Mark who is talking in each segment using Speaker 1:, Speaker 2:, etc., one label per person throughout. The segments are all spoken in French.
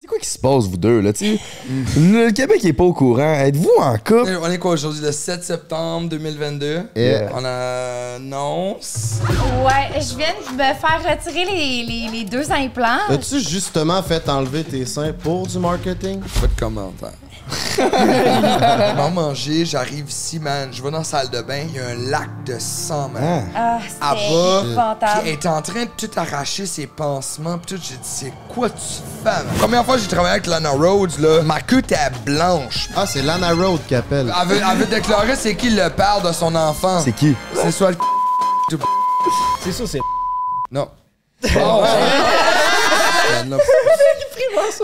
Speaker 1: C'est quoi qui se passe, vous deux, là? tu sais? le Québec est pas au courant. Êtes-vous en couple?
Speaker 2: On est quoi aujourd'hui? Le 7 septembre 2022.
Speaker 1: Yeah.
Speaker 2: On annonce.
Speaker 3: Ouais, je viens de me faire retirer les, les- les deux implants.
Speaker 4: As-tu justement fait enlever tes seins pour du marketing?
Speaker 2: Pas de commentaire. Maman manger, j'arrive ici, man. Je vais dans la salle de bain, il y a un lac de sang,
Speaker 1: Ah.
Speaker 2: man.
Speaker 3: Ah,
Speaker 2: Ah,
Speaker 3: c'était
Speaker 2: bah. Puis
Speaker 3: épouvantable.
Speaker 2: elle est en train de tout arracher ses pansements. Puis tout, j'ai dit, c'est quoi tu fais, man? Première fois que j'ai travaillé avec Lana Rhodes, là, ma queue était blanche.
Speaker 4: Ah, c'est Lana Road qui appelle.
Speaker 2: Elle veut, elle veut déclarer c'est qui le père de son enfant.
Speaker 1: C'est qui?
Speaker 2: C'est soit le
Speaker 5: C'est ça, c'est.
Speaker 2: Non. Oh, ouais. Non, non.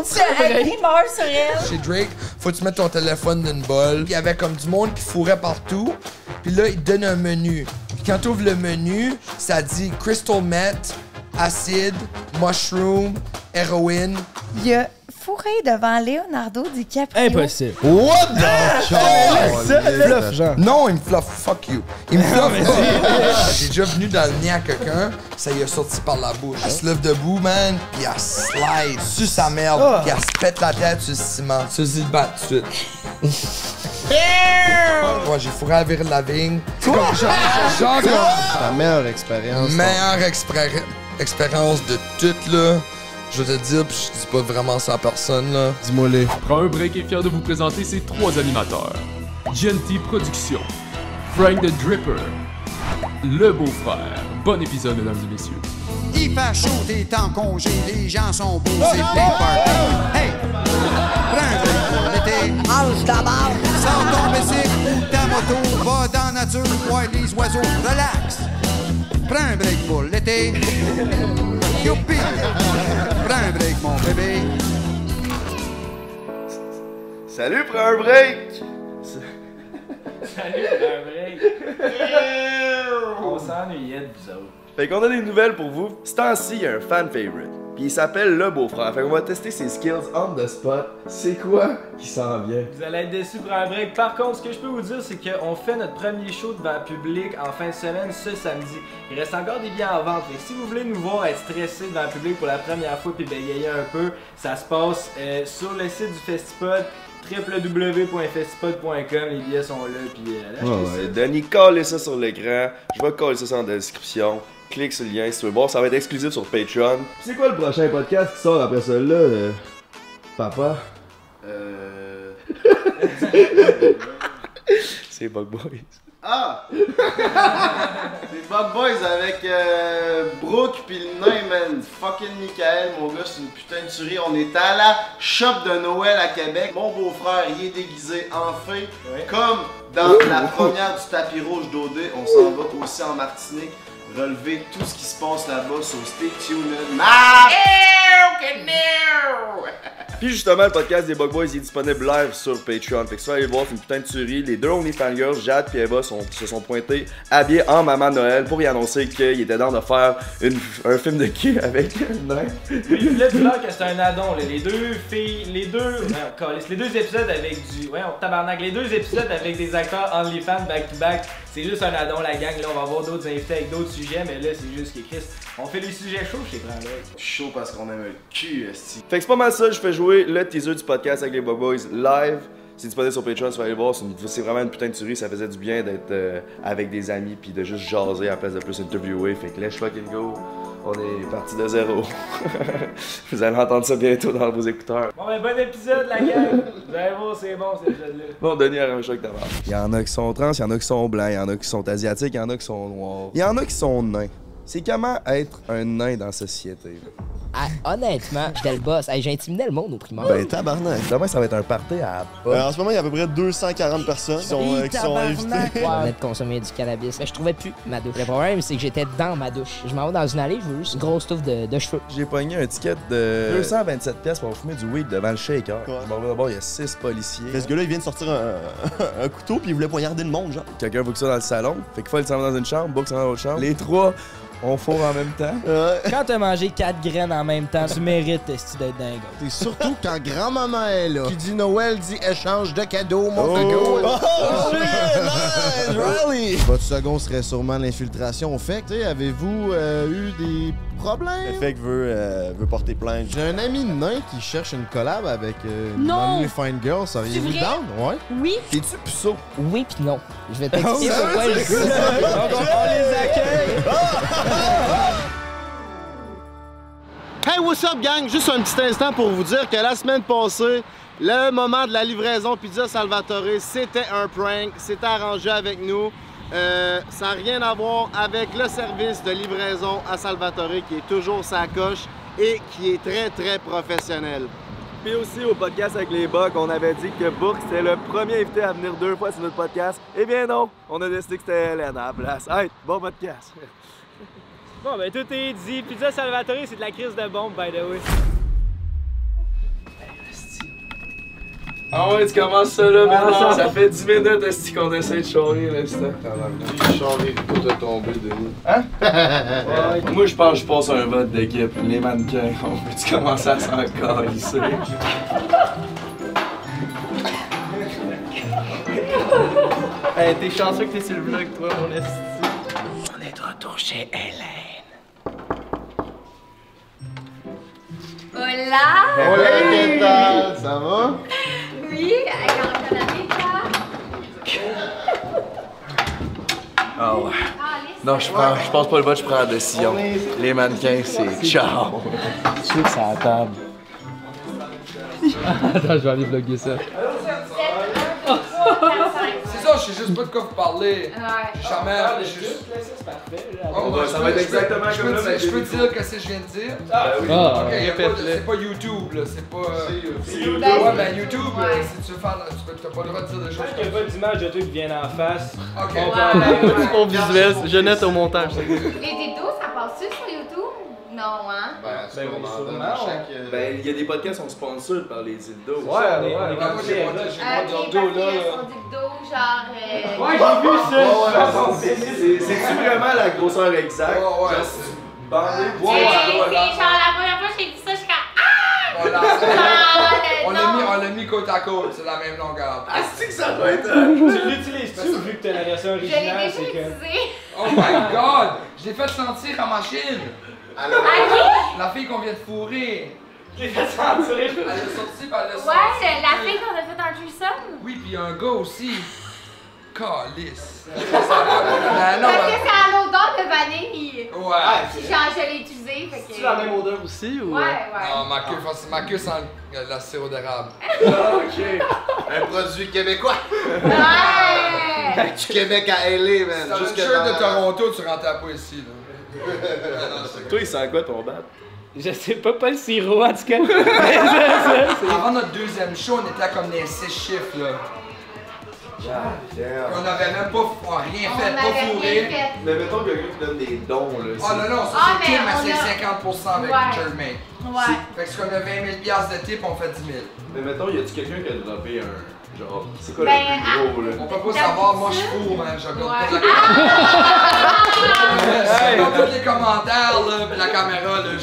Speaker 3: C'est un primeur sur elle.
Speaker 2: Chez Drake, faut que tu mettes ton téléphone d'une bolle. Il y avait comme du monde qui fourrait partout. Puis là, il te donne un menu. Puis quand tu ouvres le menu, ça dit crystal meth, acide, mushroom, héroïne.
Speaker 3: Il a fourré devant Leonardo DiCaprio.
Speaker 5: Impossible.
Speaker 4: What the
Speaker 5: Ça, bluff, genre.
Speaker 2: Non, il me fluff, fuck you. Il me fluff pas. J'ai déjà venu dans le nez à quelqu'un, ça y est sorti par la bouche. Elle se lève debout, man, puis elle slide sur sa merde,
Speaker 5: Ah.
Speaker 2: puis elle se pète la tête sur le ciment. Sur le bat tout de suite. Ouais, j'ai fourré à virer la vigne. Genre, genre, genre,
Speaker 4: Ta meilleure expérience.
Speaker 2: meilleure expéri- expérience de toute, là. Je vais te dire, puis je dis pas vraiment ça à personne, là.
Speaker 4: Dis-moi les.
Speaker 6: Prends un break est fier de vous présenter ces trois animateurs. Genty Productions, Frank the Dripper, Le Beau-Frère. Bon épisode, mesdames et messieurs.
Speaker 7: Il fait chaud, t'es en congé, les gens sont beaux,
Speaker 8: Oh,
Speaker 7: c'est des parties. Hey! Prends un break pour l'été. Mange ta balle. Sors ton bicycle ou ta moto, va dans la nature, vois les oiseaux, relax. Prends un break pour l'été. Youpi! Prends un break, mon bébé.
Speaker 1: Salut, prends un break!
Speaker 8: On s'ennuyait de vous autres.
Speaker 9: Fait qu'on a des nouvelles pour vous. Ce temps-ci, il y a un fan favorite. Puis il s'appelle Le Beau-Frère. Fait qu'on va tester ses skills on the spot. C'est quoi qui s'en vient?
Speaker 8: Vous allez être déçus pour un break. Par contre, ce que je peux vous dire, c'est qu'on fait notre premier show devant le public en fin de semaine ce samedi. Il reste encore des billets en vente. Fait que si vous voulez nous voir être stressés devant le public pour la première fois puis bégayer un peu, ça se passe euh, sur le site du Festipod www.festipod.com. Les billets sont là puis euh, allez acheter ça.
Speaker 9: Euh, Denis, coller ça sur l'écran. Je vais coller ça sur la description. Clique sur le lien si tu veux voir. Ça va être exclusif sur Patreon. Puis c'est quoi le prochain podcast qui sort après celui-là? euh, Papa? Euh... c'est Bug Boys.
Speaker 4: Ah! c'est Bob Boys avec euh, Brooke pis le nain, man. Fucking Michael, mon gars, c'est une putain de tuerie. On est à la shop de Noël à Québec. Mon beau-frère, il est déguisé en fée.
Speaker 8: Ouais.
Speaker 4: Comme dans la première du tapis rouge d'Odé, on s'en va aussi en Martinique. Relever tout ce qui se passe là-bas sur Stay Tuned. Ma-
Speaker 9: Puis justement, le podcast des Bug Boys il est disponible live sur Patreon. Fait que si vous allez le voir, c'est une putain de tuerie. Les deux OnlyFans Girls, Jade et Eva, sont- se sont pointés habillés en maman Noël pour y annoncer qu'ils étaient dans de faire une- un film de cul avec un nain.
Speaker 8: Mais il voulait dire que c'était un addon. là. Les deux filles, les deux. non, câlisse, les deux épisodes avec du. Ouais, on tabarnak. Les deux épisodes avec des acteurs OnlyFans back-to-back. C'est juste un addon, la gang. Là, on va avoir d'autres invités avec d'autres sujets. Mais là, c'est juste que Chris. On fait les sujets chauds chez Franck Lloyd.
Speaker 4: Je suis chaud parce qu'on aime le cul, esti.
Speaker 9: Fait que c'est pas mal ça, je fais jouer le teaser du podcast avec les Bug Boys live. C'est disponible sur Patreon, si vous allez le voir, c'est une- c'est vraiment une putain de tuerie. Ça faisait du bien d'être euh, avec des amis puis de juste jaser à la place de plus interviewer. Fait que let's fucking go. On est parti de zéro. vous allez entendre ça bientôt dans vos écouteurs.
Speaker 8: Bon, ben, bon épisode, la gang. Vous allez voir, c'est bon, cet épisode-là.
Speaker 9: Non, Denis a un choc d'avant. Il y en a qui sont trans, il y en a qui sont blancs, il y en a qui sont asiatiques, il y en a qui sont noirs. Il y en a qui sont nains. C'est comment être un nain dans la société?
Speaker 10: Ah, honnêtement, j'étais le boss. Hey, J'intimidais le monde au primaire.
Speaker 9: Ben, tabarnak. Demain, ça va être un party à
Speaker 4: Euh, en ce moment, il y a à peu près 240 personnes qui sont,
Speaker 10: Ouais, on venait de consommer du cannabis. Mais je trouvais plus ma douche. Le problème, c'est que j'étais dans ma douche. Je m'en vais dans une allée, je veux juste une grosse touffe de, de cheveux.
Speaker 9: J'ai pogné un ticket de 227 pièces pour fumer du weed devant le shaker.
Speaker 4: Ouais.
Speaker 9: Je m'en vais D'abord, il y a 6 policiers.
Speaker 4: ce gars-là, il vient de sortir un, couteau puis il voulait poignarder le monde, genre.
Speaker 9: Quelqu'un book ça dans le salon. Fait qu'il faut le s'en va dans une chambre, book s'en va dans l'autre chambre. Les trois, on fourre en même temps.
Speaker 5: Quand t'as mangé 4 graines en même temps, tu mérites esti, d'être dingue.
Speaker 4: Et surtout quand grand-maman est là. Qui dit Noël dit échange de cadeaux, mon oh. Votre second serait sûrement l'infiltration. Fait que, tu sais, avez-vous euh, eu des problème.
Speaker 11: Le fait que veut, euh, veut porter plainte.
Speaker 4: J'ai un ami nain qui cherche une collab avec euh,
Speaker 11: Non.
Speaker 4: Manly Fine Girl. Seriez-vous
Speaker 11: C'est vrai?
Speaker 4: down? Ouais.
Speaker 11: Oui.
Speaker 4: T'es-tu puceau?
Speaker 12: Oui pis non. Je vais
Speaker 4: t'expliquer pourquoi je dis ça.
Speaker 5: Donc, on- on les accueille.
Speaker 11: Hey, what's up, gang? Juste un petit instant pour vous dire que la semaine passée, le moment de la livraison Pizza Salvatore, c'était un prank. C'était arrangé avec nous. Euh, ça n'a rien à voir avec le service de livraison à Salvatore qui est toujours sa coche et qui est très, très professionnel.
Speaker 13: Puis aussi au podcast avec les Bucks, on avait dit que Bourg c'était le premier invité à venir deux fois sur notre podcast. Eh bien non, on a décidé que c'était Hélène à la place. Hey, bon podcast.
Speaker 14: Bon, ben tout est dit. Pizza Salvatore, c'est de la crise de bombe, by the way.
Speaker 6: Ah ouais, tu commences ça là,
Speaker 14: Ah,
Speaker 6: maintenant.
Speaker 14: ça-
Speaker 6: Ça fait 10 minutes est-ce qu'on essaie de charrier là, c'est ça.
Speaker 13: Charlie, tout est tombé de nous. Hein? Moi, je pense que je passe un vote d'équipe. Les mannequins, on peut-tu commencer à s'en ici?
Speaker 15: Hey, t'es chanceux que t'es sur le vlog, toi, mon esti.
Speaker 16: On est de retour chez Hélène.
Speaker 10: Hola!
Speaker 4: Hey, qu'est-ce que t'as? Ça va?
Speaker 10: Oui, on
Speaker 13: Ah ouais. Non, je prends, je pense pas le vote, je prends la décision. Les mannequins, c'est ciao. Tu sais que c'est à la table.
Speaker 6: Attends, je vais aller vlogger ça.
Speaker 2: C'est ça, je sais juste pas de quoi vous parlez. Charmeur, je suis juste. Oh,
Speaker 13: On va- ça va être exactement
Speaker 2: je
Speaker 13: comme
Speaker 2: peux
Speaker 13: là,
Speaker 2: dire-
Speaker 13: mais
Speaker 2: Je peux
Speaker 13: j'ai
Speaker 2: dire qu'est-ce que je viens de dire.
Speaker 13: Ah, oui.
Speaker 2: Ok,
Speaker 13: Ah,
Speaker 2: y a pas-
Speaker 13: répète-le.
Speaker 2: c'est pas YouTube, là. C'est pas. euh,
Speaker 13: C'est
Speaker 14: YouTube.
Speaker 2: Ouais, ben YouTube,
Speaker 14: Ouais.
Speaker 2: euh, si tu veux faire. Tu peux- t'as pas le droit de dire des choses.
Speaker 14: Tant qu'il n'y a pas d'image de toi qui viennent en face,
Speaker 2: Ok.
Speaker 14: on
Speaker 2: Ouais.
Speaker 15: Au visuel, je note au montage.
Speaker 10: Les dédos, ça passe-tu sur YouTube? Non, hein?
Speaker 13: Ben,
Speaker 15: oui, sûrement,
Speaker 9: euh,
Speaker 15: on-
Speaker 13: Ben, il y a des podcasts qui sont sponsors par les dildos.
Speaker 14: Ouais, ouais, ouais.
Speaker 13: Moi,
Speaker 2: Ben,
Speaker 8: Euh,
Speaker 13: j'ai pas de- j'ai pas de
Speaker 10: Ok,
Speaker 13: dildo,
Speaker 10: parce qu'il y a son dildo, genre... euh,
Speaker 13: Ouais, j'ai vu ça. C'est- c'est- C'est-tu vraiment la grosseur exacte? Ouais, ouais. Bandé,
Speaker 10: Hey, C'est genre la première fois que j'ai dit ça, je suis comme...
Speaker 2: Voilà.
Speaker 10: Ah,
Speaker 2: On l'a mis, on l'a mis côte à côte, c'est la même longueur. Ah, c'est que ça doit être.
Speaker 14: Tu l'utilises-tu vu que t'as la version
Speaker 10: Je l'ai
Speaker 14: originale?
Speaker 10: déjà
Speaker 14: C'est que.
Speaker 10: utilisé.
Speaker 2: Oh my god! Je l'ai fait sentir à ma chine!
Speaker 10: qui?
Speaker 2: La fille qu'on vient de fourrer! Je l'ai
Speaker 14: fait sentir.
Speaker 2: Elle l'a sorti, puis elle l'a
Speaker 10: Ouais,
Speaker 2: sorti.
Speaker 10: c'est la fille qu'on a fait un threesome.
Speaker 2: Oui, puis un gars aussi! Calice! Ben non,
Speaker 10: Parce que
Speaker 2: ben-
Speaker 10: c'est à l'odeur de vanille.
Speaker 2: Ouais. Ah,
Speaker 10: Puis genre, je l'ai utilisé, fait que...
Speaker 15: C'est la même odeur aussi ou euh?
Speaker 10: Ouais, ouais.
Speaker 2: Non, Ah, ma queue, face- ma queue sent le- la sirop d'érable.
Speaker 17: ok. Un produit québécois. Du Québec à LA,
Speaker 2: Si
Speaker 17: man.
Speaker 2: t'avais
Speaker 17: Jusque
Speaker 2: une shirt
Speaker 17: dans-
Speaker 2: de Toronto, tu rentrais pas ici, là. Ah non, c'est-
Speaker 13: Toi, il sent quoi ton bat?
Speaker 15: Je sais pas, pas le sirop en tout cas.
Speaker 2: Avant notre deuxième show, on était là comme les six chiffres, là. On avait même pas on a rien
Speaker 10: On
Speaker 2: fait,
Speaker 10: avait
Speaker 2: pas
Speaker 10: rien
Speaker 2: fourré.
Speaker 10: fait.
Speaker 13: Mais mettons qu'il y a quelqu'un qui donne des dons, là.
Speaker 2: Ah non, non, ça
Speaker 10: Ah,
Speaker 2: c'est
Speaker 10: mais
Speaker 2: Tim,
Speaker 10: on
Speaker 2: mais
Speaker 10: a-
Speaker 2: c'est 50% avec
Speaker 10: Ouais.
Speaker 2: Jermaine.
Speaker 10: Ouais.
Speaker 2: Fait que si on a 20 000 piastres de tip, on fait 10 000.
Speaker 13: Mais mettons, y a-tu quelqu'un qui a droppé un. Genre, c'est quoi
Speaker 10: Ben,
Speaker 13: le plus gros, là?
Speaker 2: Euh, On peut pas savoir, moi je cours, hein, je regarde pas la
Speaker 10: Ah!
Speaker 2: caméra. Je regarde tous les commentaires, là, pis la caméra, là, je me je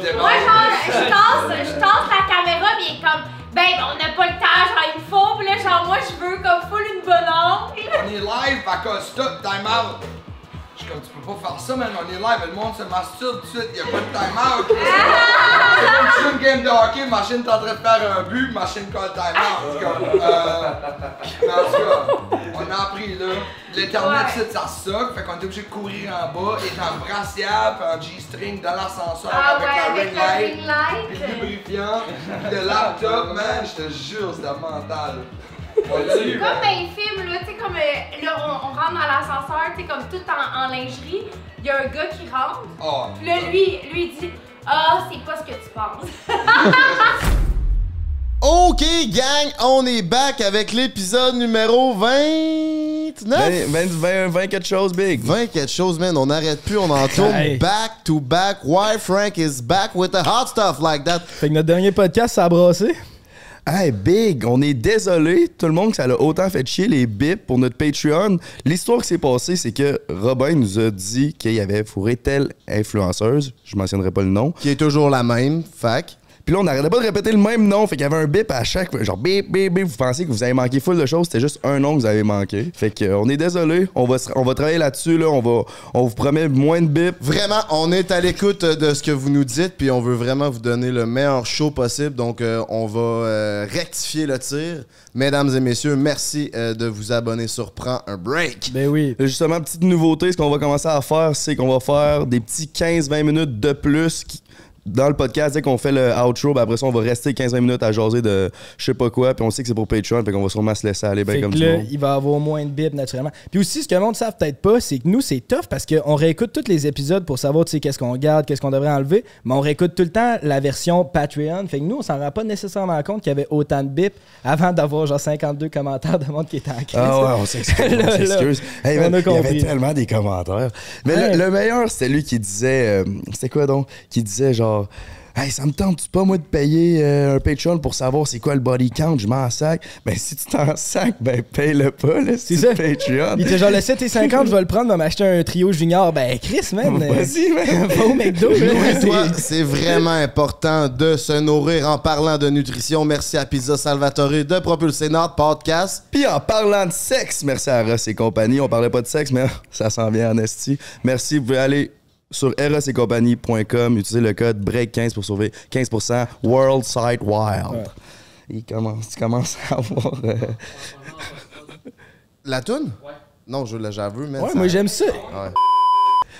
Speaker 2: débarque.
Speaker 10: Moi, genre, je tasse, je tasse la caméra, mais il est comme, ben, on n'a pas le temps, genre, il me faut, pis là, genre, moi, je veux comme full une bonne ombre.
Speaker 2: On est live, fait que stop, time out. Je suis comme, tu peux pas faire ça, man, on est live, le monde se masturbe tout de suite, y'a pas de time out. C'est comme une game de hockey, ma chaîne t'es en train de faire un but, ma chaîne call time out. C'est comme, euh, mais en tout cas, on a appris, là. L'internet,
Speaker 10: Ouais.
Speaker 2: ça, ça suck, fait qu'on est obligé de courir en bas, et en brassière, puis en G-string dans l'ascenseur
Speaker 10: Ah
Speaker 2: avec
Speaker 10: ouais,
Speaker 2: la
Speaker 10: avec
Speaker 2: ring
Speaker 10: la
Speaker 2: light.
Speaker 10: ring light.
Speaker 2: puis le lubrifiant, puis le laptop, man, je te jure, c'était mental. On l'a eu,
Speaker 10: Comme dans les films, là, tu sais, comme, euh, là, on, on rentre dans l'ascenseur, tu sais, comme tout en, en lingerie, il y a un gars qui rentre,
Speaker 2: Oh,
Speaker 10: pis là, lui, lui, il dit, ah, c'est pas ce que tu penses.
Speaker 4: OK, gang, on est back avec l'épisode numéro
Speaker 9: Ben,
Speaker 4: 29. 20, 20, quelque chose, big. 20 Ben, quelque chose, man. On n'arrête plus, on en tourne
Speaker 8: Hey.
Speaker 4: back to back. Why Frank is back with the hot stuff like that.
Speaker 8: Fait que notre dernier podcast, ça a brassé.
Speaker 9: Hey, Big, on est désolé, tout le monde, que ça l'a autant fait chier les bips pour notre Patreon. L'histoire qui s'est passée, c'est que Robin nous a dit qu'il y avait fourré telle influenceuse, je mentionnerai pas le nom.
Speaker 4: Qui est toujours la même,
Speaker 9: Puis
Speaker 4: fac.
Speaker 9: Puis là, on n'arrêtait pas de répéter le même nom. Fait qu'il y avait un bip à chaque fois. Genre bip, bip, bip. Vous pensez que vous avez manqué full de choses. C'était juste un nom que vous avez manqué. Fait que, euh, on est désolé. On va, se- on va travailler là-dessus. Là. On, va, on vous promet moins de bip.
Speaker 4: Vraiment, on est à l'écoute de ce que vous nous dites, puis on veut vraiment vous donner le meilleur show possible. Donc, euh, on va euh, rectifier le tir. Mesdames et messieurs, merci euh, de vous abonner sur Prends un break.
Speaker 9: Ben oui. Justement, petite nouveauté, ce qu'on va commencer à faire, c'est qu'on va faire des petits 15-20 minutes de plus qui- dans le podcast. Dès qu'on fait le outro, ben après ça, on va rester 15-20 minutes à jaser de je sais pas quoi. Puis on sait que c'est pour Patreon, fait qu'on va sûrement se laisser aller ben
Speaker 8: Fait
Speaker 9: comme
Speaker 8: que
Speaker 9: du
Speaker 8: là,
Speaker 9: monde.
Speaker 8: il va avoir moins de bips naturellement. Puis aussi, ce que le monde ne savent peut-être pas, c'est que nous, c'est tough parce qu'on réécoute tous les épisodes pour savoir tu sais, qu'est-ce qu'on garde, qu'est-ce qu'on devrait enlever, mais on réécoute tout le temps la version Patreon. Fait que nous, on s'en rend pas nécessairement compte qu'il y avait autant de bips avant d'avoir genre 52 commentaires de monde qui était en crise.
Speaker 9: Ah ouais, on s'excuse.
Speaker 8: Là,
Speaker 9: on
Speaker 8: là,
Speaker 9: s'excuse. Hey, man,
Speaker 8: on a
Speaker 9: il y avait
Speaker 8: compris.
Speaker 9: tellement des commentaires. Mais le- le, meilleur, c'est lui qui disait. euh, C'était quoi donc Qui disait genre. Hey, ça me tente pas, moi, de payer euh, un Patreon pour savoir c'est quoi le body count, je m'en sac. Ben, si tu t'en sac, ben, paye-le pas, le c'est Patreon.
Speaker 8: Il était genre le 7 et 50, je vais le prendre, je vais m'acheter un trio junior. Ben, Chris, man. euh,
Speaker 4: Vas-y, man.
Speaker 8: Va au McDo, man.
Speaker 4: Nous et toi, c'est vraiment important de se nourrir en parlant de nutrition. Merci à Pizza Salvatore de propulser notre podcast.
Speaker 9: Puis en parlant de sexe, merci à Ross et compagnie. On parlait pas de sexe, mais ça s'en vient en esti. Merci, vous pouvez aller sur rosetcompagnie.com, utiliser le code BREAK15 pour sauver 15% World Side Wild. Il commence, tu commences à avoir... euh,
Speaker 4: La toune? Non, je la j'avoue, mais.
Speaker 9: Ouais, moi, j'aime ça.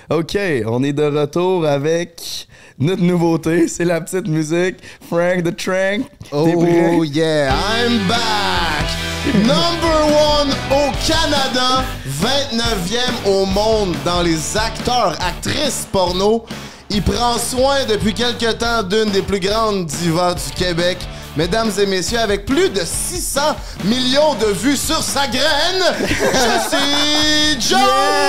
Speaker 9: OK, on est de retour avec notre nouveauté, c'est la petite musique Frank the Trank. T'es prêt?
Speaker 4: Oh yeah, I'm back! Number one au Canada, 29e au monde dans les acteurs, actrices porno. Il prend soin depuis quelque temps d'une des plus grandes divas du Québec. Mesdames et messieurs, avec plus de 600 millions de vues sur sa graine, je suis Joe!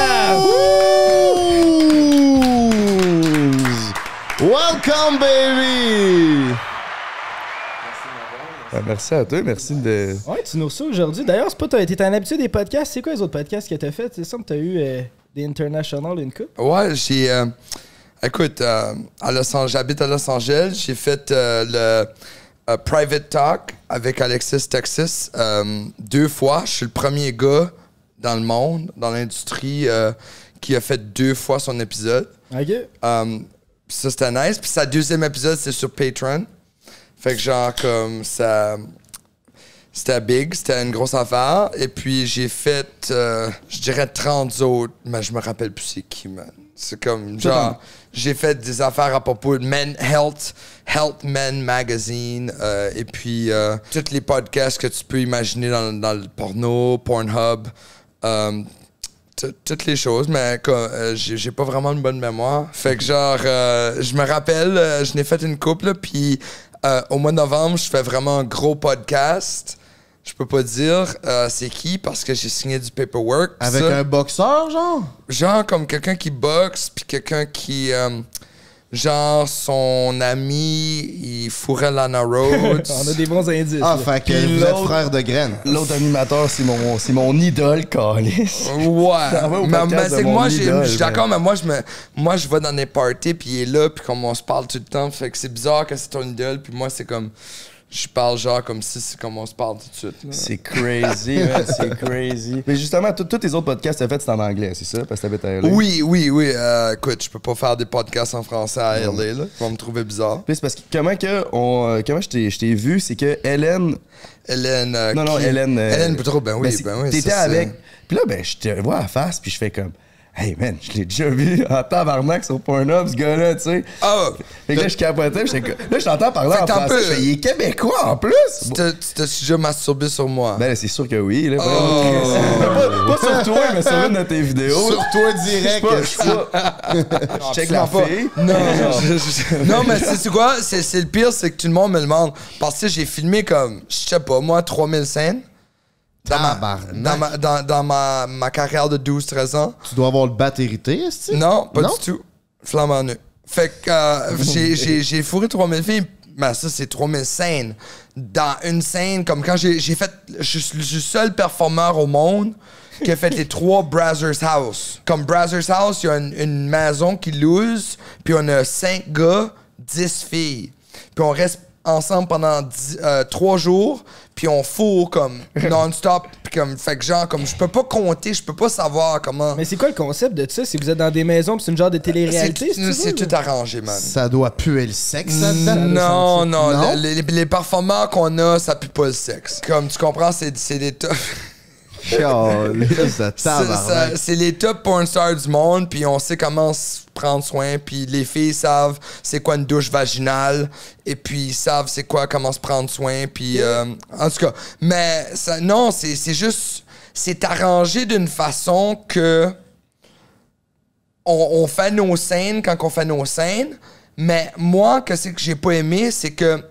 Speaker 4: Welcome, baby!
Speaker 9: Ben, merci à toi, merci de...
Speaker 8: Ouais, tu nous reçois aujourd'hui. D'ailleurs, c'est pas toi, t'es en habitude des podcasts. C'est quoi les autres podcasts que t'as fait? C'est ça, t'as eu euh, des internationals une coupe.
Speaker 2: Ouais, j'ai. euh, écoute, euh, à Los Angeles, j'habite à Los Angeles. J'ai fait euh, le euh, Private Talk avec Alexis Texas euh, deux fois. Je suis le premier gars dans le monde, dans l'industrie, euh, qui a fait deux fois son épisode.
Speaker 8: OK.
Speaker 2: Euh, pis ça, c'était nice. Puis sa deuxième épisode, c'est sur Patreon. Fait que genre, comme ça. C'était big, c'était une grosse affaire. Et puis j'ai fait, euh, je dirais 30 autres, mais je me rappelle plus c'est qui, man. C'est comme, genre, j'ai fait des affaires à propos de Men Health, Health Men Magazine, euh, et puis euh, tous les podcasts que tu peux imaginer dans, dans le porno, Pornhub, euh, tout- toutes les choses, mais comme, euh, j'ai j'ai pas vraiment une bonne mémoire. Fait que genre, euh, je me rappelle, euh, je n'ai fait une couple, là, puis euh, au mois de novembre, je fais vraiment un gros podcast. Je peux pas dire euh, c'est qui parce que j'ai signé du paperwork. puis
Speaker 4: Avec
Speaker 2: ça-
Speaker 4: un boxeur, genre?
Speaker 2: Genre comme quelqu'un qui boxe, puis quelqu'un qui... euh, genre son ami, il fourrait Lana Rhodes.
Speaker 8: On a des bons indices.
Speaker 4: Ah,
Speaker 8: là.
Speaker 4: fait que
Speaker 2: Puis
Speaker 4: vous êtes
Speaker 2: l'autre-
Speaker 4: frère de graines.
Speaker 9: L'autre animateur, c'est mon, c'est mon idole, Carlis.
Speaker 2: Ouais.
Speaker 9: Ça va au
Speaker 2: mais
Speaker 9: podcast
Speaker 2: mais
Speaker 9: de ben.
Speaker 2: c'est que
Speaker 9: mon
Speaker 2: moi, j'ai-
Speaker 9: idole,
Speaker 2: je suis d'accord,
Speaker 9: man.
Speaker 2: mais moi, je me, moi, je vais dans des parties, puis il est là, puis comme on se parle tout le temps, fait que c'est bizarre que c'est ton idole, puis moi, c'est comme. Je parle genre comme si c'est comme on se parle tout de suite. là.
Speaker 9: C'est crazy, man, c'est crazy. Mais justement, tout- tous tes autres podcasts que t'as fait, c'est en anglais, c'est ça? Parce que t'habites à LA.
Speaker 2: Oui, oui, oui. euh, écoute, je peux pas faire des podcasts en français à LA, là. Ils vont me trouver bizarre.
Speaker 9: Puis c'est parce que comment que on, euh, comment je t'ai, je t'ai vu, c'est que Hélène.
Speaker 2: Hélène. euh,
Speaker 9: non, non,
Speaker 2: qui-
Speaker 9: Hélène. euh,
Speaker 2: Hélène Boutreau, ben oui,
Speaker 9: c'est-
Speaker 2: ben oui,
Speaker 9: T'étais
Speaker 2: ça, c'est-
Speaker 9: avec. Puis là, ben, je te vois à face, puis je fais comme. Hey man, je l'ai déjà vu en tabarnak sur Pornhub, ce gars-là, tu sais.
Speaker 2: Ah!
Speaker 9: Fait que là, je capotais, puis j'étais comme- là, je t'entends parler
Speaker 2: Fait que
Speaker 9: en
Speaker 2: t'en
Speaker 9: français.
Speaker 2: peux-
Speaker 9: je fais, il est québécois en plus!
Speaker 2: Tu t'es- tu t'es déjà masturbé sur moi.
Speaker 9: Ben, c'est sûr que oui, là.
Speaker 2: Oh.
Speaker 9: pas, pas sur toi, mais sur une de tes vidéos.
Speaker 2: Sur toi direct,
Speaker 9: Je sais pas, je sais pas. Je check la
Speaker 2: Absolument pas.
Speaker 9: fille.
Speaker 2: Non, je- je- non, mais c'est c'est quoi? C'est c'est le pire, c'est que tout le monde me demande. Parce que j'ai filmé comme, je sais pas, moi, 3000 scènes. Dans, ma, dans, ma, dans- dans ma- ma carrière de 12-13 ans.
Speaker 4: Tu dois avoir le bat hérité, est-ce que-
Speaker 2: Non, pas
Speaker 4: Non?
Speaker 2: du tout. Flamand nu. Fait que euh, j'ai- j'ai j'ai fourré 3000 filles. Ben ça, c'est 3000 scènes. Dans une scène, comme quand j'ai j'ai fait... Je suis le seul performeur au monde qui a fait les trois Brazzers House. Comme Brazzers House, il y a une, une maison qui loose, puis on a cinq gars, 10 filles. Puis on reste ensemble pendant dix- euh, trois jours, puis on fourre comme non-stop, puis comme, fait que genre, comme je peux pas compter, je peux pas savoir comment.
Speaker 8: Mais c'est quoi le concept de ça? Si vous êtes dans des maisons, puis c'est une genre de télé-réalité,
Speaker 2: C'est- c'est tout arrangé, man.
Speaker 4: Ça doit puer le sexe, ça, dedans?
Speaker 2: Non, non,
Speaker 4: Non?
Speaker 2: le- Les, les performances qu'on a, ça pue pas le sexe. Comme tu comprends, c'est c'est des top.
Speaker 4: Calisse de
Speaker 2: C'est- ça-
Speaker 4: tabarnak.
Speaker 2: C'est les top porn stars du monde, puis on sait comment se prendre soin, puis les filles savent c'est quoi une douche vaginale, et puis ils savent c'est quoi comment se prendre soin, puis euh, en tout cas, mais ça, non, c'est c'est juste, c'est arrangé d'une façon que on, on fait nos scènes quand on fait nos scènes, mais moi, que c'est que j'ai pas aimé, c'est que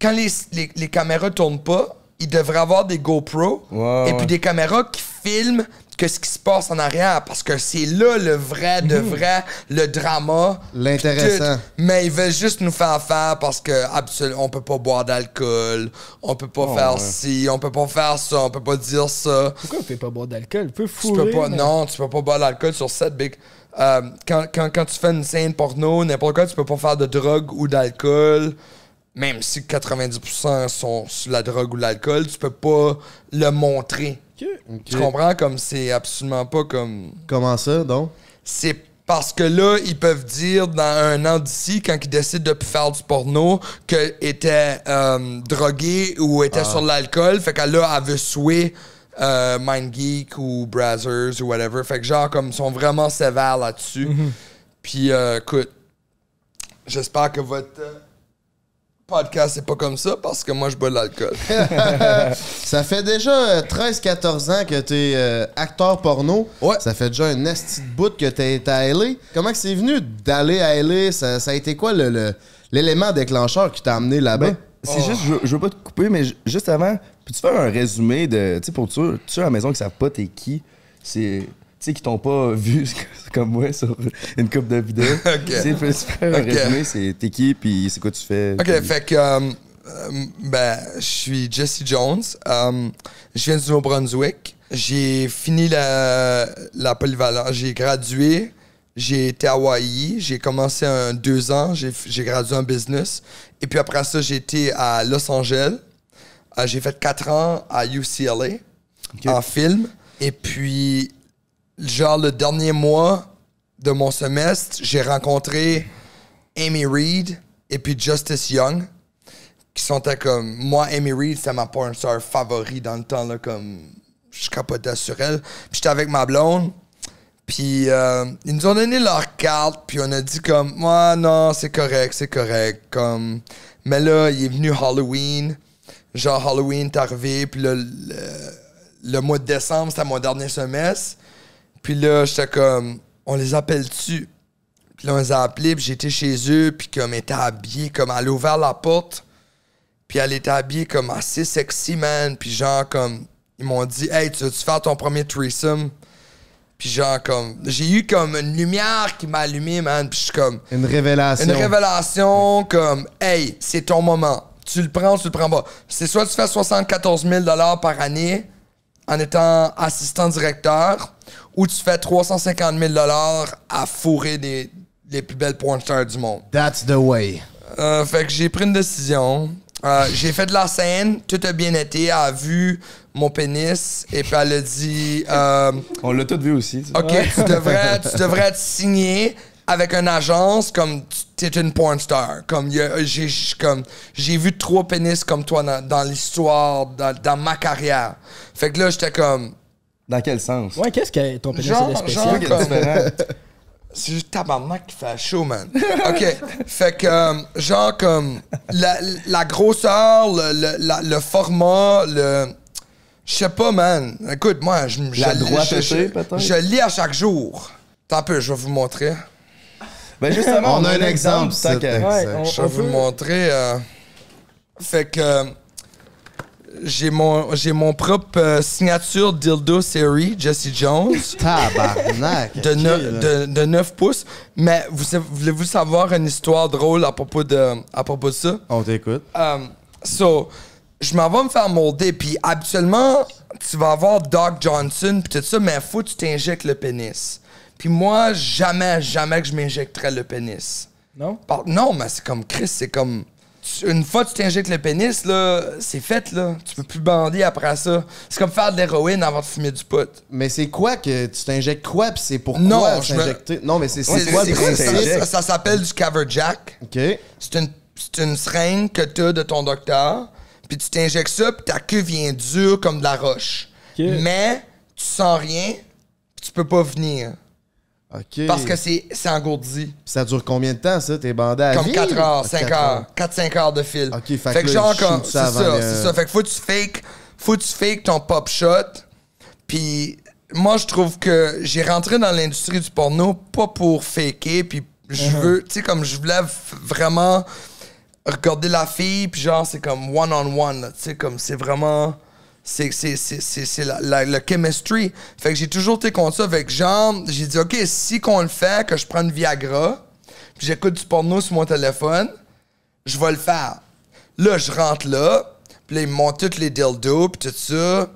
Speaker 2: quand les, les, les caméras tournent pas, il devrait avoir des GoPro et
Speaker 9: ouais.
Speaker 2: puis des caméras qui filment que ce qui se passe en arrière parce que c'est là le vrai de
Speaker 9: Mhm.
Speaker 2: vrai le drama
Speaker 4: L'intéressant.
Speaker 2: tout. mais ils veulent juste nous faire faire parce que absolu- on peut pas boire d'alcool on peut pas
Speaker 8: Oh,
Speaker 2: faire
Speaker 8: ouais.
Speaker 2: ci on peut pas faire ça on peut pas dire ça
Speaker 8: Pourquoi vous pouvez pas boire d'alcool? Vous pouvez
Speaker 2: tu peux
Speaker 8: fourrer.
Speaker 2: pas,
Speaker 8: mais-
Speaker 2: non, tu peux pas boire l'alcool sur set, big. Euh, quand, quand, quand tu fais une scène porno, n'importe quoi, tu peux pas faire de drogue ou d'alcool. Même si 90% sont sur la drogue ou l'alcool, tu peux pas le montrer. Tu comprends comme c'est absolument pas comme.
Speaker 4: Comment ça, donc?
Speaker 2: C'est parce que là, ils peuvent dire dans un an d'ici, quand ils décident de plus faire du porno, qu'elle était euh, droguée ou était
Speaker 4: Ah.
Speaker 2: sur l'alcool. Fait qu'elle là, elle veut souer euh, Mind Geek ou Brazzers ou whatever. Fait que genre, comme, ils sont vraiment sévères là-dessus. Puis, euh, écoute, j'espère que votre euh, podcast, c'est pas comme ça parce que moi, je bois de l'alcool.
Speaker 4: ça fait déjà 13-14 ans que t'es euh, acteur porno. Ça fait déjà un esti de bout que t'es été à LA. Comment que c'est venu d'aller à LA? Ça, ça a été quoi le- le- l'élément déclencheur qui t'a amené là-bas?
Speaker 2: Oh.
Speaker 9: Ben, c'est juste, je, je veux pas te couper, mais ju- juste avant, peux-tu faire un résumé de. Tu sais, pour ceux ceux à la maison qui savent pas t'es qui, c'est. Tu sais, qui t'ont pas vu comme moi sur une coupe de vidéo.
Speaker 2: Ok.
Speaker 9: Tu sais, peux-tu faire un
Speaker 2: Ok.
Speaker 9: résumé, c'est t'es qui, puis c'est quoi tu fais.
Speaker 2: OK,
Speaker 9: puis-
Speaker 2: fait que... euh, euh, ben, je suis Jesse Jones. Euh, je viens du Nouveau-Brunswick. J'ai fini la, la polyvalence. J'ai gradué. J'ai été à Hawaï. J'ai commencé un deux ans. J'ai f- j'ai gradué en business. Et puis après ça, j'ai été à Los Angeles. Euh, j'ai fait quatre ans à UCLA en film. Et puis, genre, le dernier mois de mon semestre, j'ai rencontré Amy Reid et puis Justice Young, qui sont à comme. Moi, Amy Reid, c'était ma porn star favori dans le temps, là, comme. Je capotais sur elle. Puis j'étais avec ma blonde. Puis euh, ils nous ont donné leur carte, puis on a dit comme, moi non, c'est correct, c'est correct. Comme, mais là, il est venu Halloween. Genre, Halloween, t'es arrivé, puis là, le, le mois de décembre, c'était mon dernier semestre. Puis là, j'étais comme, on les appelle-tu? Puis là, on les a appelés, puis j'étais chez eux, puis comme, elle était habillée, comme, elle a ouvert la porte, puis elle était habillée comme assez sexy, man. Puis genre, comme, ils m'ont dit, hey, tu veux-tu faire ton premier threesome? Puis genre, comme, j'ai eu comme une lumière qui m'a allumé, man. Puis je suis comme,
Speaker 4: Une révélation.
Speaker 2: une révélation comme Hey, c'est ton moment. Tu le prends, tu le prends pas. C'est soit tu fais 74 000 par année en étant assistant directeur ou tu fais 350 000 à fourrer des, les plus belles pointeurs du monde.
Speaker 4: That's the way.
Speaker 2: Euh, fait que j'ai pris une décision. Euh, j'ai fait de la scène, tout a bien été, elle a vu mon pénis et puis elle a dit euh,
Speaker 9: On l'a tout vu aussi. tu sais.
Speaker 2: OK, tu devrais, tu devrais être signé avec une agence comme tu es une porn star. Comme il y a- j'ai j'ai- comme j'ai vu trois pénis comme toi dans, dans l'histoire, dans, dans ma carrière. Fait que là j'étais comme
Speaker 9: Dans quel sens?
Speaker 8: Ouais, qu'est-ce que ton pénis
Speaker 2: Genre-
Speaker 8: est de
Speaker 2: genre
Speaker 8: spécial?
Speaker 2: comme- euh, C'est juste tabarnak qui fait chaud, man. OK. fait que, euh, genre, comme, la, la grosseur, le, le- la- le format, le. Je sais pas, man. Écoute, moi, je. je-
Speaker 9: La droite
Speaker 2: je- je-
Speaker 9: pétée, peut-être?
Speaker 2: Je lis à chaque jour. Tant peu, je vais vous montrer.
Speaker 9: Ben, justement, On a on a un un exemple, exemple, ça,
Speaker 2: ça.
Speaker 9: ça, que- ouais, on-
Speaker 2: je
Speaker 9: on
Speaker 2: vais vous
Speaker 9: veut-
Speaker 2: le montrer. euh, Fait que. euh, J'ai mon, j'ai mon propre euh, signature dildo série, Jesse Jones.
Speaker 4: Tabarnak!
Speaker 2: De, neuf- de, de 9 pouces. Mais vous sa- voulez-vous savoir une histoire drôle à propos de, à propos de ça?
Speaker 4: On t'écoute.
Speaker 2: Um, so, je m'en vais me faire molder, puis habituellement, tu vas avoir Doc Johnson, puis tout ça, mais faut que tu t'injectes le pénis. Puis moi, jamais, jamais que je m'injecterais le pénis.
Speaker 8: Non?
Speaker 2: Par- non, mais c'est comme Chris, c'est comme. tu- une fois que tu t'injectes le pénis, là, c'est fait, là. Tu peux plus bander après ça. C'est comme faire de l'héroïne avant de fumer du pot.
Speaker 4: Mais c'est quoi que tu t'injectes quoi puis c'est pourquoi
Speaker 2: Non, je me-
Speaker 4: t'injecter? Non, mais c'est
Speaker 2: Ouais,
Speaker 4: c'est quoi le
Speaker 2: ça,
Speaker 4: principe?
Speaker 2: ça s'appelle du coverjack.
Speaker 4: OK.
Speaker 2: C'est une, c'est une seringue que tu as de ton docteur, puis tu t'injectes ça, puis ta queue vient dure comme de la roche. Mais tu sens rien, puis tu peux pas venir.
Speaker 4: OK.
Speaker 2: Parce que c'est c'est engourdi.
Speaker 4: Ça dure combien de temps, ça? T'es bandé à
Speaker 2: Comme
Speaker 4: vie?
Speaker 2: 4
Speaker 4: Ah,
Speaker 2: heures, 5
Speaker 4: quatre
Speaker 2: heures, 4-5 heures de fil.
Speaker 4: OK, fait,
Speaker 2: fait que
Speaker 4: là,
Speaker 2: genre
Speaker 4: je
Speaker 2: comme
Speaker 4: shoot
Speaker 2: c'est
Speaker 4: ça
Speaker 2: ça,
Speaker 4: avant le-
Speaker 2: c'est ça. Fait que faut que tu fake, faut que tu fake ton pop shot. Puis moi je trouve que j'ai rentré dans l'industrie du porno pas pour faker puis je
Speaker 4: Uh-huh.
Speaker 8: Mhm.
Speaker 2: veux, tu sais comme je voulais f- vraiment regarder la fille puis genre c'est comme one on one, là, tu sais comme c'est vraiment c'est c'est c'est c'est c'est la, la- le chemistry. Fait que j'ai toujours été contre ça. Fait que genre j'ai dit OK, si qu'on le fait que je prends une Viagra, puis j'écoute du porno sur mon téléphone, je vais le faire. Là, je rentre là, puis là, ils me montrent tous les dildos, puis tout ça.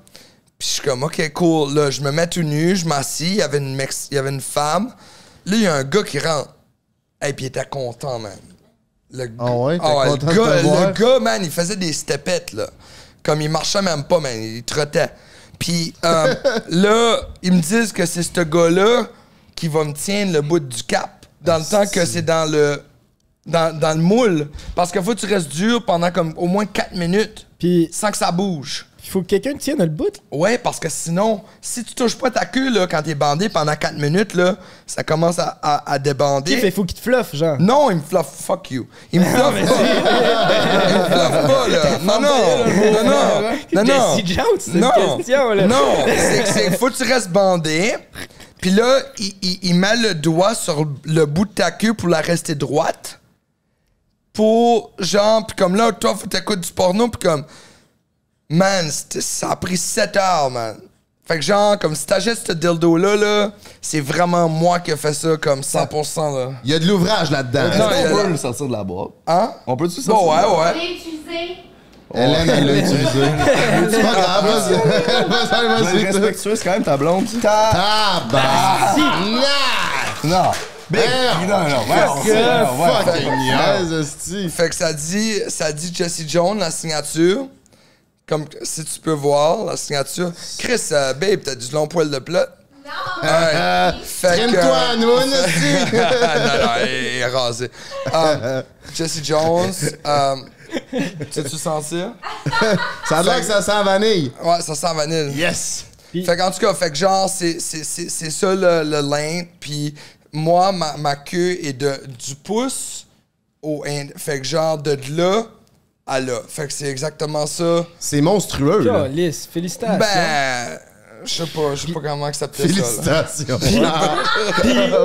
Speaker 2: Puis je suis comme, OK, cool. Là, je me mets tout nu, je m'assis, il y avait une mex- il y avait une femme. Là, il y a un gars qui rentre. Et puis il était content, man. Le gars,
Speaker 4: Ah ouais? T'es
Speaker 2: Ah ouais,
Speaker 4: content
Speaker 2: le,
Speaker 4: de te
Speaker 2: gars,
Speaker 4: voir?
Speaker 2: le gars, man, il faisait des stepettes, là. Comme il marchait même pas, man, il trottait. Puis euh, là, ils me disent que c'est ce gars-là qui va me tiendre le bout du cap. Dans le temps que c'est dans le dans, dans le moule. Parce qu'il faut que tu restes dur pendant comme au moins 4 minutes. sans que ça bouge.
Speaker 8: Il faut que quelqu'un tienne le bout.
Speaker 2: Ouais, parce que sinon, si tu touches pas ta queue là, quand t'es bandé pendant 4 minutes, là, ça commence à, à, à débander.
Speaker 8: Ok, fait faut qu'il te fluffe, genre.
Speaker 2: Non, il me fluffe, fuck you. Il me fluffe pas. il me fluffe pas, là. Non, non. Non, non. Non, non.
Speaker 8: Jesse Jones, c'est une
Speaker 2: non.
Speaker 8: question, là.
Speaker 2: Non, c'est- c'est- faut que tu restes bandé. Puis là, il, il- il met le doigt sur le bout de ta queue pour la rester droite. Pour, genre, puis comme là, toi, faut que t'écoutes du porno, puis comme... Man, c'était- ça a pris 7 heures, man. Fait que genre, comme si t'achètes ce dildo-là, là, c'est vraiment moi qui ai fait ça, comme 100%, là.
Speaker 4: Il y a de l'ouvrage là-dedans.
Speaker 2: Non, il y a
Speaker 9: On
Speaker 2: la-
Speaker 9: peut le sortir de la boîte.
Speaker 2: Hein?
Speaker 9: On peut-tu
Speaker 2: Bon,
Speaker 9: sortir?
Speaker 2: ouais,
Speaker 9: de la-
Speaker 2: ouais.
Speaker 10: utilisé.
Speaker 4: Hélène, elle l'a utilisé. C'est pas grave, vas-y. Vas-y,
Speaker 9: Je vais
Speaker 4: vas-y.
Speaker 9: être respectueux, c'est quand même ta blonde.
Speaker 4: Tabarnak!
Speaker 9: Non.
Speaker 2: Ben,
Speaker 9: Big.
Speaker 4: Damn.
Speaker 9: Non, non, ouais, on
Speaker 4: Que
Speaker 9: sait, ouais, ouais,
Speaker 4: fucking
Speaker 9: ouais.
Speaker 4: niaise,
Speaker 2: Fait que ça dit, ça dit Jesse Jones, la signature. Comme si tu peux voir la signature. Chris, euh, babe, t'as du long poil de plot. Non!
Speaker 4: Euh, Traîne-toi à nous, aussi.
Speaker 2: euh, non, non, il est rasé. Um, Jesse Jones, um, tu tu sentir?
Speaker 4: Ça a l'air que ça sent la vanille.
Speaker 2: Ouais, ça sent vanille.
Speaker 4: Yes!
Speaker 2: Fait qu'en tout cas, fait que genre, c'est, c'est, c'est, c'est ça le, le lint. Puis moi, ma, ma queue est de, du pouce au ind. Fait que genre, de là à là. Fait que c'est exactement ça.
Speaker 4: C'est monstrueux, là.
Speaker 8: Calice, félicitations.
Speaker 2: Ben, je sais pas, je sais pas comment que ça peut
Speaker 4: Félicitations.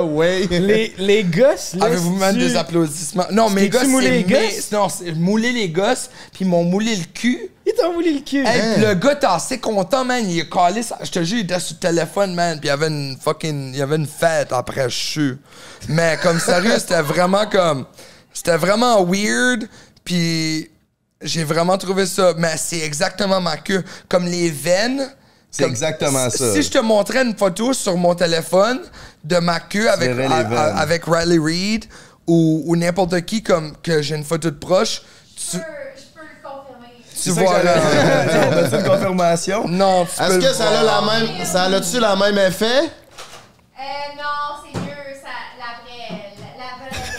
Speaker 8: les, les gosses, là.
Speaker 2: Avez-vous
Speaker 8: c'est-tu-
Speaker 2: même des applaudissements? Non, mes
Speaker 8: C'était-tu
Speaker 2: gosses,
Speaker 8: moulé
Speaker 2: c'est
Speaker 8: les
Speaker 2: mes-
Speaker 8: gosses?
Speaker 2: Non, c'est mouler les gosses, puis ils m'ont moulé le cul.
Speaker 8: Ils t'ont moulé le cul.
Speaker 9: Hein?
Speaker 2: Hey, pis le gars, t'es assez content, man. Il est calé. ça- Je te jure, il était sur le téléphone, man. Puis il y avait une fucking. Il y avait une fête après, je suis. Mais comme sérieux, c'était vraiment comme. C'était vraiment weird. Puis j'ai vraiment trouvé ça. Mais c'est exactement ma queue. Comme les veines.
Speaker 9: C'est
Speaker 2: comme-
Speaker 9: exactement
Speaker 2: si-
Speaker 9: ça.
Speaker 2: Si je te montrais une photo sur mon téléphone de ma queue avec,
Speaker 9: verrais les
Speaker 2: a- a-
Speaker 9: veines.
Speaker 2: avec Riley Reid ou, ou n'importe qui comme que j'ai une photo de proche, tu, tu
Speaker 9: C'est ça que
Speaker 2: vois
Speaker 9: j'allais-
Speaker 2: là.
Speaker 9: On a-tu une confirmation?
Speaker 2: Non, tu peux
Speaker 4: Est-ce
Speaker 2: le
Speaker 4: que ça a
Speaker 2: voir.
Speaker 4: la même. Ça a-tu le même effet?
Speaker 10: Euh, non, c'est mieux, ça, la vraie, la, la vraie,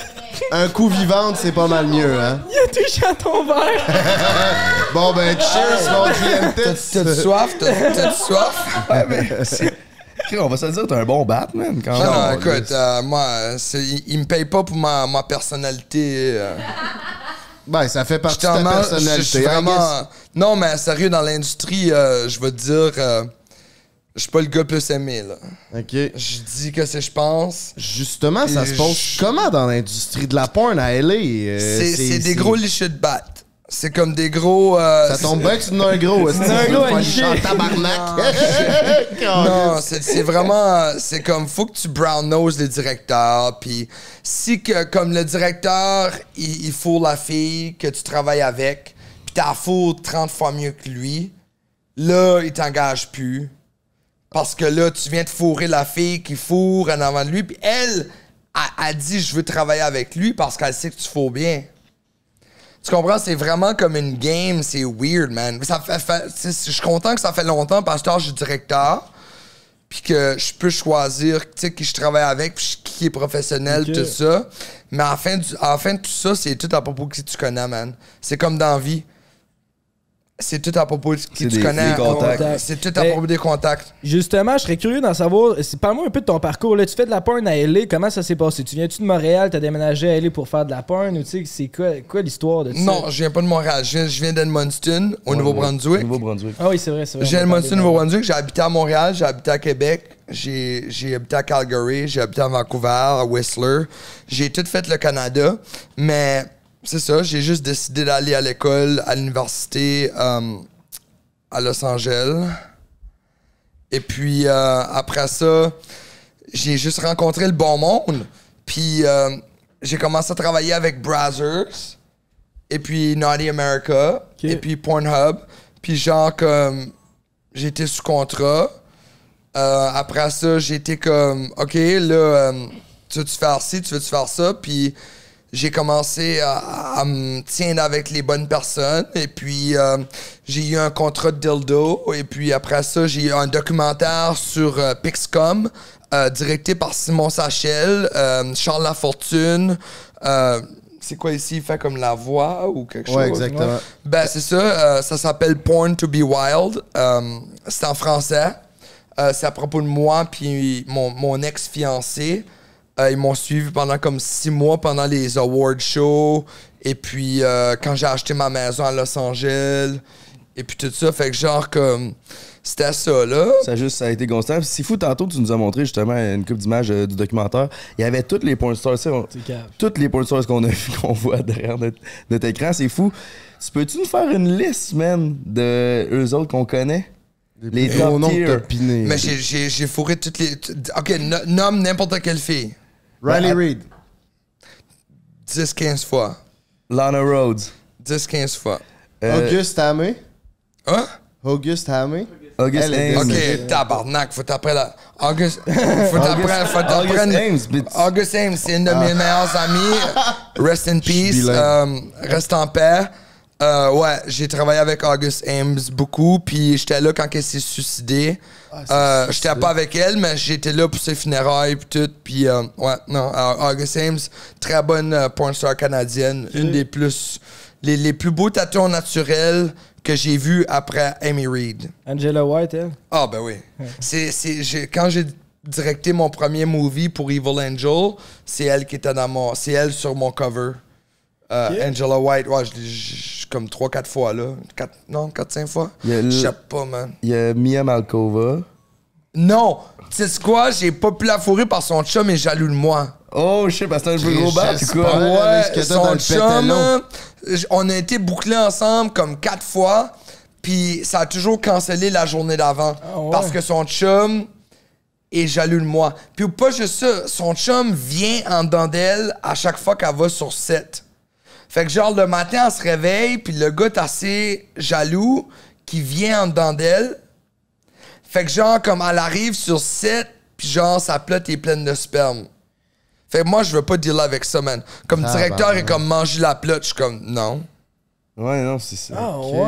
Speaker 10: la vraie.
Speaker 4: Un coup vivante, c'est pas mal mieux, hein?
Speaker 8: Il a touché à ton verre.
Speaker 4: Bon, ben, cheers, mon clientesse.
Speaker 2: T'as-tu soif? T'as- T'as-tu soif?
Speaker 9: Ouais, mais c'est- Chris, On va se le dire, t'es un bon Batman quand
Speaker 2: Non,
Speaker 9: même.
Speaker 2: non, écoute, euh, moi, euh, c'est- ils ils me payent pas pour ma, ma personnalité. euh.
Speaker 4: Ben, ça fait partie de ta
Speaker 2: Justement,
Speaker 4: personnalité.
Speaker 2: je suis
Speaker 4: hein,
Speaker 2: vraiment... Non, mais sérieux, dans l'industrie, euh, je veux te dire, euh, je suis pas le gars le plus aimé, là.
Speaker 4: OK.
Speaker 2: Je dis que c'est je pense.
Speaker 4: Justement, ça se passe comment dans l'industrie de la porn à LA? Euh,
Speaker 2: C'est c'est des gros lichés de batte. C'est comme des gros... euh,
Speaker 4: Ça tombe bien que tu n'as un gros. est-ce que
Speaker 8: un
Speaker 4: tu
Speaker 8: gros
Speaker 4: veux pas
Speaker 8: liché.
Speaker 4: licher en tabarnak.
Speaker 2: Non, c'est c'est vraiment. euh, C'est comme, faut que tu brown nose le directeur. Puis, si que, comme le directeur, il, il fourre la fille que tu travailles avec, puis t'as fourre 30 fois mieux que lui, là, il t'engage plus. Parce que là, tu viens de fourrer la fille qui fourre en avant de lui, puis elle a, dit, je veux travailler avec lui parce qu'elle sait que tu fous bien. Tu comprends? C'est vraiment comme une game. C'est weird, man. Mais ça fait, fait- tu sais, je suis content que ça fait longtemps parce que je suis directeur. Puis que je peux choisir tu sais, qui je travaille avec, puis qui est professionnel,
Speaker 18: Ok.
Speaker 2: tout ça. Mais à la fin, du- à la fin de tout ça, c'est tout à propos de qui tu connais, man. C'est comme dans la vie. C'est tout à propos de
Speaker 9: C'est
Speaker 2: qui tu
Speaker 9: des-
Speaker 2: connais.
Speaker 9: des contacts.
Speaker 2: C'est tout à
Speaker 8: Mais-
Speaker 2: propos des contacts.
Speaker 8: Justement, je serais curieux d'en savoir. c'est- Parle-moi un peu de ton parcours. Là, tu fais de la porn à LA. Comment ça s'est passé? Tu viens-tu de Montréal? T'as déménagé à LA pour faire de la porn? Ou tu sais, c'est quoi, quoi l'histoire de ça?
Speaker 2: Non, je viens pas de Montréal. Je viens, je viens d'Edmundston, au Nouveau-Brunswick.
Speaker 9: Nouveau-Brunswick.
Speaker 8: Ah oui, c'est vrai, c'est vrai.
Speaker 2: J'ai
Speaker 8: on a parlé
Speaker 2: Edmundston,
Speaker 8: de-
Speaker 2: Nouveau-Brunswick. J'ai habité à Montréal, j'ai habité à Québec, j'ai j'ai habité à Calgary, j'ai habité à Vancouver, à Whistler. J'ai tout fait le Canada, mais c'est ça. J'ai juste décidé d'aller à l'école, à l'université euh, à Los Angeles. Et puis euh, après ça, j'ai juste rencontré le bon monde. Puis euh, j'ai commencé à travailler avec Brazzers et puis Naughty America, et puis Pornhub. Puis genre, comme, j'étais sous contrat. Euh, après ça, j'étais comme, OK, là, euh, tu veux-tu faire ci, tu veux-tu faire ça? Puis j'ai commencé à, à- à me tenir avec les bonnes personnes. Et puis, euh, j'ai eu un contrat de dildo. Et puis après ça, j'ai eu un documentaire sur euh, Pixcom, euh, directé par Simon Sachel, euh, Charles Lafortune. euh, c'est quoi ici? Il fait comme la voix ou quelque chose?
Speaker 4: Ouais, exactement.
Speaker 2: ouais. Ben, c'est ça. euh, ça s'appelle Porn to be Wild. Euh, c'est en français. Euh, c'est à propos de moi puis mon, mon ex-fiancé. Euh, ils m'ont suivi pendant comme six mois pendant les award shows. Et puis, euh, quand j'ai acheté ma maison à Los Angeles. Et puis tout ça. Fait que genre comme... C'était ça, là.
Speaker 9: Ça a juste, ça a été constant. Puis C'est fou, tantôt, tu nous as montré justement une coupe d'images euh, du documentaire. Il y avait toutes les porn stars. tu sais, on-
Speaker 8: cave.
Speaker 9: toutes les porn stars qu'on a vues, qu'on voit derrière notre, notre écran. C'est fou. Tu peux-tu nous faire une liste, man, de eux autres qu'on connaît? Les
Speaker 4: plus gros
Speaker 9: top
Speaker 4: noms
Speaker 9: tier.
Speaker 4: de topinés.
Speaker 2: Mais j'ai- j'ai j'ai fourré toutes les... t- OK, no- nomme n'importe quelle fille.
Speaker 4: Riley
Speaker 2: Ben,
Speaker 4: Reid.
Speaker 2: 10-15 fois.
Speaker 9: Lana Rhodes.
Speaker 2: 10-15 fois.
Speaker 9: Euh,
Speaker 4: Auguste Hamé.
Speaker 2: Hein?
Speaker 4: Auguste Hamé.
Speaker 9: August
Speaker 4: Elle est
Speaker 9: Ames.
Speaker 4: décédée.
Speaker 2: Ok, tabarnak, faut t'apprendre la. August. Faut t'apprendre. Faut
Speaker 9: August
Speaker 2: t'apprendre.
Speaker 9: Ames, ah. mais tu-
Speaker 2: August Ames, c'est une de mes meilleures amies. Rest in peace.
Speaker 9: bilingue.
Speaker 2: euh, reste en paix. Euh, ouais, j'ai travaillé avec August Ames beaucoup, puis j'étais là quand elle s'est suicidée.
Speaker 9: Ah,
Speaker 2: Euh, j'étais pas avec elle, mais j'étais là pour ses funérailles puis tout. Puis euh, ouais, non, euh, August Ames, très bonne euh, porn star canadienne, une des plus, les, les plus beaux tatouages naturels que j'ai vu après Amy Reid.
Speaker 8: Angela White, elle.
Speaker 2: Ah, ben oui. C'est, c'est, j'ai- quand j'ai directé mon premier movie pour Evil Angel, c'est elle qui était dans mon. C'est elle sur mon cover. Euh, Angela White, ouais, je l'ai je- je- comme 3-4 fois, là. Quatre- non, 4-5 fois.
Speaker 9: Il y a le-
Speaker 2: Je sais pas, man.
Speaker 9: Il y a Mia Malkova.
Speaker 2: Non! Tu sais quoi? J'ai pas pu la fourrer par son chum et jaloux de moi.
Speaker 9: Oh, je sais, parce que c'est un peu gros bas, c'est quoi?
Speaker 2: Ouais, son chum, hein, j- on a été bouclés ensemble comme quatre fois, puis ça a toujours cancellé la journée d'avant. Parce que son chum est jaloux de moi. Puis pas juste ça, son chum vient en dedans d'elle à chaque fois qu'elle va sur set. Fait que genre, le matin, elle se réveille, puis le gars est assez jaloux qui vient en dedans d'elle. Fait que genre, comme elle arrive sur set, puis genre, sa plotte est pleine de sperme. Fait que moi, je veux pas dealer avec ça, man. Comme
Speaker 9: Ah,
Speaker 2: directeur
Speaker 9: ben,
Speaker 2: et comme manger la plotte, je suis comme, non.
Speaker 9: Ouais, non, c'est ça.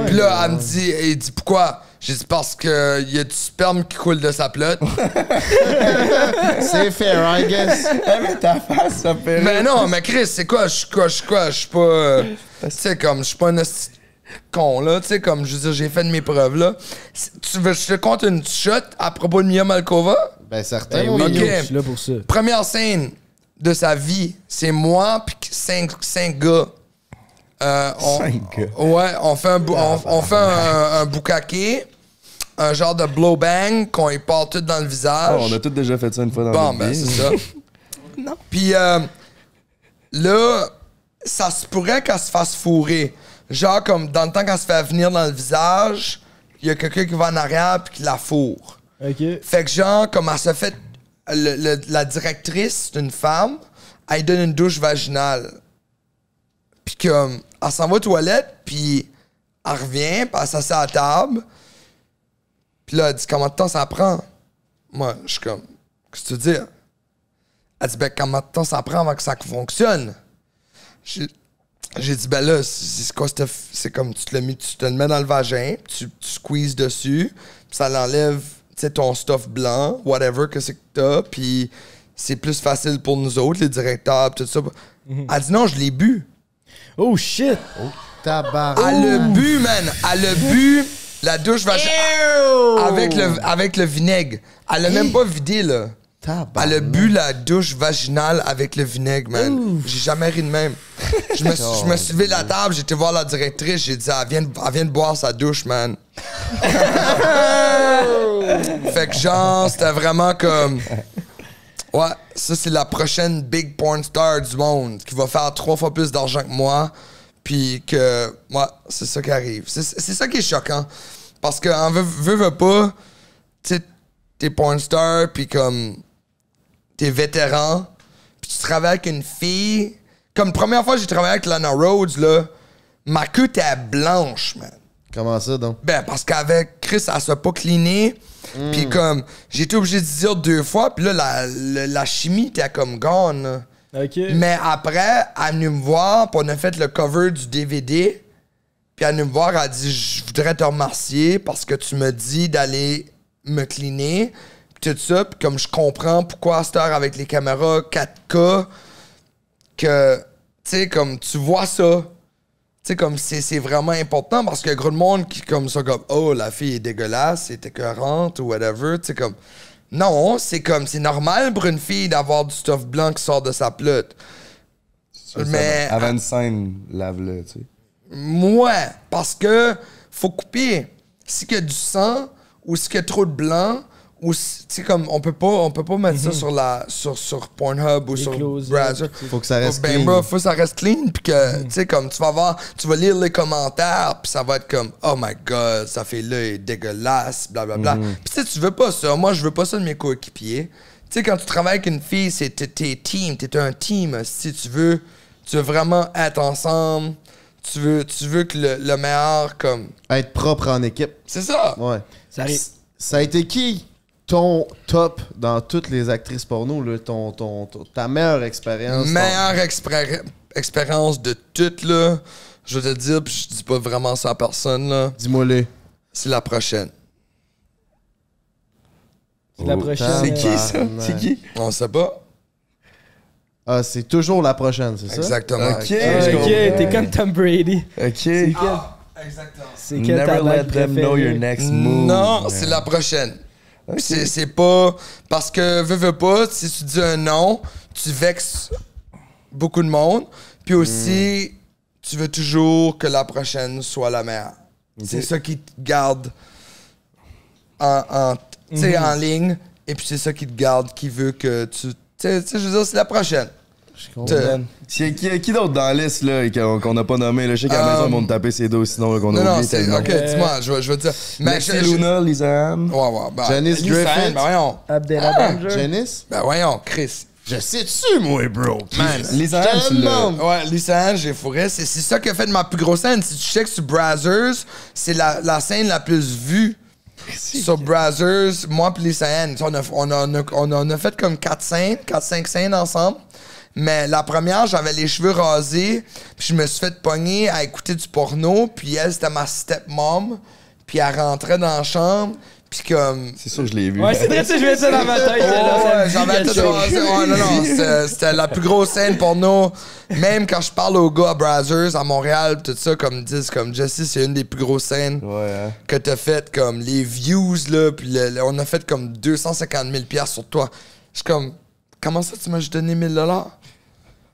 Speaker 2: Puis là, elle me dit, elle dit pourquoi? J'ai dit parce que y a du sperme qui coule de sa plotte.
Speaker 4: C'est fair, I guess.
Speaker 9: mais ta face, ça fait.
Speaker 2: Mais Ben non, mais Chris, c'est quoi? Je suis quoi? Je suis quoi? Je suis pas. euh, tu sais, comme, je suis pas un esti de con, là. Tu sais, comme, je veux dire, j'ai fait de mes preuves, là. Si- Tu veux que je te compte une shot à propos de Mia Malkova?
Speaker 4: Ben, certain.
Speaker 2: Ben
Speaker 4: mon
Speaker 2: oui,
Speaker 4: ami.
Speaker 2: yo,
Speaker 4: Ok.
Speaker 2: je suis là pour ça. Première scène de sa vie, c'est moi puis cinq, cinq gars. Euh, on, Ouais, on fait un, bou- on, on fait un, un boucaquet, un genre de blow bang qu'on y part tout dans le
Speaker 9: Ah,
Speaker 2: visage.
Speaker 9: on a tous déjà fait ça une fois dans
Speaker 2: Bon,
Speaker 9: notre
Speaker 2: ben,
Speaker 9: vie.
Speaker 2: c'est ça. non. Puis euh, là, ça se pourrait qu'elle se fasse fourrer. Genre, comme dans le temps qu'elle se fait venir dans le visage, il y a quelqu'un qui va en arrière puis qui la fourre.
Speaker 8: Ok.
Speaker 2: Fait que genre, comme elle se fait... le- le- la directrice, c'est une femme, elle lui donne une douche vaginale. Puis comme, elle s'en va aux toilettes, puis elle revient, puis elle s'assied à la table. Puis là, elle dit, comment de temps ça prend? Moi, je suis comme, qu'est-ce que tu veux dire? Elle dit, ben, comment de temps ça prend avant que ça fonctionne? Je- J'ai dit, ben là, c'est c'est quoi cette f- C'est comme tu te, le mets, tu te le mets dans le vagin, tu, tu squeezes dessus, puis ça l'enlève, tu sais, ton stuff blanc, whatever que c'est que t'as, puis c'est plus facile pour nous autres, les directeurs, puis tout ça. Elle dit, non, je l'ai bu.
Speaker 8: Oh shit!
Speaker 4: Tabarnak.
Speaker 2: Elle le bu, man! Elle le bu, la douche vaginale. Avec le, avec le vinaigre. Elle l'a même pas vidé, là. Elle a bu la douche vaginale avec le vinaigre, man. J'ai jamais ri de même. Je me, suis- je me suis levé de la table, j'étais voir la directrice, j'ai dit, elle vient, de- elle vient de boire sa douche, man. fait que genre, c'était vraiment comme. Ouais, ça c'est la prochaine big porn star du monde qui va faire trois fois plus d'argent que moi. Puis que, ouais, c'est ça qui arrive. C'est c'est ça qui est choquant. Parce que, en veux, veux, veux pas, tu sais, t'es porn star, puis comme, t'es vétéran, puis tu travailles avec une fille. Comme, première fois que j'ai travaillé avec Lana Rhodes, là, ma queue était blanche, man.
Speaker 4: Comment ça, donc?
Speaker 2: Ben, parce qu'avec Chris, elle se pas cleanée. Puis comme, j'ai été obligé de dire deux fois. Puis là, la, la, la chimie était comme gone. là. Mais après, elle est venue me voir. Puis on a fait le cover du DVD. Puis elle est venue me voir. Elle a dit, je voudrais te remercier parce que tu me dis d'aller me cleaner. Puis tout ça. Puis comme je comprends pourquoi à cette heure avec les caméras 4K, que, tu sais, comme tu vois ça. Tu sais, comme c'est c'est vraiment important parce qu'il y a gros de monde qui, comme ça, comme Oh, la fille est dégueulasse, c'est écœurante ou whatever. Tu sais, comme. Non, c'est comme. C'est normal pour une fille d'avoir du stuff blanc qui sort de sa plute. Mais.
Speaker 9: Avant une scène, lave-le, tu sais.
Speaker 2: Moi, parce que faut couper. Si qu'il y a du sang ou si qu'il y a trop de blanc ou si- tu sais comme on peut pas on peut pas mettre ça
Speaker 4: Mhm.
Speaker 2: sur la sur sur Pornhub ou sur Browser.
Speaker 4: Faut que ça reste
Speaker 2: ben,
Speaker 4: clean.
Speaker 2: bro, faut que ça reste clean puis que
Speaker 4: Mm.
Speaker 2: tu sais comme tu vas voir, tu vas lire les commentaires puis ça va être comme oh my god, ça fait là est dégueulasse, bla bla bla.
Speaker 4: Mhm.
Speaker 2: Puis tu sais tu veux pas ça. Moi, je veux pas ça de mes coéquipiers. Tu sais quand tu travailles avec une fille, c'est t'es- t'es team, t'es un team si tu veux tu veux vraiment être ensemble. Tu veux, tu veux que le, le meilleur, comme.
Speaker 4: Être propre en équipe.
Speaker 2: C'est ça.
Speaker 4: Ouais.
Speaker 8: Ça arrive.
Speaker 4: C- Ça a été qui ton top dans toutes les actrices porno, là, ton, ton, ton- ta meilleure expérience? ton-
Speaker 2: Meilleure expéri- expérience de toute, là. Je vais te dire, puis je dis pas vraiment ça à personne, là.
Speaker 4: Dis-moi-le.
Speaker 2: C'est la prochaine.
Speaker 8: C'est
Speaker 9: Oh,
Speaker 8: la prochaine.
Speaker 2: C'est qui, ça? C'est qui? On sait pas.
Speaker 4: Ah, c'est toujours la prochaine, c'est ça?
Speaker 2: Exactement.
Speaker 4: Ah,
Speaker 2: Ok,
Speaker 8: Ok, t'es comme Tom Brady.
Speaker 9: Ok.
Speaker 8: C'est quel? C'est quel
Speaker 9: Never
Speaker 8: tabac
Speaker 9: let them know
Speaker 8: préféré?
Speaker 9: your next move.
Speaker 2: Non,
Speaker 9: man.
Speaker 2: c'est la prochaine. C'est, c'est pas. Parce que, veux, veux pas, si tu dis un nom, tu vexes beaucoup de monde. Puis
Speaker 9: Hmm.
Speaker 2: aussi, tu veux toujours que la prochaine soit la meilleure. C'est ça qui te garde en, en, tu sais,
Speaker 4: Mhm.
Speaker 2: en ligne. Et puis c'est ça qui te garde, qui veut que tu. Tu sais, tu sais, je veux dire, c'est la prochaine.
Speaker 9: Man. C'est qui, qui d'autre dans la liste là, et qu'on qu'on n'a pas nommé? Là? Je sais qu'à la
Speaker 2: Euh,
Speaker 9: maison, ils vont me taper ses dos sinon là, qu'on a
Speaker 2: Non, non,
Speaker 9: oublié.
Speaker 2: c'est.
Speaker 9: tellement.
Speaker 2: Ok, dis-moi, je, vais- je veux dire.
Speaker 9: Lexi Luna, Lisa Ann.
Speaker 2: Ouais, ouais. Ben,
Speaker 4: Janice
Speaker 2: Lisa Ann,
Speaker 4: Griffith.
Speaker 2: Ben voyons.
Speaker 4: Abdelabanger. Janice?
Speaker 2: Ben voyons, Chris.
Speaker 4: Je sais-tu, moi, bro?
Speaker 2: Man,
Speaker 4: Lisa Ann, tu l'as.
Speaker 2: Euh, Ouais, Lisa Anne, j'ai fourré. C'est c'est ça qui a fait de ma plus grosse scène. Si tu checkes sur Brazzers, c'est la, la scène la plus vue. Sur Brazzers, moi puis Lisa Anne, on a, on, a, on, a, on a- on a fait comme 4 scènes, 4-5 scènes ensemble. Mais la première, j'avais les cheveux rasés, puis je me suis fait pogner à écouter du porno, puis elle, c'était ma stepmom, puis elle rentrait dans la chambre, puis comme...
Speaker 9: C'est sûr que je l'ai vu.
Speaker 2: Ouais,
Speaker 5: c'est vrai, tu sais, je mets ça dans ma tête, là,
Speaker 2: Oh,
Speaker 5: ça me
Speaker 2: ouais,
Speaker 5: dit
Speaker 2: j'avais
Speaker 5: quelque
Speaker 2: tout
Speaker 5: chose.
Speaker 2: rasé. Ouais, non, non, c'était- c'était la plus grosse scène pour nous. Même quand je parle aux gars à Brazzers, à Montréal, tout ça, comme ils disent, comme Jesse, c'est une des plus grosses scènes
Speaker 9: hein.
Speaker 2: que t'as faites, comme les views, là, puis le- le- on a fait comme 250 000 piastres sur toi. Je suis comme, comment ça tu m'as juste donné 1000 dollars?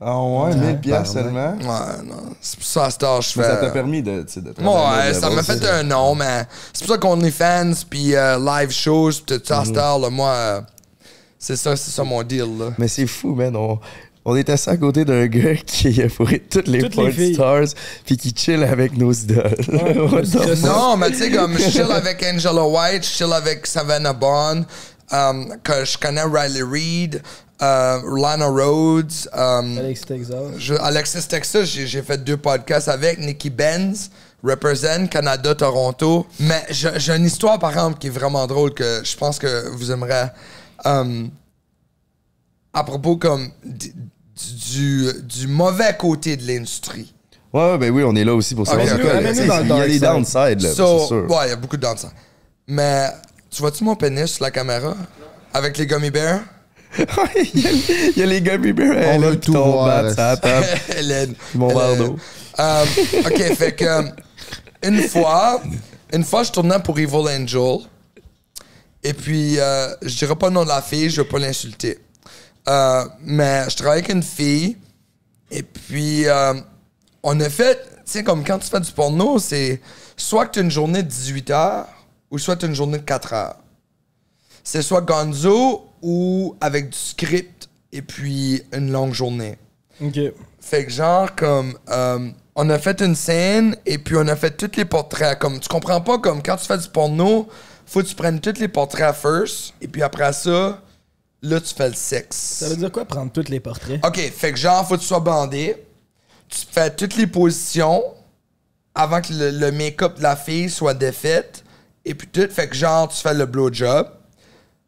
Speaker 9: Ah ouais, 1000 piastres seulement.
Speaker 2: Ouais, non, c'est pour ça, à cette heure, je fais...
Speaker 9: Mais ça t'a permis de, tu sais, de travailler
Speaker 2: Ben, Ouais,
Speaker 9: de
Speaker 2: ça
Speaker 9: la
Speaker 2: m'a
Speaker 9: base.
Speaker 2: fait un nom, mais c'est pour ça qu'on est fans, puis euh, live shows, puis tout ça, à
Speaker 9: Mhm.
Speaker 2: cette heure, là, moi, euh, c'est ça, c'est ça mon deal, là.
Speaker 9: Mais c'est fou, man. On, on est assis à côté d'un gars qui a fourré toutes les
Speaker 2: Toutes les
Speaker 9: porn
Speaker 2: filles.
Speaker 9: stars puis qui chill avec nos idoles. What the fuck?
Speaker 2: Non, mais tu sais, comme je chill avec Angela White, je chill avec Savannah Bond, um, que je connais Riley Reid, euh, Lana Rhodes, um,
Speaker 8: Alex Texas.
Speaker 2: je- Alexis Texas, j'ai j'ai fait deux podcasts avec, Nikki Benz, Represent, Canada, Toronto. Mais je- j'ai une histoire, par exemple, qui est vraiment drôle que je pense que vous aimerez. Um, à propos, comme, d- du, du mauvais côté de l'industrie.
Speaker 9: Ouais, ben oui, on est là aussi pour savoir c'est
Speaker 2: Ok, ok.
Speaker 9: quoi. là. Tu sais, Il y a des downsides, là,
Speaker 2: So,
Speaker 9: c'est sûr.
Speaker 2: Ouais, il y a beaucoup de downsides. Mais tu vois-tu mon pénis sur la caméra? Avec les gummy bears?
Speaker 9: Il y a les gummy bears.
Speaker 2: On
Speaker 9: va tout voir.
Speaker 2: Hélène.
Speaker 9: Ah. Mon verre d'eau.
Speaker 2: Euh, ok, fait que euh, une fois, une fois, je tournais pour Evil Angel. Et puis, euh, je dirais pas le nom de la fille, je veux pas l'insulter. Euh, mais je travaillais avec une fille. Et puis, euh, on a fait, tu sais, comme quand tu fais du porno, c'est soit que tu une journée de 18 heures ou soit tu une journée de 4 heures. C'est soit Gonzo ou avec du script et puis une longue journée.
Speaker 8: Ok.
Speaker 2: Fait que genre comme euh, on a fait une scène et puis on a fait tous les portraits. Comme tu comprends pas comme quand tu fais du porno, faut que tu prennes tous les portraits first et puis après ça, là tu fais le sexe.
Speaker 8: Ça veut dire quoi prendre tous les portraits?
Speaker 2: Ok, fait que genre faut que tu sois bandé, tu fais toutes les positions avant que le, le make-up de la fille soit défaite et puis tout. Fait que genre tu fais le blowjob,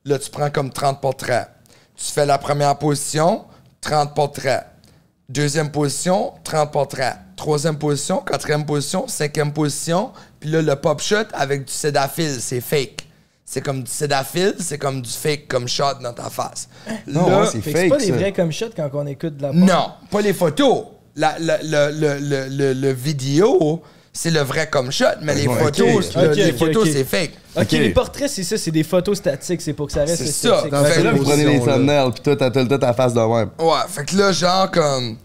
Speaker 2: là tu prends comme 30 portraits. Tu fais la première position, 30 portraits. Deuxième position, 30 portraits. Troisième position, quatrième position, cinquième position. Puis là, le pop shot avec du sédafil, c'est fake. C'est comme du sédafil, c'est comme du fake comme shot dans ta face.
Speaker 8: Non,
Speaker 2: Là-
Speaker 8: ouais, Fait que C'est pas des vrais comme shot quand on écoute de la porn.
Speaker 2: Non, pas les photos. La- la- le, le- le- le- le vidéo, c'est le vrai comme shot, mais les
Speaker 8: Ouais,
Speaker 2: photos,
Speaker 8: ok.
Speaker 2: le-
Speaker 8: Ok,
Speaker 2: les
Speaker 8: ok,
Speaker 2: photos
Speaker 8: ok.
Speaker 2: c'est fake.
Speaker 8: Ok, les portraits, c'est ça, c'est des photos statiques, c'est pour que ça reste
Speaker 2: C'est
Speaker 8: esthétique.
Speaker 2: ça.
Speaker 9: Dans
Speaker 2: Fait
Speaker 9: ce là
Speaker 2: que
Speaker 9: vous prenez les
Speaker 2: position, là.
Speaker 9: thumbnails, puis toi, t'as t'as- t'as ta face de même.
Speaker 2: Ouais, fait que là, genre, comme.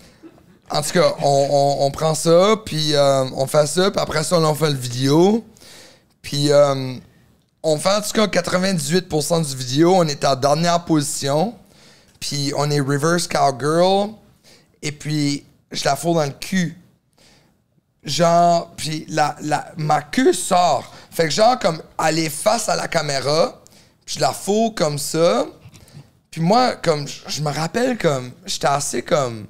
Speaker 2: En tout cas, on, on- on prend ça, puis euh, on fait ça, puis après ça, on en fait le vidéo. Puis euh, on fait en tout cas 98% du vidéo, on est en dernière position, puis on est reverse cowgirl, et puis je la fous dans le cul. Genre, puis la, la, ma queue sort. Fait que genre, comme, elle est face à la caméra, puis je la fous comme ça. Puis moi, comme, je je me rappelle, comme, j'étais assez comme.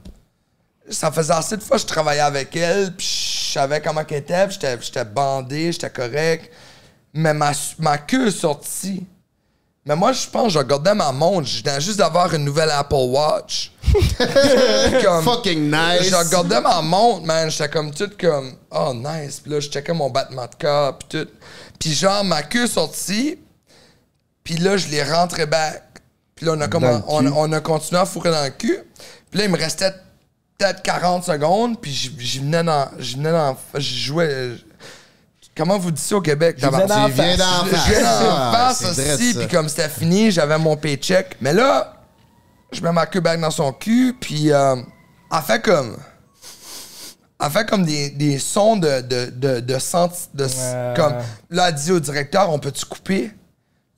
Speaker 2: Ça faisait assez de fois que je travaillais avec elle, puis je savais comment qu'elle était, puis j'étais- j'étais bandé, j'étais correct. Mais ma, ma queue est sortie. Mais moi, je pense, je regardais ma montre, je venais juste d'avoir une nouvelle Apple Watch.
Speaker 4: Fucking nice.
Speaker 2: Je regardais ma montre, man, j'étais comme tout comme, oh nice, puis là, je checkais mon battement de corps, puis tout. Puis genre, ma queue est sortie, puis là, je les rentrais back. Puis là, on a, comme,
Speaker 9: Dans le
Speaker 2: on,
Speaker 9: cul.
Speaker 2: on a continué à fourrer dans le cul. Puis là, il me restait peut-être 40 secondes. Puis je je venais dans. Je venais dans. Je jouais. euh, Comment vous dites ça au Québec?
Speaker 4: Je venais
Speaker 2: tabarnak?
Speaker 4: dans la Tu viens face. dans la
Speaker 2: Je viens
Speaker 4: face.
Speaker 2: dans la
Speaker 4: Ah,
Speaker 2: face
Speaker 4: c'est vrai,
Speaker 2: aussi.
Speaker 4: ça.
Speaker 2: Puis comme c'était fini, j'avais mon paycheck. Mais là, je mets ma queue back dans son cul. Puis euh, elle fait comme. Elle fait comme des, des sons de. de, de, de, senti- de
Speaker 8: Ouais.
Speaker 2: comme, là, elle dit au directeur, on peut-tu couper?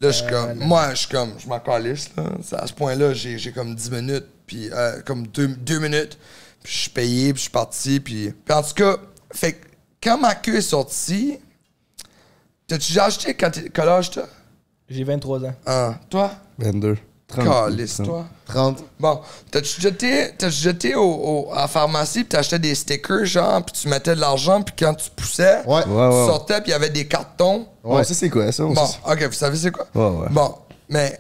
Speaker 2: Là, je suis comme, moi, je suis comme, je m'en calisse, là. C'est À ce point-là, j'ai j'ai comme 10 minutes, puis euh, comme 2 minutes, puis je suis payé, puis je suis parti, puis... puis en tout cas, fait que quand ma queue est sortie, t'as-tu déjà acheté quand t'es... Quel âge t'as?
Speaker 8: J'ai 23 ans.
Speaker 2: Hein, toi?
Speaker 9: 22. 30.
Speaker 2: Calisse, toi.
Speaker 4: 30.
Speaker 2: Bon, t'as-tu jeté, t'as jeté au, au- à la pharmacie, puis t'achetais des stickers, genre, puis tu mettais de l'argent, puis quand tu poussais,
Speaker 4: Ouais.
Speaker 2: tu
Speaker 9: Ouais, ouais.
Speaker 2: sortais, puis il y avait des cartons.
Speaker 9: Ouais, ça, c'est quoi, ça? On
Speaker 2: Bon,
Speaker 9: sait
Speaker 2: ok, vous savez c'est quoi?
Speaker 9: ça. Ouais, ouais.
Speaker 2: Bon, mais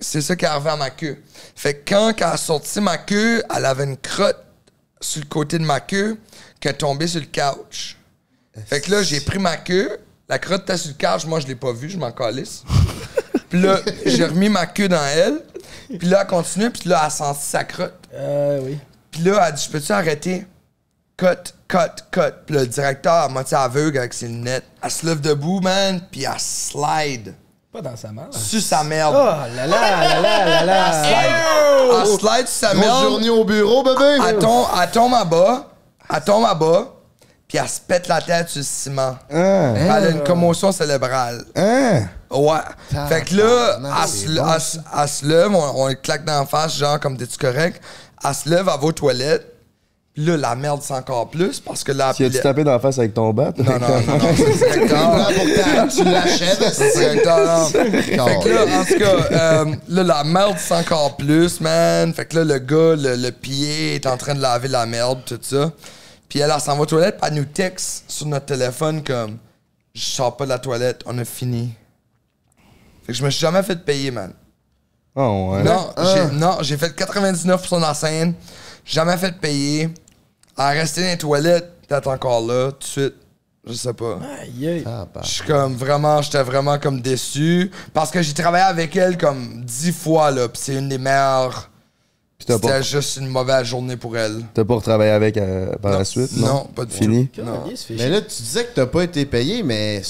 Speaker 2: c'est ça qui est arrivé à ma queue. Fait que quand elle a sorti ma queue, elle avait une crotte sur le côté de ma queue qui est tombée sur le couch. Fait que là, j'ai pris ma queue, la crotte était sur le couch, moi je l'ai pas vue, je m'en calisse. puis là, j'ai remis ma queue dans elle, puis là, elle continue, puis là, elle a senti sa crotte.
Speaker 8: Euh, oui.
Speaker 2: Puis là, elle dit, je peux-tu arrêter? Cut, cut, cut. Puis le directeur, à moitié aveugle avec ses lunettes, elle se lève debout, man, puis elle slide
Speaker 8: Pas dans sa merde.
Speaker 2: sur sa merde.
Speaker 8: Oh là là là là là là.
Speaker 2: Elle slide, elle slide sur sa
Speaker 4: Grosse
Speaker 2: merde.
Speaker 4: journée au bureau, bébé.
Speaker 2: Elle tombe, elle tombe en bas. Elle tombe en bas. Puis elle se pète la tête sur le ciment.
Speaker 9: Hein?
Speaker 2: Puis Elle a une commotion cérébrale.
Speaker 9: Hein?
Speaker 2: Ouais.
Speaker 4: Ah,
Speaker 2: Fait que là,
Speaker 4: non,
Speaker 2: elle
Speaker 4: c'est
Speaker 2: se,
Speaker 4: bon,
Speaker 2: elle se- elle se lève, on, on lui claque dans la face, genre, comme t'es-tu correct? Elle se lève, à vos toilettes. Puis là, la merde, c'est encore plus parce que là...
Speaker 9: Tu as-tu tapé dans la face avec ton bat?
Speaker 2: Non, non, non, non, c'est hein, le directeur.
Speaker 4: Pourtant, tu l'achètes.
Speaker 2: C'est hein. le directeur. Fait que là, en tout cas, euh, là, la merde, c'est encore plus, man. Fait que là, le gars, le, le pied est en train de laver la merde, tout ça. Puis elle, elle s'en va aux toilettes, puis elle nous texte sur notre téléphone comme « Je sors pas de la toilette, on a fini. » Fait que je me suis jamais fait payer, man.
Speaker 9: Oh, ouais.
Speaker 2: Non, j'ai, non, j'ai fait 99% de la scène, jamais fait payer, à rester dans les toilettes. t'es encore là, tout de suite, je sais pas.
Speaker 8: Aïe.
Speaker 2: Je suis comme vraiment, j'étais vraiment comme déçu. Parce que j'ai travaillé avec elle comme dix fois, là, pis c'est une des meilleures.
Speaker 9: t'as
Speaker 2: C'était
Speaker 9: pas-
Speaker 2: juste une mauvaise journée pour elle.
Speaker 9: T'as pas retravaillé avec euh, par la suite? Non,
Speaker 2: non, pas du
Speaker 9: Fini?
Speaker 2: tout. Non.
Speaker 4: Mais là, tu disais que t'as pas été payé, mais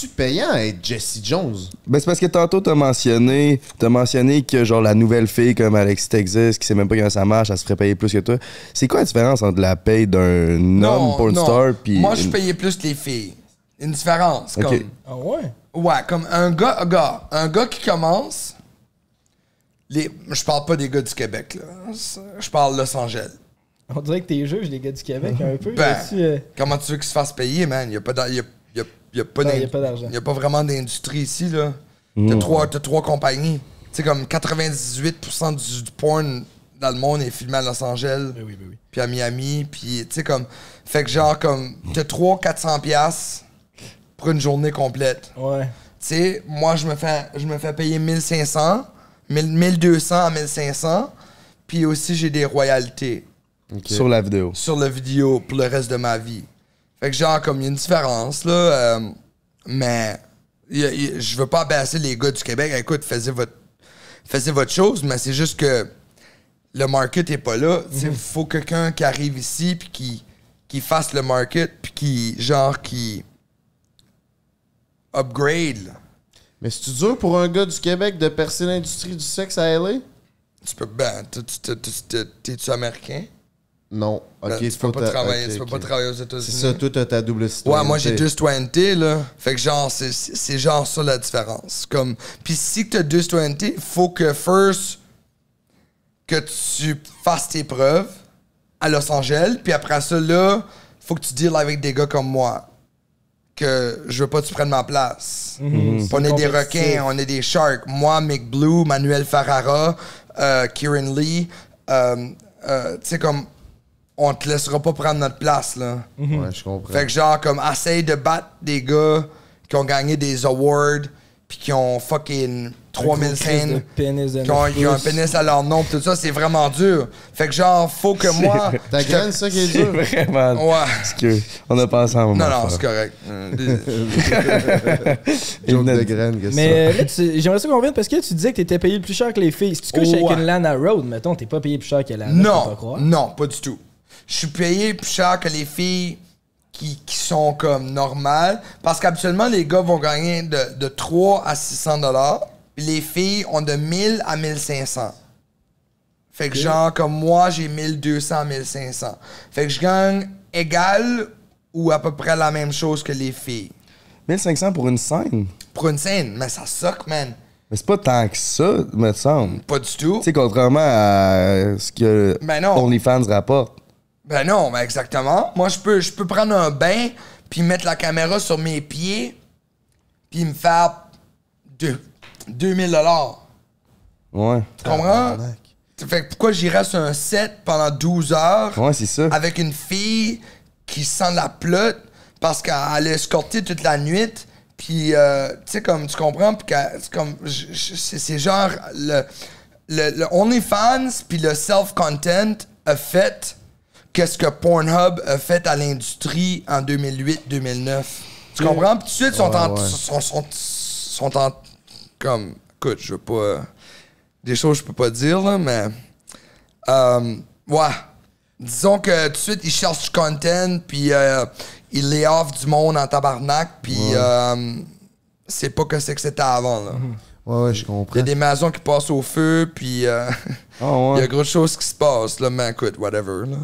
Speaker 4: tu payant à être Jesse Jones?
Speaker 9: Ben, c'est parce que tantôt, t'as mentionné, t'as mentionné que, genre, la nouvelle fille comme Alexis Texas, qui sait même pas comment ça marche, elle se ferait payer plus que toi. C'est quoi la différence entre la paye d'un homme pour une
Speaker 2: non.
Speaker 9: star puis
Speaker 2: Moi, je
Speaker 9: une-
Speaker 2: payais plus les filles. Une différence.
Speaker 9: Ok.
Speaker 2: Comme... Ah ouais? Ouais, comme un gars, un gars, un gars qui commence. Les... Je parle pas des gars du Québec, là. Je parle Los Angeles.
Speaker 8: On dirait que t'es juge les gars du Québec un peu.
Speaker 2: Ben,
Speaker 8: là-dessus, euh.
Speaker 2: comment tu veux qu'ils se fassent payer, man? Y a pas d'a- y a- y a- y a pas
Speaker 8: Non,
Speaker 2: d'in-
Speaker 8: y a pas d'argent.
Speaker 2: y a pas vraiment d'industrie ici, là. T'as
Speaker 9: Mm.
Speaker 2: trois, t'as trois compagnies. Tu sais, comme 98% du, du porn dans le monde est filmé à Los Angeles. Puis à Miami. Puis, tu sais, comme... Fait que genre, comme, t'as 300-400 piastres pour une journée complète.
Speaker 8: Ouais.
Speaker 2: Tu sais, moi, je me fais, je me fais payer 1500, 1000 1200 à 1500. Puis aussi, j'ai des royalties.
Speaker 9: Sur la vidéo.
Speaker 2: Sur la vidéo pour le reste de ma vie. Fait que genre, comme, il y a une différence, là. euh, mais y a- y a- je veux pas abaisser les gars du Québec. Écoute, faisez votre, faisez votre chose, mais c'est juste que le market est pas
Speaker 4: Mhm.
Speaker 2: là. Il faut quelqu'un qui arrive ici, puis qui, qui fasse le market, puis qui, genre, qui upgrade, là.
Speaker 4: Mais c'est-tu dur pour un gars du Québec de percer l'industrie du sexe à LA?
Speaker 2: Tu peux. Ben, tu- tu- tu- tu- tu- t'es-tu américain?
Speaker 4: Non. Ok,
Speaker 2: Ben, tu
Speaker 4: toi,
Speaker 2: peux pas
Speaker 4: t'as-
Speaker 2: travailler-
Speaker 4: ok,
Speaker 2: tu peux
Speaker 4: ok.
Speaker 2: pas travailler aux États-Unis.
Speaker 4: C'est ça, toi, t'as ta double citoyenneté.
Speaker 2: Ouais, moi j'ai deux citoyennetés, là. Fait que genre, c'est- c'est c'est genre ça la différence. Comme, puis si t'as deux citoyennetés, faut que first, que tu fasses tes preuves à Los Angeles, puis après ça, là, faut que tu deals avec des gars comme moi. Que je veux pas que tu prennes ma place.
Speaker 8: Mhm.
Speaker 2: On est des
Speaker 8: Compétitif.
Speaker 2: requins, on est des sharks. Moi, Mick Blue, Manuel Ferrara, euh, Kieran Lee, euh, euh, tu sais, comme, on te laissera pas prendre notre place, là.
Speaker 4: Ouais, je comprends.
Speaker 2: Fait que genre, comme, essaye de battre des gars qui ont gagné des awards, puis qui ont fucking 3000 scènes, qui ont, qui ont un pénis à leur nom, pis tout ça, c'est vraiment dur. Fait que genre, faut que moi...
Speaker 4: Ta
Speaker 2: je te-
Speaker 4: graine, ça qui est
Speaker 9: C'est
Speaker 4: dur.
Speaker 9: vraiment.
Speaker 2: Ouais.
Speaker 9: Parce que on a pas ensemble.
Speaker 2: Non, non, c'est correct. Euh,
Speaker 4: Joke de graine, qu'est-ce
Speaker 8: Mais euh,
Speaker 4: que
Speaker 8: là, tu- j'aimerais ça qu'on revienne parce que là, tu disais que t'étais payé le plus cher que les filles. Si tu couches
Speaker 2: Ouais.
Speaker 8: avec une Lana Road, mettons, t'es pas payé plus cher que Lana. je peux pas
Speaker 2: Non,
Speaker 8: croire.
Speaker 2: non, pas du tout. Je suis payé plus cher que les filles qui, qui sont comme normales. Parce qu'habituellement, les gars vont gagner de, de 3 à 600 dollars. Puis les filles ont de 1000 à 1500. Fait que genre, comme moi, j'ai 1200 à 1500. Fait que je gagne égal ou à peu près la même chose que les filles.
Speaker 9: 1500 pour une scène?
Speaker 2: Pour une scène, mais ça suck, man.
Speaker 9: Mais c'est pas tant que ça, me semble.
Speaker 2: Pas du tout.
Speaker 9: Tu sais, contrairement à ce que
Speaker 2: Ben non.
Speaker 9: OnlyFans rapporte.
Speaker 2: Ben non, ben exactement. Moi, je peux, je peux prendre un bain, puis mettre la caméra sur mes pieds, puis me faire deux- 2000 dollars.
Speaker 9: Ouais.
Speaker 2: Tu
Speaker 4: Ah,
Speaker 2: comprends? Fait que pourquoi j'irais sur un set pendant 12 heures
Speaker 9: Ouais, c'est ça.
Speaker 2: avec une fille qui sent la plotte parce qu'elle est escortée toute la nuit, puis euh, tu sais, comme tu comprends, puis qu'elle- c'est comme, je- je- c'est c'est genre le, le, le OnlyFans puis le self-content a fait qu'est-ce que Pornhub a fait à l'industrie en 2008-2009. Tu comprends? Puis tout de suite, ils sont,
Speaker 4: Ouais,
Speaker 2: en,
Speaker 4: ouais.
Speaker 2: sont, sont- sont en. Comme, écoute, je veux pas. euh, Des choses que je peux pas dire, là, mais. euh, ouais. Disons que tout de suite, ils cherchent du content, puis euh, ils lay off du monde en tabarnak, puis euh, c'est pas que c'est que c'était avant, là.
Speaker 4: Mhm. Ouais, ouais, je
Speaker 2: Il y
Speaker 4: comprends.
Speaker 2: a des maisons qui passent au feu, puis euh,
Speaker 4: Ah,
Speaker 2: il y a grosse chose qui se passe, là, mais écoute, whatever, là.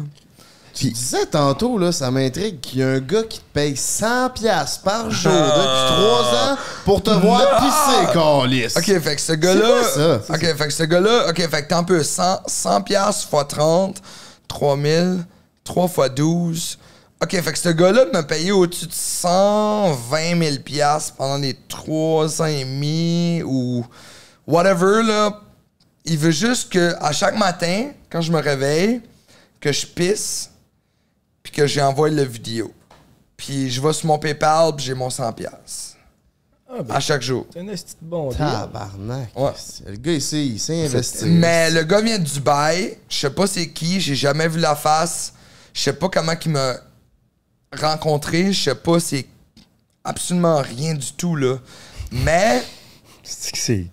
Speaker 4: Tu disais tantôt, là, ça m'intrigue qu'il y a un gars qui te paye 100$ piastres par jour
Speaker 2: Ah.
Speaker 4: depuis 3 ans pour te voir pisser, calice.
Speaker 2: Ok, fait que ce
Speaker 4: quoi,
Speaker 2: gars-là.
Speaker 4: ça?
Speaker 2: Ok, fait que ce gars-là. Ok, fait que t'en peux 100, 100 piastres fois 30, 3000, 3 fois 12. Ok, fait que ce gars-là m'a payé au-dessus de 120 000 piastres pendant les 3 ans et demi ou whatever, là. Il veut juste que, à chaque matin, quand je me réveille, que je pisse, puis que j'envoie le vidéo. Puis je vais sur mon PayPal, puis j'ai mon 100 piastres.
Speaker 8: Ah, ben,
Speaker 2: À chaque jour.
Speaker 8: C'est un esti de bon deal.
Speaker 4: Tabarnak. Le gars, il s'est, il s'est investi.
Speaker 2: Mais le gars vient de Dubaï. Je sais pas c'est qui. J'ai jamais vu la face. Je sais pas comment qu'il me. rencontré, je sais pas, c'est absolument rien du tout, là. Mais.
Speaker 9: c'est.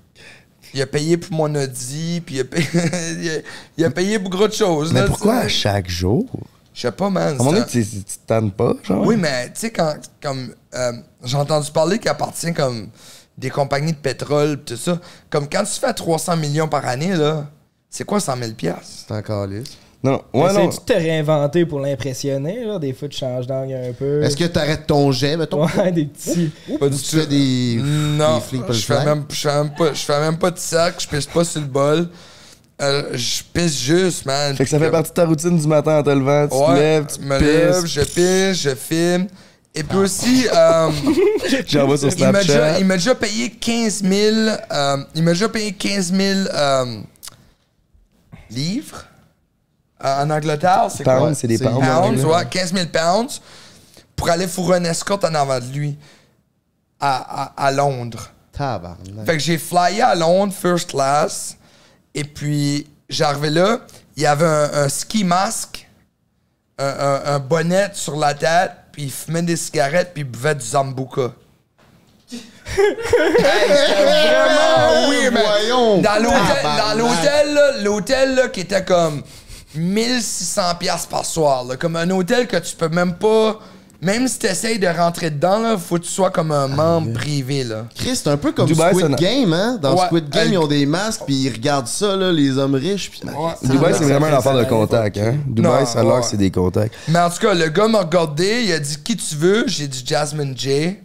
Speaker 2: Il a payé pour mon Audi, puis il a payé, il a, il a payé pour gros de choses.
Speaker 9: Mais
Speaker 2: là,
Speaker 9: pourquoi
Speaker 2: tu sais.
Speaker 9: à chaque jour?
Speaker 2: Je sais pas, man.
Speaker 9: À un moment
Speaker 2: c'est
Speaker 9: donné,
Speaker 2: un-
Speaker 9: tu tu te tannes pas, genre?
Speaker 2: Oui, mais tu sais, quand comme euh, j'ai entendu parler qu'il appartient comme des compagnies de pétrole pis tout ça, comme quand tu fais 300 millions par année, là, c'est quoi 100 000 piastres?
Speaker 9: C'est encore lisse. Non,
Speaker 8: Ouais,
Speaker 9: ouais, non.
Speaker 8: tu te réinventer pour l'impressionner, là? Des fois, tu changes d'angle un peu.
Speaker 4: Est-ce que t'arrêtes ton jet, mettons?
Speaker 8: Ouais, des petits.
Speaker 4: Ou tu fais des,
Speaker 2: Non,
Speaker 4: des flics
Speaker 2: je fais, même, je, fais même pas, je fais même pas de sac, je pisse pas sur le bol. Euh, je pisse juste, man.
Speaker 9: Fait que ça fait partie de ta routine du matin en te levant. Tu te
Speaker 2: Ouais,
Speaker 9: lèves, tu
Speaker 2: je me lève,
Speaker 9: pisses.
Speaker 2: je pisse, je filme. Et puis aussi, euh,
Speaker 9: J'envoie sur
Speaker 2: il m'a déjà-
Speaker 9: Snapchat.
Speaker 2: il m'a déjà, payé 15 000, euh, il m'a déjà payé 15 000 euh, livres Euh, en Angleterre. C'est
Speaker 9: Pounds,
Speaker 2: quoi?
Speaker 9: c'est des pounds. Ouais.
Speaker 2: ouais, 15 000 pounds pour aller fourrer une escorte en avant de lui à, à- à Londres.
Speaker 4: Tabarnak.
Speaker 2: Fait que j'ai flyé à Londres, first class. Et puis, j'arrivais là, il y avait un, un ski masque, un, un- un bonnet sur la tête, puis il fumait des cigarettes, puis il buvait du Zambuca. Vraiment, ah oui, mais
Speaker 4: Voyons.
Speaker 2: dans l'hôtel,
Speaker 4: Tabarnak.
Speaker 2: dans l'hôtel, là, l'hôtel là, qui était comme 1600 pièces par soir, là, comme un hôtel que tu peux même pas, même si tu essayes de rentrer dedans, là, faut que tu sois comme un membre privé là.
Speaker 4: Chris, c'est un peu comme
Speaker 9: Dubaï,
Speaker 4: Squid
Speaker 9: ça n'a-
Speaker 4: Game, hein? Dans
Speaker 2: Ouais,
Speaker 4: Squid Game,
Speaker 2: elle-
Speaker 4: ils ont des masques, puis ils regardent ça, là, les hommes riches. Puis...
Speaker 9: Dubaï, c'est vraiment une affaire de contact, hein? Dubaï,
Speaker 2: Non,
Speaker 9: ça a l'air
Speaker 2: ouais.
Speaker 9: que c'est des contacts.
Speaker 2: Mais en tout cas, le gars m'a regardé, il a dit qui tu veux. J'ai dit Jasmine J.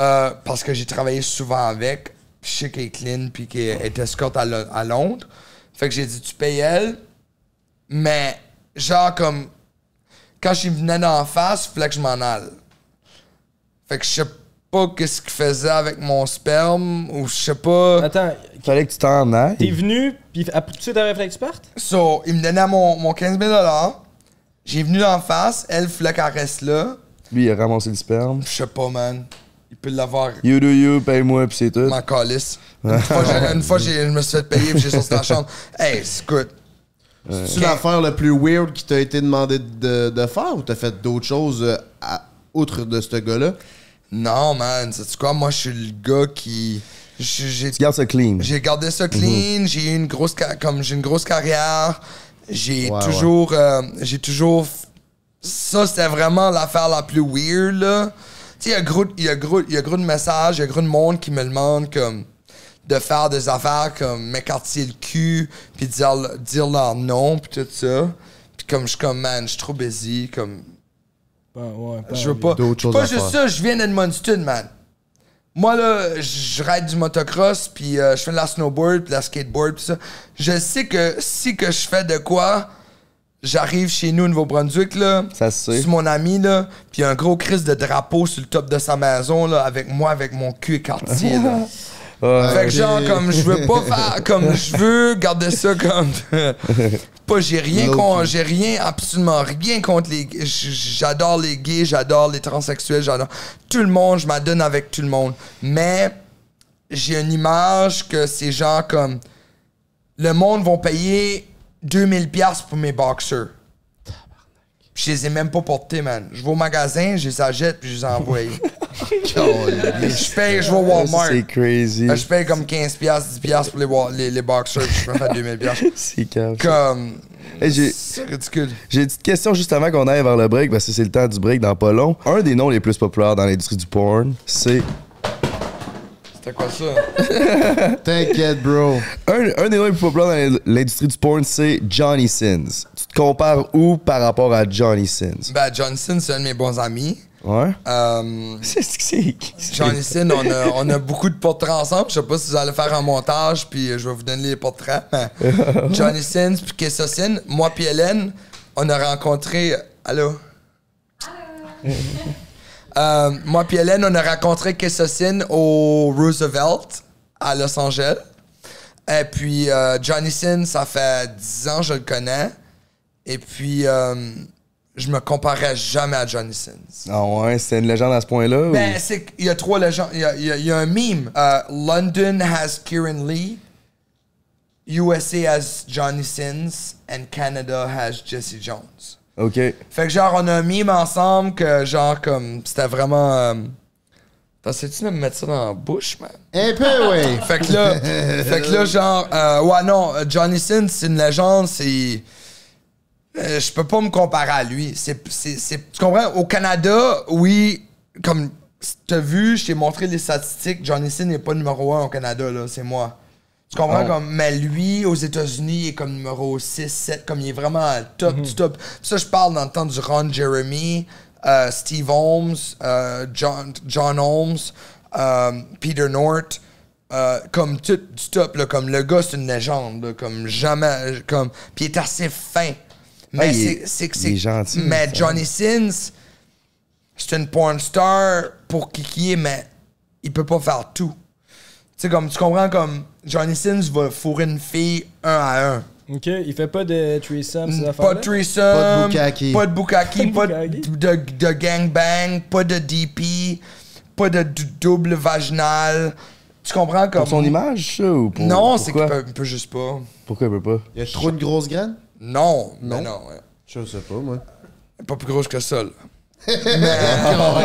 Speaker 2: Euh, parce que j'ai travaillé souvent avec. Puis Je sais qu'elle est clean puis qu'elle est escorte à, Lo- à Londres. Fait que j'ai dit tu payes elle. Mais genre comme quand je venais d'en face, il fallait que je m'en aille. Fait que je sais pas qu'est-ce qu'il faisait avec mon sperme ou je sais pas.
Speaker 8: Attends,
Speaker 9: Fallait que tu t'en
Speaker 8: t'es
Speaker 9: ailles.
Speaker 8: venu, puis ah, après, tu sais, t'avais fallu que tu partes?
Speaker 2: So, il me donnait mon, mon 15 000 J'ai venu d'en face. Elle, fallait qu'elle reste là.
Speaker 9: Lui, il a ramassé le sperme.
Speaker 2: Je sais pas, man. Il peut l'avoir.
Speaker 9: You do you, paye-moi, puis c'est tout.
Speaker 2: Ma calisse. Une fois, j'ai- une fois, j'ai- je me suis fait payer puis j'ai sorti de la chambre. Hey, écoute.
Speaker 4: C'est l'affaire la plus weird qui t'a été demandé de, de faire ou t'as fait d'autres choses euh, à- outre de ce gars-là?
Speaker 2: Non, man. C'est quoi? Moi, je suis le gars qui. j'ai- J'ai
Speaker 9: Tu gardes ça clean.
Speaker 2: j'ai gardé
Speaker 4: Mhm.
Speaker 2: ça clean. J'ai eu une grosse, ca- comme j'ai une grosse carrière. J'ai
Speaker 4: Ouais,
Speaker 2: toujours. euh, j'ai toujours. f- Ça, c'était vraiment l'affaire la plus weird, là. Tu sais, il y a gros- il y, a gros- il y a gros de messages, il y a gros de monde qui me demande, comme. De faire des affaires comme m'écartier le cul, puis dire, le- dire leur nom, puis tout ça. Puis comme je suis comme, man, je suis trop busy, comme.
Speaker 8: Ben, ouais, pas
Speaker 2: Je veux
Speaker 8: envie.
Speaker 2: pas.
Speaker 4: D'autres choses
Speaker 2: Pas
Speaker 4: à
Speaker 2: juste
Speaker 4: faire.
Speaker 2: ça, je viens d'Edmundston, man. Moi, là, je ride du motocross, puis euh, je fais de la snowboard, puis de la skateboard, puis ça. Je sais que si que je fais de quoi, j'arrive chez nous au Nouveau-Brunswick, là.
Speaker 9: Ça se sait.
Speaker 2: C'est mon ami, là. Puis il y a un gros crise de drapeau sur le top de sa maison, là, avec moi, avec mon cul écartier, là.
Speaker 9: Ah,
Speaker 2: Fait que genre, comme je veux pas faire, comme je veux garder ça comme. pas, j'ai rien, con- j'ai rien, absolument rien contre les. j- J'adore les gays, j'adore les transsexuels, j'adore tout le monde, je m'adonne avec tout le monde. Mais j'ai une image que c'est genre comme. Le monde vont payer 2000$ piastres pour mes boxers. Je les ai même pas portés, man. Je vais au magasin, je les achète, puis je les envoie. je paye, je vais au Walmart.
Speaker 9: C'est crazy.
Speaker 2: Ben, je paye comme 15$, 10$ pour les, wa- les, les boxers, puis je me fais 2000$.
Speaker 9: C'est cave.
Speaker 2: Comme.
Speaker 9: Hey, j'ai-
Speaker 2: C'est ridicule.
Speaker 9: J'ai une petite question juste avant qu'on aille vers le break, parce que c'est le temps du break dans pas long. Un des noms les plus populaires dans l'industrie du porn, c'est.
Speaker 2: C'était quoi ça?
Speaker 4: T'inquiète, bro.
Speaker 9: Un, un des noms les plus populaires dans l'ind- l'industrie du porn, c'est Johnny Sins. Tu te compares où par rapport à Johnny Sins?
Speaker 2: Ben, Johnson, c'est un de mes bons amis.
Speaker 9: Ouais?
Speaker 2: Euh,
Speaker 9: C'est ce que c'est.
Speaker 2: Johnny Sin, on a, on a beaucoup de portraits ensemble. Je sais pas si vous allez faire un montage, puis euh, je vais vous donner les portraits. mais Johnny Sin, puis Kessa Sin, moi puis Hélène, on a rencontré. Allô? Euh, moi puis Hélène, on a rencontré Kessa Sin au Roosevelt, à Los Angeles. Et puis euh, Johnny Sin, ça fait 10 ans que je le connais. Et puis, euh, je me comparais jamais à E. Johnny Sin.
Speaker 9: Ah ouais, c'est une légende à ce point-là?
Speaker 2: Ben,
Speaker 9: ou-
Speaker 2: c'est qu'il y a trois légendes. Il y a, il y a- il y a un meme. Euh, London has Kieran Lee. USA has Johnny Sins. And Canada has Jesse Jones.
Speaker 9: OK.
Speaker 2: Fait que genre, on a un mime ensemble que genre, comme, c'était vraiment. Euh... Attends, sais-tu de me mettre ça dans la bouche, man?
Speaker 4: Un peu, oui.
Speaker 2: Fait que là, fait que là genre, euh, ouais, non, euh, Johnny Sin, c'est une légende, c'est. Euh, je peux pas me comparer à lui. C'est, c'est, c'est- tu comprends? Au Canada, oui, comme t'as vu, je t'ai montré les statistiques, Johnny Sin n'est pas numéro un au Canada, là, c'est moi. Tu comprends?
Speaker 9: Oh.
Speaker 2: Comme, mais lui, aux États-Unis, il est comme numéro 6, 7, comme il est vraiment top du top. Ça, je parle dans le temps du Ron Jeremy, euh, Steve Holmes, euh, John, John Holmes, euh, Peter North. Euh, comme tout du top, là, comme le gars, c'est une légende, là, comme jamais. euh, Comme, puis il est assez fin. Mais
Speaker 9: Ah, il
Speaker 2: Ben, c'est-
Speaker 9: est-
Speaker 2: c'est que
Speaker 9: il
Speaker 2: c'est.
Speaker 9: est gentil,
Speaker 2: Mais
Speaker 9: ça.
Speaker 2: Johnny Sins, c'est une porn star pour kikier, mais il peut pas faire tout. Tu sais, comme tu comprends, comme Johnny Sins va fourrer une fille un à un.
Speaker 8: Ok, il fait pas de threesome, ces
Speaker 2: Mm, Pas
Speaker 8: affaires-là?
Speaker 2: de threesome,
Speaker 8: Pas de bukkake.
Speaker 2: pas de bukkake, pas de,
Speaker 8: bukkake.
Speaker 2: de, de gangbang, pas de DP, pas de dou- double vaginal. Tu comprends comme.
Speaker 9: Pour son image, ça, ou pour. pourquoi?
Speaker 2: non, c'est qu'il peut, il peut juste pas.
Speaker 9: Pourquoi il peut pas?
Speaker 4: Il y a trop de grosses graines?
Speaker 2: Non, non, non. ouais.
Speaker 4: Je sais pas, moi.
Speaker 2: Pas plus grosse que ça, là.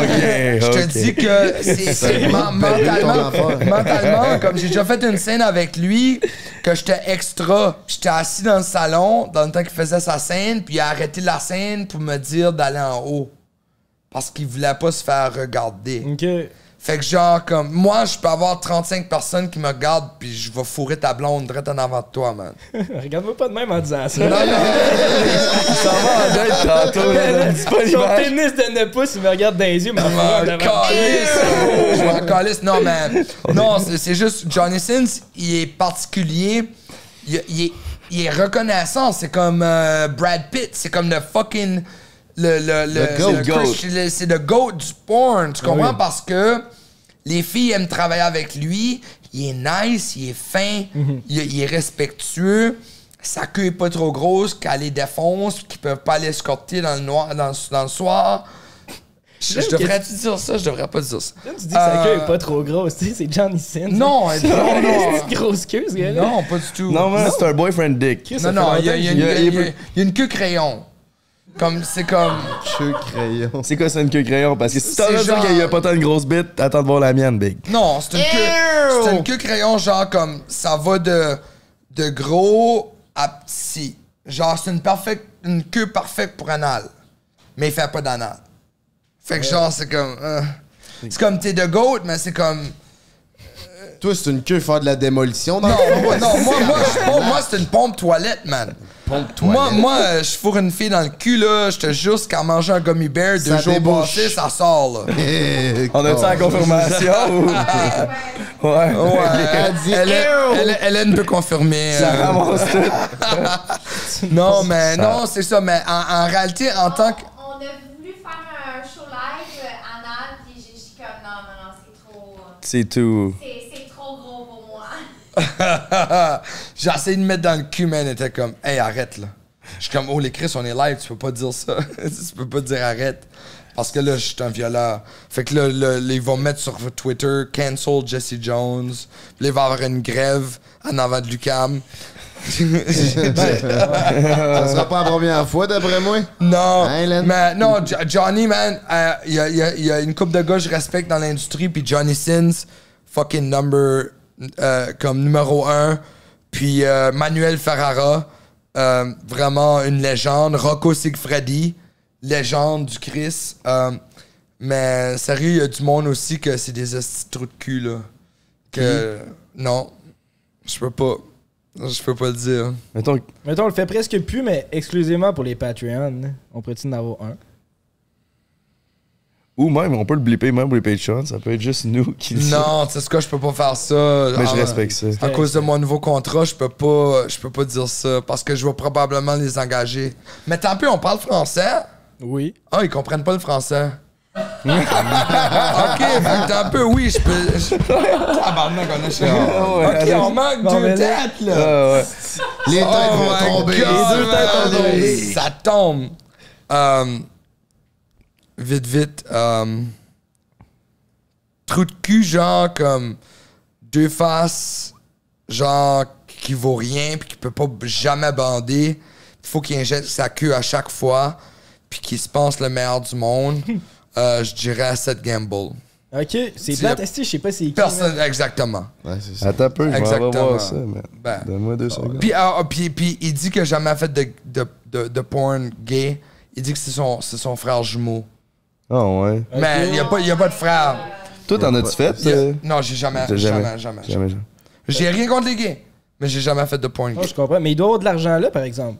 Speaker 2: Mais je te
Speaker 9: Eh, ok.
Speaker 2: dis que c'est
Speaker 9: Ça
Speaker 2: c'est-
Speaker 9: va
Speaker 2: men-
Speaker 9: belle
Speaker 2: mentalement,
Speaker 9: ton affaire.
Speaker 2: mentalement, comme j'ai déjà fait une scène avec lui, que j'étais extra. J'étais assis dans le salon, dans le temps qu'il faisait sa scène, puis il a arrêté la scène pour me dire d'aller en haut. Parce qu'il voulait pas se faire regarder. Fait que genre, comme, moi, je peux avoir 35 personnes qui me regardent, puis je vais fourrer ta blonde direct en avant de toi, man.
Speaker 8: Regarde-moi pas de même en disant ça.
Speaker 2: Non, non.
Speaker 8: Ça
Speaker 9: va en date tantôt, là, donne dis pas
Speaker 8: Son
Speaker 9: l'image.
Speaker 8: pénis de 9 pouces, il me regarde dans les yeux, mais en
Speaker 2: Ah,
Speaker 8: avant.
Speaker 2: calisse! Je m'en calisse. Non, mais. Non, c'est c'est juste. Johnny Sins, il est particulier. Il, il est, il est reconnaissant. C'est comme euh, Brad Pitt. C'est comme le fucking. Le, le, le,
Speaker 9: Le goat.
Speaker 2: Chris- le- C'est le goat du porn. Tu comprends?
Speaker 9: Oui.
Speaker 2: Parce que les filles aiment travailler avec lui. Il est nice, il est fin, il, il est respectueux. Sa queue est pas trop grosse, qu'elle les défonce, qu'ils peuvent pas l'escorter dans le noir, dans, le- dans le soir. Je,
Speaker 8: J'aime
Speaker 2: je
Speaker 8: que
Speaker 2: devrais-tu dire ça? Je devrais pas dire ça.
Speaker 8: Tu dis que sa
Speaker 2: Euh,
Speaker 8: queue est pas trop grosse, tu sais, c'est Johnny Sins.
Speaker 2: Non,
Speaker 8: C'est
Speaker 2: non, non.
Speaker 8: une grosse queue, ce gars-là.
Speaker 2: Non, pas du tout.
Speaker 9: Non, hein? mais c'est un boyfriend dick.
Speaker 2: Non, non, il y a- il y a une-
Speaker 9: Il y a-
Speaker 2: il y a-
Speaker 9: il y a-
Speaker 2: il y a une queue crayon. Comme, c'est comme...
Speaker 4: Queue crayon.
Speaker 9: C'est quoi ça une queue crayon? Parce que si t'en
Speaker 2: C'est
Speaker 9: as
Speaker 2: genre-
Speaker 9: dit qu'il y a pas tant de grosses bites, attends de voir la mienne, big.
Speaker 2: Non, c'est une queue... C'est une queue crayon, genre comme, ça va de, de gros à petit. Genre, c'est une, perfecte, une queue parfaite pour anal. Mais il fait pas d'anal. Fait que genre, c'est comme... euh, c'est comme t'es de goat, mais c'est comme...
Speaker 4: Toi, c'est une queue faire de la démolition dans
Speaker 2: Non,
Speaker 4: le fond.
Speaker 2: moi, non, moi, moi, je- moi, moi, c'est une pompe toilette, man.
Speaker 4: Pompe
Speaker 2: Moi, moi, euh, je fourre une fille dans le cul, là. Je te jure, c'est qu'en mangeant un gummy bear, deux
Speaker 4: Ça
Speaker 2: jours
Speaker 4: débouche.
Speaker 2: passés, ça sort, là.
Speaker 9: On a-tu la confirmation?
Speaker 10: Euh,
Speaker 9: ou- Ouais.
Speaker 2: Oh. Ouais,
Speaker 4: Elle dit,
Speaker 2: Hélène,
Speaker 4: Ew.
Speaker 2: Hélène- Hélène peut confirmer.
Speaker 9: Ça
Speaker 2: euh.
Speaker 9: ramasse tout.
Speaker 2: non, mais non, c'est ça. Mais en, en réalité, en tant que.
Speaker 10: On a voulu faire un show live euh, anal, puis j'ai j'ai comme non, non, non, c'est trop. euh,
Speaker 9: C'est tout.
Speaker 10: C'est c'est trop gros pour moi.
Speaker 2: J'ai essayé de me mettre dans le cul, man. Elle était comme, hey, arrête, là. Je suis comme, oh, les Chris, on est live, tu peux pas dire ça. tu peux pas dire arrête. Parce que là, je suis un violeur. Fait que là, là, là, ils vont mettre sur Twitter, cancel Jesse Jones. Puis là, il va y avoir une grève en avant de Lucam.
Speaker 4: Ça sera pas la première fois, d'après moi.
Speaker 2: Non.
Speaker 4: Hein, Hélène?
Speaker 2: Mais non, Jo- Johnny, man, euh, il y, a- il y a- il y a une coupe de gars que je respecte dans l'industrie, puis Johnny Sins, fucking number, euh, comme numéro un. Puis euh, Manuel Ferrara, euh, vraiment une légende. Rocco Sigfredi, légende du Chris. Euh, mais sérieux, il y a du monde aussi que c'est des hosties de trous de cul, là. Que. Non, je peux pas. Je peux pas le dire.
Speaker 9: Mettons,
Speaker 8: Mettons, on le fait presque plus, mais exclusivement pour les Patreons. On pourrait-tu en avoir un?
Speaker 9: ou même, on peut le blipper même pour les Patreons. Ça peut être juste nous qui le
Speaker 2: Non, tu sais ce que je peux pas faire ça.
Speaker 9: Mais je
Speaker 2: Ah,
Speaker 9: respecte ça.
Speaker 2: À cause de mon nouveau contrat, je peux pas, je peux pas dire ça parce que je vais probablement les engager. Mais tant pis, on parle français.
Speaker 8: Oui.
Speaker 2: Ah, ils comprennent pas le français. ok, fait que tant peu, oui, je peux. je- Tabarnak, on a chez-
Speaker 9: ouais.
Speaker 2: Ok, on manque
Speaker 8: Non,
Speaker 2: deux
Speaker 8: mais là-
Speaker 2: têtes, là.
Speaker 9: Ah, ouais.
Speaker 4: Les têtes
Speaker 2: Oh my
Speaker 4: vont tomber.
Speaker 2: God,
Speaker 4: Les deux têtes vont
Speaker 2: man,
Speaker 4: tomber.
Speaker 2: Ça tombe. Euh, vite, vite. euh, trou de cul, genre comme deux faces, genre qui vaut rien, puis qui peut pas b- jamais bander. Il faut qu'il injecte sa queue à chaque fois. puis qui se pense le meilleur du monde, euh, je dirais Asset Gamble.
Speaker 8: Ok, c'est
Speaker 2: C'est
Speaker 8: plate,
Speaker 2: le-
Speaker 8: esti, je sais pas c'est qui.
Speaker 2: Personne, exactement.
Speaker 9: Attends un peu, je vais aller
Speaker 2: Exactement.
Speaker 9: voir ça, man.
Speaker 2: Ben.
Speaker 9: Donne-moi deux secondes.
Speaker 2: Puis, ah, ah, puis, puis il dit qu'il a jamais fait de, de, de, de porn gay. Il dit que c'est son, c'est son frère jumeau.
Speaker 9: Ah ouais.
Speaker 2: Mais il n'y a, pas- il y a pas de frère.
Speaker 9: Toi, t'en
Speaker 2: Il y a
Speaker 9: as-tu
Speaker 2: pas-
Speaker 9: fait,
Speaker 2: il y a-
Speaker 9: euh?
Speaker 2: Non, j'ai jamais,
Speaker 9: T'as
Speaker 2: jamais, jamais,
Speaker 9: jamais.
Speaker 2: jamais.
Speaker 9: jamais.
Speaker 2: J'ai rien contre les gays, mais j'ai jamais fait de porn
Speaker 8: Non,
Speaker 2: gay.
Speaker 8: je comprends. Mais il doit avoir de l'argent là, par exemple.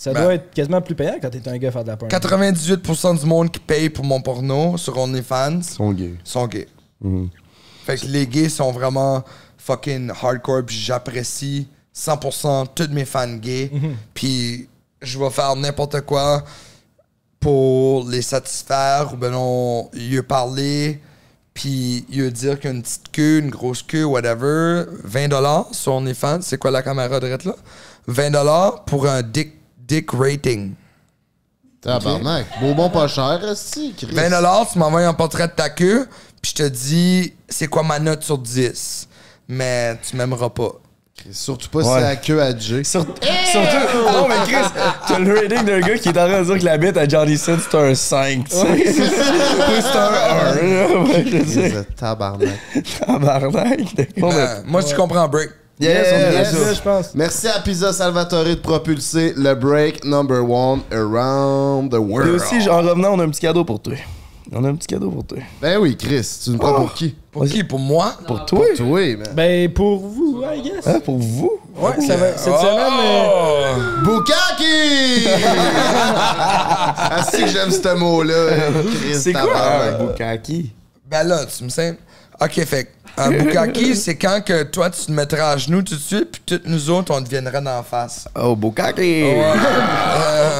Speaker 8: Ça
Speaker 2: Ben.
Speaker 8: doit être quasiment plus payant quand t'es un gars à faire de la porn.
Speaker 2: 98% du monde qui paye pour mon porno sur OnlyFans
Speaker 9: sont gays.
Speaker 2: Sont gays.
Speaker 9: Mhm.
Speaker 2: Fait que les gays sont vraiment fucking hardcore, puis j'apprécie 100% tous mes fans gays. Puis je vais faire n'importe quoi pour les satisfaire, ou ben non, lui parler, puis lui dire qu'une petite queue, une grosse queue, whatever, 20$ sur OnlyFans, c'est quoi la caméra de Rhett, là? 20$ pour un dick, dick rating.
Speaker 4: Tabarnak. Beau bon pas cher, esti, Chris.
Speaker 2: 20 tu m'envoies un portrait de ta queue, puis je te dis c'est quoi ma note sur 10. Mais tu m'aimeras pas.
Speaker 4: Surtout pas si c'est la queue à J.
Speaker 9: Surtout, non, mais Chris, t'as le rating d'un gars qui est en train de dire que la bête à Johnny Sin, c'est un 5, tu sais.
Speaker 4: Ouais.
Speaker 9: Ou c'est un 1, là. Ouais, je
Speaker 4: Chris
Speaker 9: sais. Ah,
Speaker 4: de tabarnak.
Speaker 9: Tabarnak, d'accord.
Speaker 2: Ben, moi, je comprends break.
Speaker 4: Yes,
Speaker 9: on est
Speaker 4: yes.
Speaker 9: là-dessus.
Speaker 8: je pense.
Speaker 4: Merci à Pizza Salvatore de propulser le break number one around the
Speaker 9: Et
Speaker 4: world.
Speaker 9: aussi, en revenant, on a un petit cadeau pour toi. On a un petit cadeau pour toi.
Speaker 4: Ben oui, Chris, tu nous prends
Speaker 9: Oh.
Speaker 4: pour qui?
Speaker 2: Pour qui Pour moi
Speaker 9: Pour toi?
Speaker 4: Pour toi, man.
Speaker 8: Ben, pour vous, I guess.
Speaker 9: Hein, pour vous?
Speaker 8: Ouais, ça va. Cette
Speaker 2: Oh!
Speaker 8: semaine.
Speaker 4: Bukaki! ah si que j'aime ce mot-là. euh, Chris,
Speaker 9: C'est quoi Ah,
Speaker 4: tabarnak.
Speaker 9: un bukkake?
Speaker 2: Ben là, tu me sais. Ok, fait que un bukkake, c'est quand que toi, tu te mettrais à genoux tout de suite, puis toutes nous autres, on deviendrait d'en face.
Speaker 9: Oh, bukkake!
Speaker 2: Euh,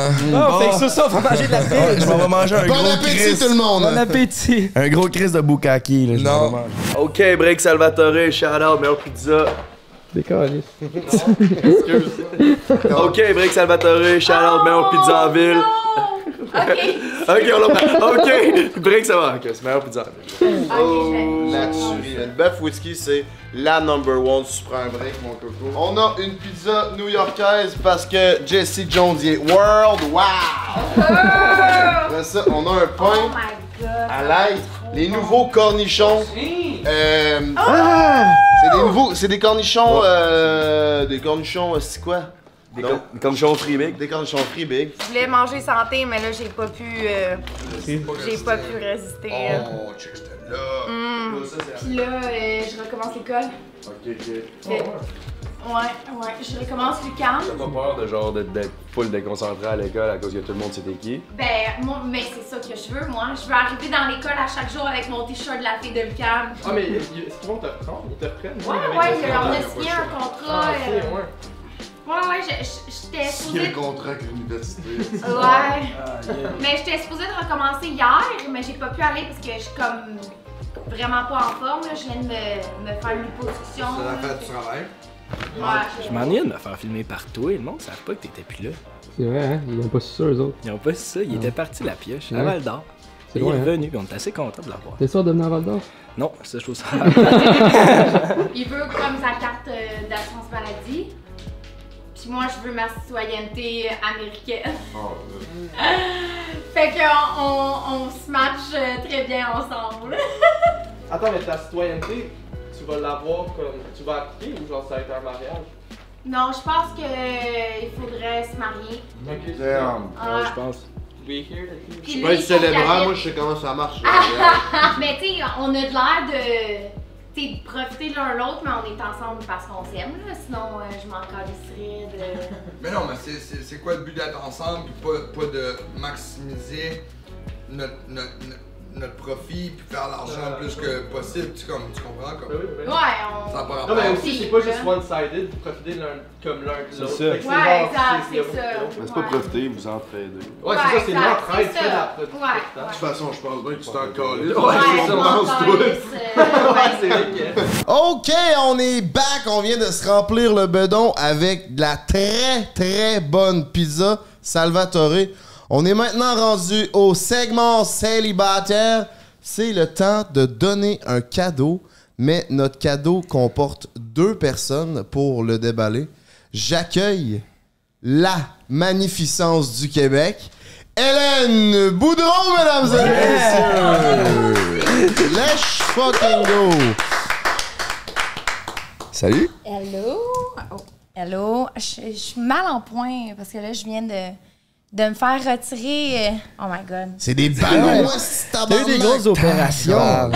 Speaker 9: Hmm.
Speaker 8: Ah, fait que c'est ça, faut manger de la
Speaker 9: Je m'en vais manger un
Speaker 4: Bon
Speaker 9: gros
Speaker 4: appétit,
Speaker 9: Chris.
Speaker 4: tout le monde!
Speaker 8: Bon appétit.
Speaker 9: Un gros Chris de bukkake, là. je m'en
Speaker 2: Non.
Speaker 9: vais manger.
Speaker 13: Ok, break Salvatore, shout out, meilleur pizza. Décalé. ok, break Salvatore, shout out, meilleur pizza en ville.
Speaker 10: Ok.
Speaker 13: Ok, on l'a Ok, break ça va. Ok, c'est meilleur pizza en ville.
Speaker 10: Oh
Speaker 4: La tuerie.
Speaker 13: Le bœuf whisky, c'est la number one. Tu prends un break, mon coco.
Speaker 4: On a une pizza new-yorkaise parce que Jesse Jones y est world wow!
Speaker 2: Euh.
Speaker 4: Après ça, on a un
Speaker 10: Oh
Speaker 4: pain
Speaker 10: my god.
Speaker 4: à l'ail, les nouveaux cornichons. Euh,
Speaker 2: Ah.
Speaker 4: c'est des nouveaux, c'est des cornichons, euh, des cornichons, euh, c'est quoi?
Speaker 13: Des
Speaker 4: Non.
Speaker 13: con- cornichons free big.
Speaker 4: Des cornichons free big.
Speaker 10: Je voulais manger santé, mais là, j'ai pas pu. euh, j'ai pas pu résister. là.
Speaker 2: Oh, check, j'étais là.
Speaker 10: Mm. Puis là, euh, je recommence l'école.
Speaker 13: Ok, Ah ok.
Speaker 10: Fait- Ouais, ouais, je recommence Lucam.
Speaker 13: T'as pas peur de genre d'être d'être full déconcentré à l'école à cause que tout le monde c'était qui?
Speaker 10: Ben, moi, mais c'est ça que je veux, moi. Je veux arriver dans l'école à chaque jour avec mon t-shirt de la fille de Lucam.
Speaker 15: Ah, mais est-ce qu'ils vont te reprendre? Ils te reprennent?
Speaker 10: Ouais,
Speaker 15: Avec
Speaker 10: ouais,
Speaker 15: le
Speaker 10: on a
Speaker 15: scandale,
Speaker 10: signé
Speaker 15: pas
Speaker 10: un
Speaker 15: le choix.
Speaker 10: contrat.
Speaker 15: Ah, ok,
Speaker 10: euh,
Speaker 15: ouais.
Speaker 10: Ouais, ouais, je- je- j'étais supposée.
Speaker 4: contrat avec l'université.
Speaker 2: Ah,
Speaker 10: Ouais. Mais j'étais supposée de recommencer hier, mais j'ai pas pu aller parce que je suis comme vraiment pas en forme. là. Je viens de me, me faire une liposuction.
Speaker 2: Ça
Speaker 10: là.
Speaker 2: fait du travail.
Speaker 10: Ouais,
Speaker 18: Je m'ennuyais de me faire filmer par toi. Le monde savait pas que t'étais plus là.
Speaker 15: C'est vrai, hein? Ils n'ont pas su ça, eux autres.
Speaker 18: Ils ont pas su ça. Il était parti la pioche à
Speaker 15: Ouais.
Speaker 18: Val d'Or.
Speaker 15: C'est
Speaker 18: Il est
Speaker 15: loin, hein?
Speaker 18: revenu. puis On est assez content de l'avoir.
Speaker 15: T'es sûr de venir à Val d'Or?
Speaker 18: Non, ça, je trouve ça.
Speaker 10: Il veut comme sa carte euh, d'assurance maladie. Puis moi, je veux ma citoyenneté américaine.
Speaker 15: Ah,
Speaker 10: fait qu'on on, on se match euh, très bien ensemble.
Speaker 15: Attends, mais ta citoyenneté, tu vas l'avoir comme. Tu vas appliquer ou genre ça va être un mariage?
Speaker 10: non, je pense que euh, il faudrait se marier.
Speaker 15: Ok.
Speaker 4: Damn.
Speaker 10: Ah.
Speaker 18: je pense.
Speaker 15: We here.
Speaker 4: Je
Speaker 10: Puis lui,
Speaker 4: peux être
Speaker 10: il faut qu'il
Speaker 4: célébrant,
Speaker 10: habite-
Speaker 4: moi je sais comment ça marche.
Speaker 10: Mais Ah, ben, tu sais, on a de l'air de, tu sais, de profiter l'un l'autre, mais on est ensemble parce qu'on s'aime. là. Sinon, euh, je m'en calisserais de.
Speaker 2: Mais non, mais c'est- c'est c'est quoi le but d'être ensemble, puis pas, pas de maximiser notre, notre, notre, notre profit, puis faire l'argent plus que possible, tu, comme, tu comprends? Comme,
Speaker 15: Ben Ah, oui, ben oui.
Speaker 10: Ouais, on.
Speaker 2: Ça a pas
Speaker 15: Non,
Speaker 2: rapport.
Speaker 15: mais aussi, c'est pas
Speaker 10: Puis,
Speaker 15: juste
Speaker 10: là.
Speaker 15: one-sided, profiter l'un comme l'un de l'autre. Fait que
Speaker 13: ça.
Speaker 15: c'est
Speaker 10: Ouais,
Speaker 15: genre,
Speaker 10: exact,
Speaker 15: c'est-
Speaker 10: c'est ça.
Speaker 15: Ouais,
Speaker 13: Mais c'est pas
Speaker 10: Ouais.
Speaker 13: profiter, vous entraidez.
Speaker 15: c'est ça, c'est
Speaker 10: exact,
Speaker 15: l'entraide,
Speaker 10: c'est
Speaker 15: c'est
Speaker 10: ça.
Speaker 15: la production.
Speaker 10: Ouais,
Speaker 4: De toute façon, je pense bien que tu t'en calisses.
Speaker 15: Ouais,
Speaker 10: Ouais,
Speaker 15: c'est
Speaker 10: je m'en
Speaker 15: ça.
Speaker 10: calisse, euh, ouais.
Speaker 15: C'est vrai que-
Speaker 4: OK, on est back. On vient de se remplir le bedon avec de la très, très bonne pizza Salvatore. On est maintenant rendu au segment célibataire. C'est le temps de donner un cadeau, mais notre cadeau comporte deux personnes pour le déballer. J'accueille la magnificence du Québec Hélène Boudron, mesdames et messieurs. Let's fucking go.
Speaker 9: Salut.
Speaker 3: Hello? Oh, hello? Je je suis mal en point parce que là, je viens de, de me faire retirer. euh, Oh my God.
Speaker 4: C'est des ballons, moi,
Speaker 8: T'as eu des grosses opérations.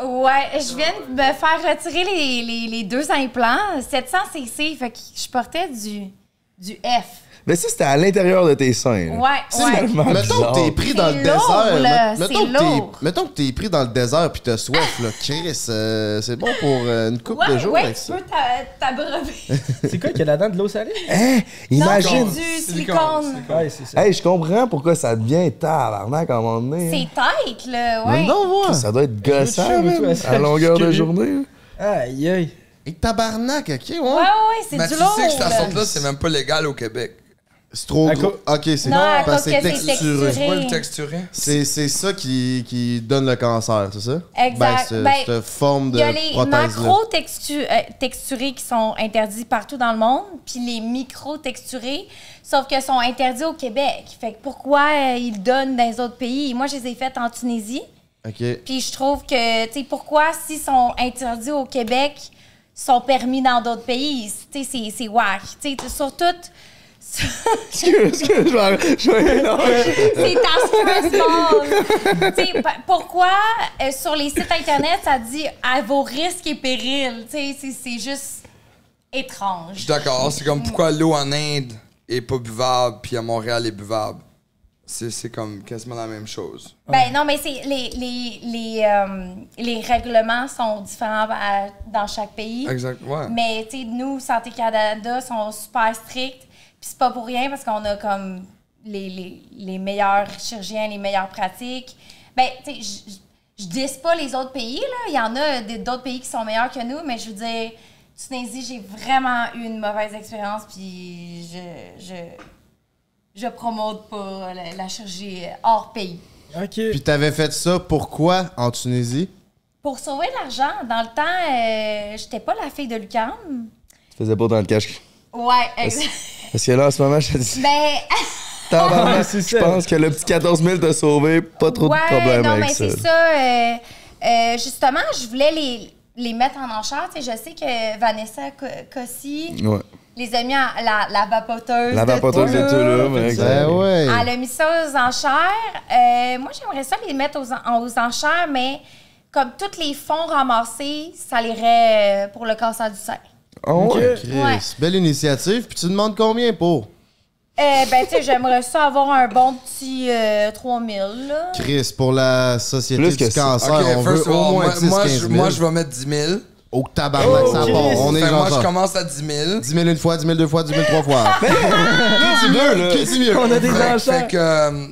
Speaker 3: Ouais, je viens de me faire retirer les, les, les deux implants. 700 cc, fait que je portais du, du F.
Speaker 9: Mais ça, c'était à l'intérieur de tes seins. là.
Speaker 3: Ouais, ouais.
Speaker 4: Mettons que t'es pris dans le
Speaker 3: C'est lourd,
Speaker 4: désert.
Speaker 3: là.
Speaker 4: met-
Speaker 3: C'est
Speaker 4: Mettons que, t'es,
Speaker 3: lourd.
Speaker 4: mettons que t'es pris dans le désert puis t'as soif, là. Chris, euh, c'est bon pour euh, une coupe
Speaker 3: ouais,
Speaker 4: de jours
Speaker 3: ouais,
Speaker 4: avec
Speaker 3: tu
Speaker 4: ça.
Speaker 3: peux t'a- t'abreuver.
Speaker 8: C'est quoi qu'il y a là-dedans de l'eau salée?
Speaker 9: Hein? Imagine.
Speaker 3: Non, c'est du silicone.
Speaker 8: Ouais, c'est ça.
Speaker 9: Hey, je comprends pourquoi ça devient tabarnak à un moment donné.
Speaker 3: C'est tight, là,
Speaker 9: Mais
Speaker 3: ouais.
Speaker 4: moi.
Speaker 9: Ça doit être
Speaker 8: Je sais,
Speaker 9: gossant,
Speaker 8: mais
Speaker 9: man,
Speaker 8: toi,
Speaker 9: à longueur de
Speaker 8: c'est-
Speaker 9: journée. hein.
Speaker 8: Aïe, aïe.
Speaker 4: Et tabarnak, ok, ouais.
Speaker 3: Ouais, ouais, ouais, c'est
Speaker 2: Mais
Speaker 3: du
Speaker 2: tu
Speaker 3: lourd.
Speaker 2: sais que cette
Speaker 3: là.
Speaker 2: sorte-là, c'est même pas légal au Québec.
Speaker 4: C'est trop gros. Ok, c'est
Speaker 3: Non, à
Speaker 4: parce
Speaker 3: cause
Speaker 4: que c'est
Speaker 3: que c'est
Speaker 4: texturé.
Speaker 3: texturé. Ouais, le
Speaker 2: texturé.
Speaker 4: C'est, c'est ça qui, qui donne le cancer, c'est ça?
Speaker 3: Exact.
Speaker 4: Ben, ce-
Speaker 3: Ben,
Speaker 4: cette forme
Speaker 3: Il
Speaker 4: de
Speaker 3: y a les
Speaker 4: prothèse-là.
Speaker 3: macro-texturés qui sont interdits partout dans le monde, puis les micro-texturés, sauf que sont interdits au Québec. Fait que pourquoi euh, ils donnent dans les autres pays? Moi, je les ai faites en Tunisie,
Speaker 4: Ok.
Speaker 3: puis je trouve que, tu sais, pourquoi s'ils sont interdits au Québec, sont permis dans d'autres pays? Tu sais, c'est- c'est wack. Tu sais, sur toute...
Speaker 9: Excuse, excuse, je vais- je vais. non, je-
Speaker 3: C'est ta first ball. Tu sais, pa- pourquoi euh, sur les sites internet ça dit à vos risques et périls? Tu sais, c'est- c'est juste
Speaker 2: Je
Speaker 3: étrange.
Speaker 2: suis d'accord. C'est comme pourquoi l'eau en Inde est pas buvable, puis à Montréal est buvable. C'est c'est comme quasiment la même chose.
Speaker 3: Ben non, mais c'est les les les, euh, les règlements sont différents à- dans chaque pays.
Speaker 2: Exact, ouais.
Speaker 3: Mais tu sais, nous Santé Canada sont super stricts, puis c'est pas pour rien parce qu'on a comme les, les, les meilleurs chirurgiens, les meilleures pratiques. Ben tu sais, je- je- je dis pas les autres pays là, il y en a des- d'autres pays qui sont meilleurs que nous, mais je veux dire Tunisie, j'ai vraiment eu une mauvaise expérience puis je je je promote pas la, la chirurgie hors pays.
Speaker 4: Puis t'avais fait ça pourquoi en Tunisie?
Speaker 3: Pour sauver de l'argent, dans le temps, euh, j'étais pas la fille de Lucam.
Speaker 9: Tu faisais pas dans le cash.
Speaker 3: Ouais,
Speaker 9: exact. Parce que là, en ce moment, je te dis.
Speaker 3: Ben.
Speaker 8: Ah,
Speaker 9: Tabarnak, je pense que le petit 14 000 t'a sauvé, pas trop de
Speaker 3: ouais,
Speaker 9: problème
Speaker 3: non,
Speaker 9: avec
Speaker 3: mais
Speaker 9: ça.
Speaker 3: c'est ça. euh, euh, justement, je voulais les, les mettre en enchère. Tu sais, je sais que Vanessa Co- Cossi
Speaker 9: Ouais.
Speaker 3: les a mis en la, la vapoteuse.
Speaker 9: La
Speaker 3: de
Speaker 9: vapoteuse de Toulouse, mais exact. Ah
Speaker 4: Ben ouais.
Speaker 3: Elle a mis ça aux enchères. Euh, moi, j'aimerais ça les mettre aux, en- aux enchères, mais comme tous les fonds ramassés, ça l'irait euh, pour le cancer du sein.
Speaker 8: Ben
Speaker 4: Oh,
Speaker 3: ouais?
Speaker 4: Chris,
Speaker 3: Ouais.
Speaker 4: belle initiative. Puis tu demandes combien pour?
Speaker 3: Eh ben, tu sais, j'aimerais ça avoir un bon petit euh, 3000, là.
Speaker 4: Chris, pour la société
Speaker 9: Plus
Speaker 4: du
Speaker 9: que ça.
Speaker 4: cancer,
Speaker 2: Ok, first
Speaker 4: on veut
Speaker 2: of all,
Speaker 4: au moins
Speaker 2: moi-
Speaker 4: 10
Speaker 2: moi,
Speaker 4: 15
Speaker 2: je-
Speaker 4: 000.
Speaker 2: moi, je vais mettre 10 000.
Speaker 4: Au tabarnak, ça part. On est
Speaker 2: Fait que
Speaker 4: genre
Speaker 2: Moi, je
Speaker 4: ça.
Speaker 2: commence à 10 000.
Speaker 4: 10 000 une fois, 10 000 deux fois, 10 000 trois fois.
Speaker 2: Mais-
Speaker 4: Qui dit mieux,
Speaker 2: là.
Speaker 4: Qui dit mieux?
Speaker 2: Fait- Fait que euh,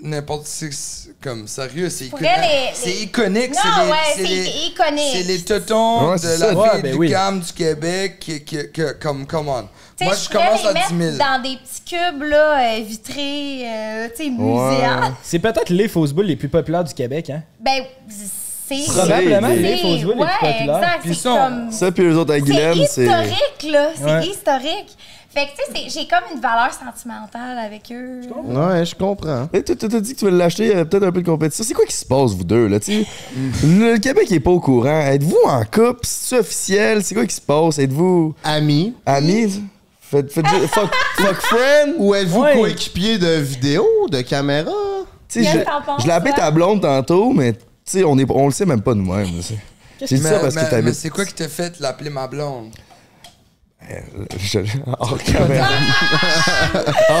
Speaker 2: n'importe qui, c'est comme sérieux, c'est
Speaker 3: Pour
Speaker 2: iconique.
Speaker 3: elle, les-
Speaker 2: C'est
Speaker 3: les-
Speaker 2: iconique. c'est
Speaker 3: Non,
Speaker 2: les-
Speaker 3: Ah, ouais,
Speaker 2: c'est
Speaker 3: c'est
Speaker 2: les-
Speaker 3: iconique.
Speaker 2: C'est les totons
Speaker 9: Ouais,
Speaker 2: de
Speaker 9: c'est
Speaker 2: la
Speaker 9: ça.
Speaker 2: ville
Speaker 9: Ouais, ben
Speaker 2: du
Speaker 9: oui.
Speaker 2: CAM du Québec qui, qui- que- comme come on.
Speaker 3: Tu sais,
Speaker 2: Moi, je commence
Speaker 3: pourrais
Speaker 2: à
Speaker 3: les
Speaker 2: 10 000.
Speaker 3: mettre dans des petits cubes, là, euh, vitrés, euh, tu sais, muséales.
Speaker 8: C'est peut-être les fausses boules les plus populaires du Québec, hein?
Speaker 3: Ben, c'est...
Speaker 8: Probablement
Speaker 3: c'est-
Speaker 8: les fausses boules les plus
Speaker 3: Ouais,
Speaker 8: populaires.
Speaker 3: exact, c'est comme...
Speaker 9: Ça, puis eux autres à
Speaker 3: C'est
Speaker 9: Guilhem, c'est.
Speaker 3: historique, là. C'est
Speaker 9: Ouais.
Speaker 3: historique. Fait que, tu sais, c'est- j'ai comme une valeur sentimentale avec eux.
Speaker 4: Ouais, je comprends.
Speaker 9: Et tu t'as dit que tu veux l'acheter, il y avait peut-être un peu de compétition. C'est quoi qui se passe, vous deux, là? tu sais? le Québec est pas au courant. Êtes-vous en couple? C'est officiel? C'est quoi qui se passe? Êtes-vous.
Speaker 4: Amis.
Speaker 9: Amis? Faites, faites, fuck, fuck friend?
Speaker 4: Ou êtes-vous coéquipier de vidéo, de caméra?
Speaker 9: Tu sais,
Speaker 3: Qu'est-ce que t'en penses,
Speaker 9: je, je l'appelais
Speaker 3: toi?
Speaker 9: ta blonde tantôt, mais tu sais, on, est- on le sait même pas nous-mêmes. là, tu sais. J'ai dit ça
Speaker 2: Mais-
Speaker 9: parce
Speaker 2: mais-
Speaker 9: que t'habites.
Speaker 2: Mais c'est quoi qui t'a fait l'appeler ma blonde?
Speaker 9: Je- hors caméra. Ah,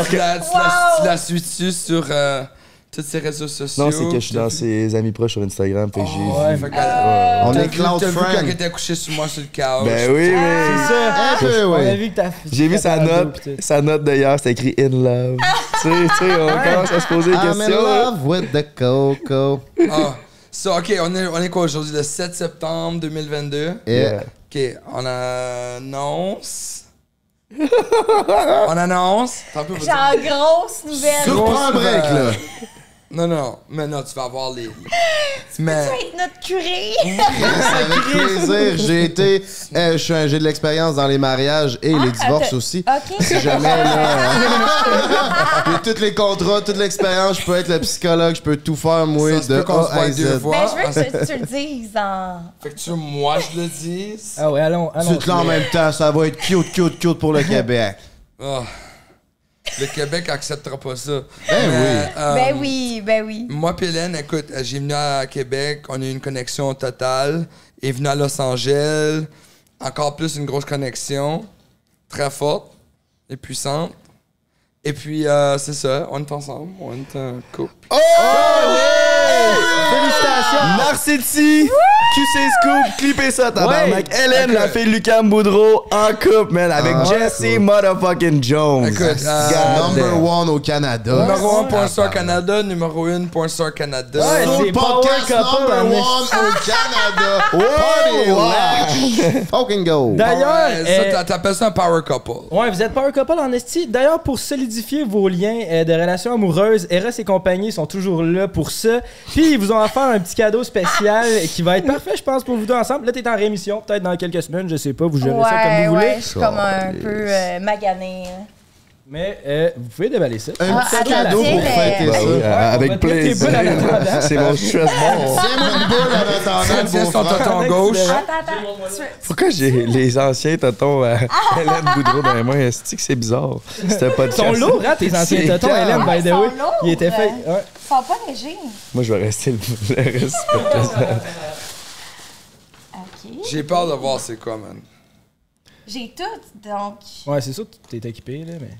Speaker 2: Tu la, tu la- tu la suis-tu sur euh, tous ses réseaux sociaux?
Speaker 9: Non, c'est que je suis dans ses amis proches sur Instagram, fait que j'ai
Speaker 2: Ouais,
Speaker 9: vu.
Speaker 2: fait que-
Speaker 3: Ah.
Speaker 9: Ouais, ouais.
Speaker 2: T'as vu- T'as vu quand elle était couchée sur moi sur le couch?
Speaker 9: Ben oui, mais.
Speaker 8: C'est ça.
Speaker 9: Un peu,
Speaker 8: On a
Speaker 9: ouais.
Speaker 8: vu que t'as
Speaker 9: J'ai vu sa
Speaker 8: t'as parlé,
Speaker 9: note,
Speaker 8: puis tout.
Speaker 9: sa note d'ailleurs, c'était écrit In Love. tu sais, tu sais, on commence à se poser des
Speaker 4: I'm in
Speaker 9: questions. là.
Speaker 4: love with the coco.
Speaker 2: Ah, ça, ok, on est, on est quoi aujourd'hui? Le 7 septembre 2022.
Speaker 4: Yeah.
Speaker 2: Ok, on annonce. on annonce. T'as un peu-
Speaker 3: Genre, grosse nouvelle.
Speaker 4: Surprends un break, là.
Speaker 2: Non, non, mais non, tu vas avoir les.
Speaker 3: Tu
Speaker 2: Mais.
Speaker 3: vas être notre curé!
Speaker 4: Avec plaisir, j'ai été. euh, je suis un- j'ai de l'expérience dans les mariages et les divorces
Speaker 3: attends.
Speaker 4: aussi.
Speaker 3: Ok.
Speaker 4: Si jamais, là. euh, j'ai tous les contrats, toute l'expérience, je peux être le psychologue, je peux tout faire, moi,
Speaker 2: Ça se
Speaker 4: de
Speaker 2: peut qu'on se
Speaker 4: A à
Speaker 2: voit deux
Speaker 4: Z.
Speaker 2: fois.
Speaker 3: Ben, je veux que tu, tu le dises en.
Speaker 2: Fait que tu veux, moi, je le dis.
Speaker 8: Ah ouais, allons, allons.
Speaker 4: Dites-le en même temps, ça va être cute, cute, cute pour le Québec.
Speaker 2: Ah. Le Québec acceptera pas ça.
Speaker 4: Ben
Speaker 2: Mais,
Speaker 4: oui.
Speaker 2: euh,
Speaker 3: ben oui, ben oui.
Speaker 2: Moi, puis Hélène, écoute, euh, j'ai venu à Québec, on a eu une connexion totale. Et venu à Los Angeles, encore plus une grosse connexion, très forte et puissante. Et puis, euh, c'est ça, on est ensemble, on est un couple.
Speaker 4: Oh!
Speaker 8: Félicitations!
Speaker 9: Marcetti! QC Scoop, clippez ça, tabarnak.
Speaker 2: Ouais.
Speaker 9: Hélène,
Speaker 2: Écoute.
Speaker 9: la fille de Lucam Boudreau, en couple, man, avec
Speaker 4: Ah,
Speaker 9: Jesse
Speaker 4: cool.
Speaker 9: motherfucking Jones.
Speaker 2: Écoute, euh,
Speaker 9: God
Speaker 4: Number
Speaker 9: damn.
Speaker 4: one au Canada.
Speaker 2: Numéro 1 point Star Canada, numéro 1 point Star Canada.
Speaker 4: C'est le podcast number one au Canada. Party Watch. Fucking go.
Speaker 8: D'ailleurs,
Speaker 2: Ouais, ça,
Speaker 8: euh,
Speaker 2: t'a- t'appelles ça un power couple.
Speaker 8: Ouais, vous êtes pas un couple en esti. D'ailleurs, pour solidifier vos liens euh, de relations amoureuses, Eros et compagnie sont toujours là pour ça. Puis ils vous ont offert un petit cadeau spécial
Speaker 3: Ah!
Speaker 8: qui va être parfait, je pense, pour vous deux ensemble. Là, t'es en rémission, peut-être dans quelques semaines, je sais pas, vous gérez ça comme
Speaker 3: Ouais,
Speaker 8: vous
Speaker 3: ouais,
Speaker 8: voulez.
Speaker 3: je suis comme un peu euh, maganée. là.
Speaker 8: Mais euh, vous pouvez déballer ça.
Speaker 4: Un
Speaker 3: Ah,
Speaker 4: petit
Speaker 3: attends,
Speaker 4: cadeau
Speaker 3: tu sais,
Speaker 4: pour
Speaker 3: le-
Speaker 4: fêter
Speaker 9: Ben
Speaker 4: ça.
Speaker 9: oui, euh, avec
Speaker 8: mettre les
Speaker 9: plaisir.
Speaker 8: boules à hein. l'intendant.
Speaker 9: C'est mon stress ball.
Speaker 4: Tiens-moi une boule en attendant,
Speaker 2: Tiens
Speaker 4: le
Speaker 2: son
Speaker 4: beau-frère.
Speaker 2: tonton gauche.
Speaker 3: Attends, attends. tu veux-
Speaker 9: Pourquoi j'ai les anciens tontons à Hélène Boudreau dans les mains? Est-ce que c'est bizarre? C'était pas de
Speaker 8: Ils sont lourds, hein, tes anciens
Speaker 9: C'est
Speaker 8: tontons,
Speaker 9: clair.
Speaker 8: Hélène, by the
Speaker 3: Ils sont
Speaker 8: way.
Speaker 3: lourds. hein.
Speaker 8: Ils étaient faits. ouais.
Speaker 3: Faut pas léger.
Speaker 9: Moi, je vais rester le, le reste du podcast.
Speaker 3: OK.
Speaker 2: J'ai peur de voir c'est quoi, man.
Speaker 3: J'ai tout, donc.
Speaker 8: Ouais, c'est sûr que t'es équipé, là, mais.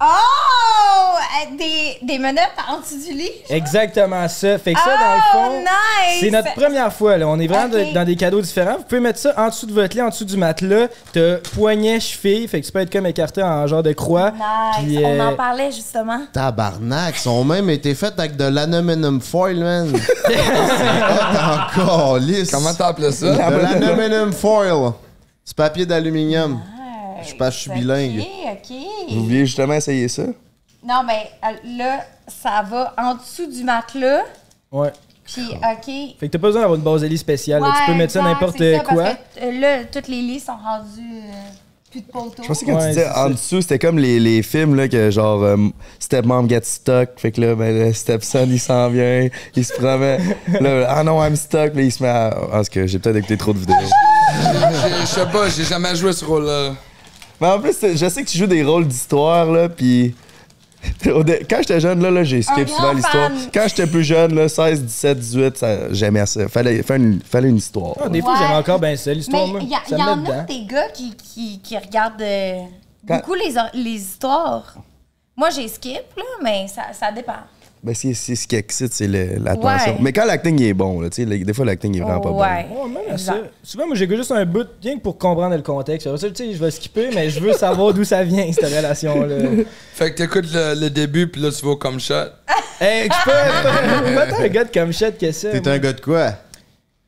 Speaker 3: Oh! Euh, Des, des menottes en dessous du lit?
Speaker 8: Exactement ça. Fait que ça,
Speaker 3: Oh,
Speaker 8: dans le fond,
Speaker 3: nice!
Speaker 8: c'est notre première fois. Là. On est vraiment
Speaker 3: Ok.
Speaker 8: de- dans des cadeaux différents. Vous pouvez mettre ça en dessous de votre lit, en dessous du matelas. T'as poignet, cheville. Fait que tu peux être comme écarté en genre de croix.
Speaker 3: Nice!
Speaker 8: Puis,
Speaker 3: On
Speaker 8: euh,
Speaker 3: en parlait justement.
Speaker 4: Tabarnak, ils ont même été faits avec de l'aluminum foil, man. C'est hot encore, lisse.
Speaker 2: Comment t'appelles ça?
Speaker 9: Ah,
Speaker 4: De
Speaker 9: ben,
Speaker 4: l'aluminum foil. C'est papier d'aluminium.
Speaker 9: Ah,
Speaker 3: Nice.
Speaker 4: Je pense que je suis bilingue.
Speaker 3: OK,
Speaker 9: Vous
Speaker 3: OK.
Speaker 9: vouliez justement essayer ça?
Speaker 3: Non, mais euh, là, ça va en dessous du matelas.
Speaker 8: Ouais.
Speaker 3: Puis, OK.
Speaker 8: Ah. Fait que t'as pas besoin d'avoir une base à lit spéciale. là. Tu peux
Speaker 3: Ouais,
Speaker 8: mettre ça
Speaker 3: exact,
Speaker 8: n'importe
Speaker 3: c'est ça, parce
Speaker 8: quoi.
Speaker 3: que, euh, là, toutes les lits sont rendus euh, plus de poteaux.
Speaker 9: Je pensais que quand
Speaker 8: Ouais,
Speaker 9: tu disais
Speaker 8: c'est
Speaker 9: en
Speaker 8: ça.
Speaker 9: dessous, c'était comme les, les films là, que genre euh, Step Mom Get Stuck. Fait que là, ben, le Stepson, il s'en vient, il se promet. Là, ah non, I'm stuck. Là, il se met à. Ah, parce que j'ai peut-être écouté trop de vidéos.
Speaker 2: J'ai- Je sais pas, j'ai jamais joué ce rôle-là.
Speaker 9: Mais en plus, je sais que tu joues des rôles d'histoire, là, puis... au dé- Quand j'étais jeune, là, là j'ai skip
Speaker 3: grand
Speaker 9: souvent l'histoire.
Speaker 3: fan.
Speaker 9: Quand j'étais plus jeune, là, 16, 17, 18, ça- j'aimais ça. Fallait, fallait, une, fallait une histoire.
Speaker 8: Ah, des fois,
Speaker 3: Ouais.
Speaker 8: j'aime encore bien ça, l'histoire.
Speaker 3: Mais
Speaker 8: moi.
Speaker 3: il y, a-
Speaker 8: ça
Speaker 3: y
Speaker 8: me
Speaker 3: en
Speaker 8: met
Speaker 3: a
Speaker 8: dedans.
Speaker 3: des gars qui, qui, qui regardent euh,
Speaker 9: Quand-
Speaker 3: beaucoup les, or- les histoires. Moi, j'ai skip, là, mais ça, ça dépend.
Speaker 9: Ben, c'est c'est ce qui excite, c'est le- l'attention.
Speaker 3: Ouais.
Speaker 9: Mais quand l'acting il est bon, là, tu sais, le- des fois, l'acting il est vraiment pas
Speaker 3: ouais.
Speaker 8: Ouais, même à ça.
Speaker 3: Exact.
Speaker 8: Souvent, moi, j'ai juste un but, rien que pour comprendre le contexte. Après ça, tu sais, je vais skipper, mais je veux savoir d'où ça vient, cette relation-là.
Speaker 2: Fait que t'écoutes le, le début, puis là, tu vas comme shot.
Speaker 8: hey, je peux. Pas tant un gars de comme shit que ça.
Speaker 4: T'es
Speaker 8: moi.
Speaker 4: un gars de quoi?
Speaker 9: Ah,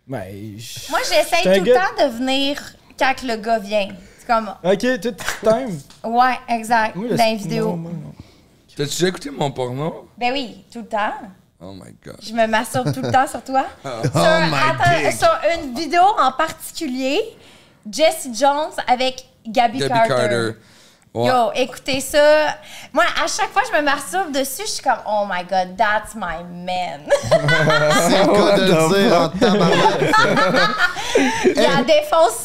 Speaker 8: Ben, je-
Speaker 3: Moi, j'essaie
Speaker 8: C'est un
Speaker 3: tout le
Speaker 8: gars-
Speaker 3: temps de venir quand le gars vient. C'est comme,
Speaker 8: Ok, tout time.
Speaker 3: ouais, exact,
Speaker 8: Oui,
Speaker 3: dans
Speaker 8: le-
Speaker 3: les vidéos.
Speaker 8: non, non, non.
Speaker 2: bon. T'as-tu déjà écouté mon porno?
Speaker 3: Ben oui, tout le temps.
Speaker 2: Oh my god.
Speaker 3: Je me masturbe tout le temps sur toi. Sur, attends, euh, sur une vidéo en particulier, Jesse Jones avec Gabby,
Speaker 2: Gabby
Speaker 3: Carter.
Speaker 2: Carter. Ouais.
Speaker 3: Yo, écoutez ça. Moi, à chaque fois que je me masturbe dessus, je suis comme, oh my god, that's my man.
Speaker 4: C'est le cas de le dire en tabarnak.
Speaker 3: Il la défonce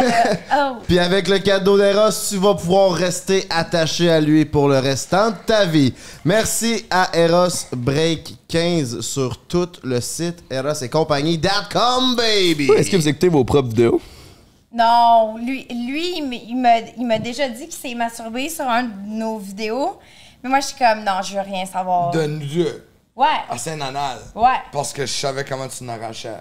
Speaker 3: là. Oh.
Speaker 4: Puis avec le cadeau d'Eros, tu vas pouvoir rester attaché à lui pour le restant de ta vie. Merci à Eros Break 15 sur tout le site Eros et compagnie.com, baby!
Speaker 9: bon. Est-ce que vous écoutez vos propres vidéos?
Speaker 3: Non, lui, lui il m- il m'a il m'a déjà dit qu'il s'est masturbé sur un de nos vidéos. Mais moi, je suis comme, non, je veux rien savoir.
Speaker 2: Donne-le
Speaker 3: Ouais,
Speaker 2: à Saint-Anal.
Speaker 3: ouais.
Speaker 2: Parce que je savais comment tu n'arrachais.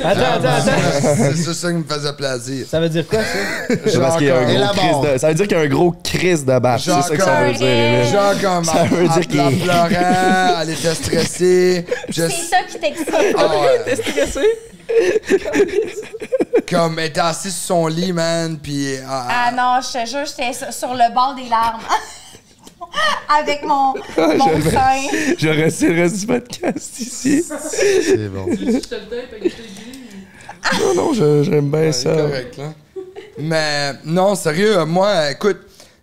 Speaker 8: Attends, attends, attends.
Speaker 2: C'est c'est ça qui me faisait plaisir.
Speaker 8: Ça veut dire quoi, ça?
Speaker 9: C'est parce qu'il y a un gros
Speaker 4: Élabore.
Speaker 9: crise de... Ça veut dire qu'il y a un gros crise de bâche. C'est
Speaker 2: Genre
Speaker 9: ça que ça veut
Speaker 3: comme-
Speaker 9: dire. là.
Speaker 2: Genre comme
Speaker 9: Ça
Speaker 2: elle-
Speaker 9: veut
Speaker 2: elle
Speaker 9: dire qu'il-
Speaker 2: pleurait, elle était stressée. Je-
Speaker 3: C'est ça qui t'excite.
Speaker 2: Ah ouais.
Speaker 5: stressé?
Speaker 2: Comme elle était assise sur son lit, man, puis... ah, elle-
Speaker 3: Ah non, je te jure, j'étais sur- sur le bord des larmes. avec mon,
Speaker 9: Ah,
Speaker 3: mon
Speaker 9: j'aurais-
Speaker 3: sein.
Speaker 9: J'aurais resté le reste du podcast ici. C'est bon.
Speaker 2: Non,
Speaker 9: non, je- j'aime bien ça.
Speaker 2: correct, là. Mais non, sérieux, euh, moi, écoute,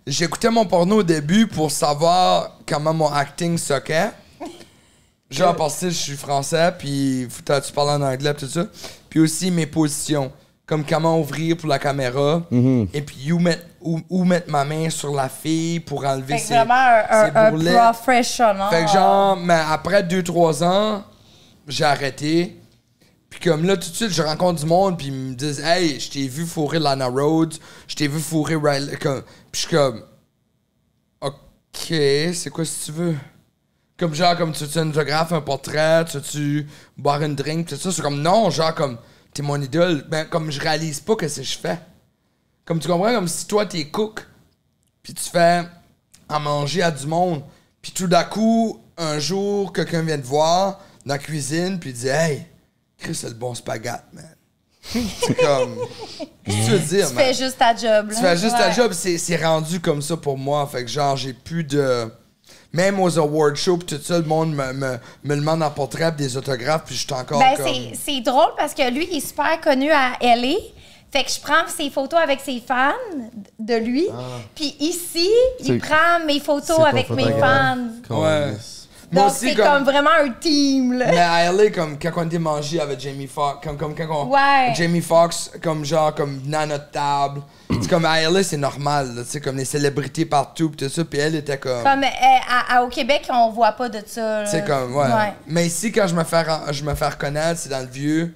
Speaker 2: j'écoutais mon porno au début pour savoir comment mon acting soquait. Genre, parce que je suis français, puis faut- t'as- tu parles en anglais, puis tout ça. Puis aussi mes positions, comme comment ouvrir pour la caméra,
Speaker 3: Mm-hmm.
Speaker 9: Mhm.
Speaker 2: et puis où mettre, où, où mettre ma main sur la fille pour enlever
Speaker 3: Fait que
Speaker 2: ses,
Speaker 3: vraiment un,
Speaker 2: ses
Speaker 3: un, un
Speaker 2: bourrelets.
Speaker 3: professionnel.
Speaker 2: Fait que genre, mais après 2-3 ans, j'ai arrêté. Puis comme là, tout de suite, je rencontre du monde, puis ils me disent Hey, je t'ai vu fourrer Lana Rhodes, je t'ai vu fourrer Riley. Comme, puis je suis comme Ok, c'est quoi si tu veux Comme genre, comme tu veux un autographe, un portrait, tu veux-tu boire une drink, tout ça. C'est comme non, genre, comme t'es mon idole. Ben, comme je réalise pas que c'est que je fais. Comme tu comprends, comme si toi t'es cook, puis tu fais à manger à du monde. Puis tout d'un coup, un jour, quelqu'un vient te voir dans la cuisine, puis il dit Hey, Chris, c'est le bon spaghette, man. c'est comme. Qu'est-ce que tu veux dire,
Speaker 3: tu
Speaker 2: man?
Speaker 3: fais juste ta job.
Speaker 2: Tu
Speaker 3: là.
Speaker 2: fais juste ta
Speaker 3: Ouais.
Speaker 2: job, c'est c'est rendu comme ça pour moi. Fait que genre, j'ai plus de. Même aux award shows, pis tout ça, le monde me, me, me demande en portrait pis des autographes, puis je suis encore
Speaker 3: Ben,
Speaker 2: comme.
Speaker 3: c'est- c'est drôle parce que lui, il est super connu à LA. Fait que je prends ses photos avec ses fans de lui.
Speaker 2: Ah.
Speaker 3: Puis ici,
Speaker 2: C'est-
Speaker 3: il prend mes photos
Speaker 2: ton
Speaker 3: avec mes
Speaker 2: photographe.
Speaker 3: fans.
Speaker 2: Ouais. Moi
Speaker 3: Donc,
Speaker 2: aussi,
Speaker 3: c'est comme... vraiment un team,
Speaker 2: Mais
Speaker 3: là.
Speaker 2: à LA, comme quand on était mangé avec Jamie Foxx, comme, comme quand on.
Speaker 3: Ouais.
Speaker 2: Jamie Foxx, comme genre, comme venant à notre table. c'est comme à LA, c'est normal, là, tu sais, comme les célébrités partout, pis tout ça, pis elle était comme.
Speaker 3: Comme euh, à- à- au Québec, on voit pas de ça. là.
Speaker 2: C'est comme, ouais. Mais ici, quand je me fais, ren- je me fais reconnaître, c'est dans le vieux,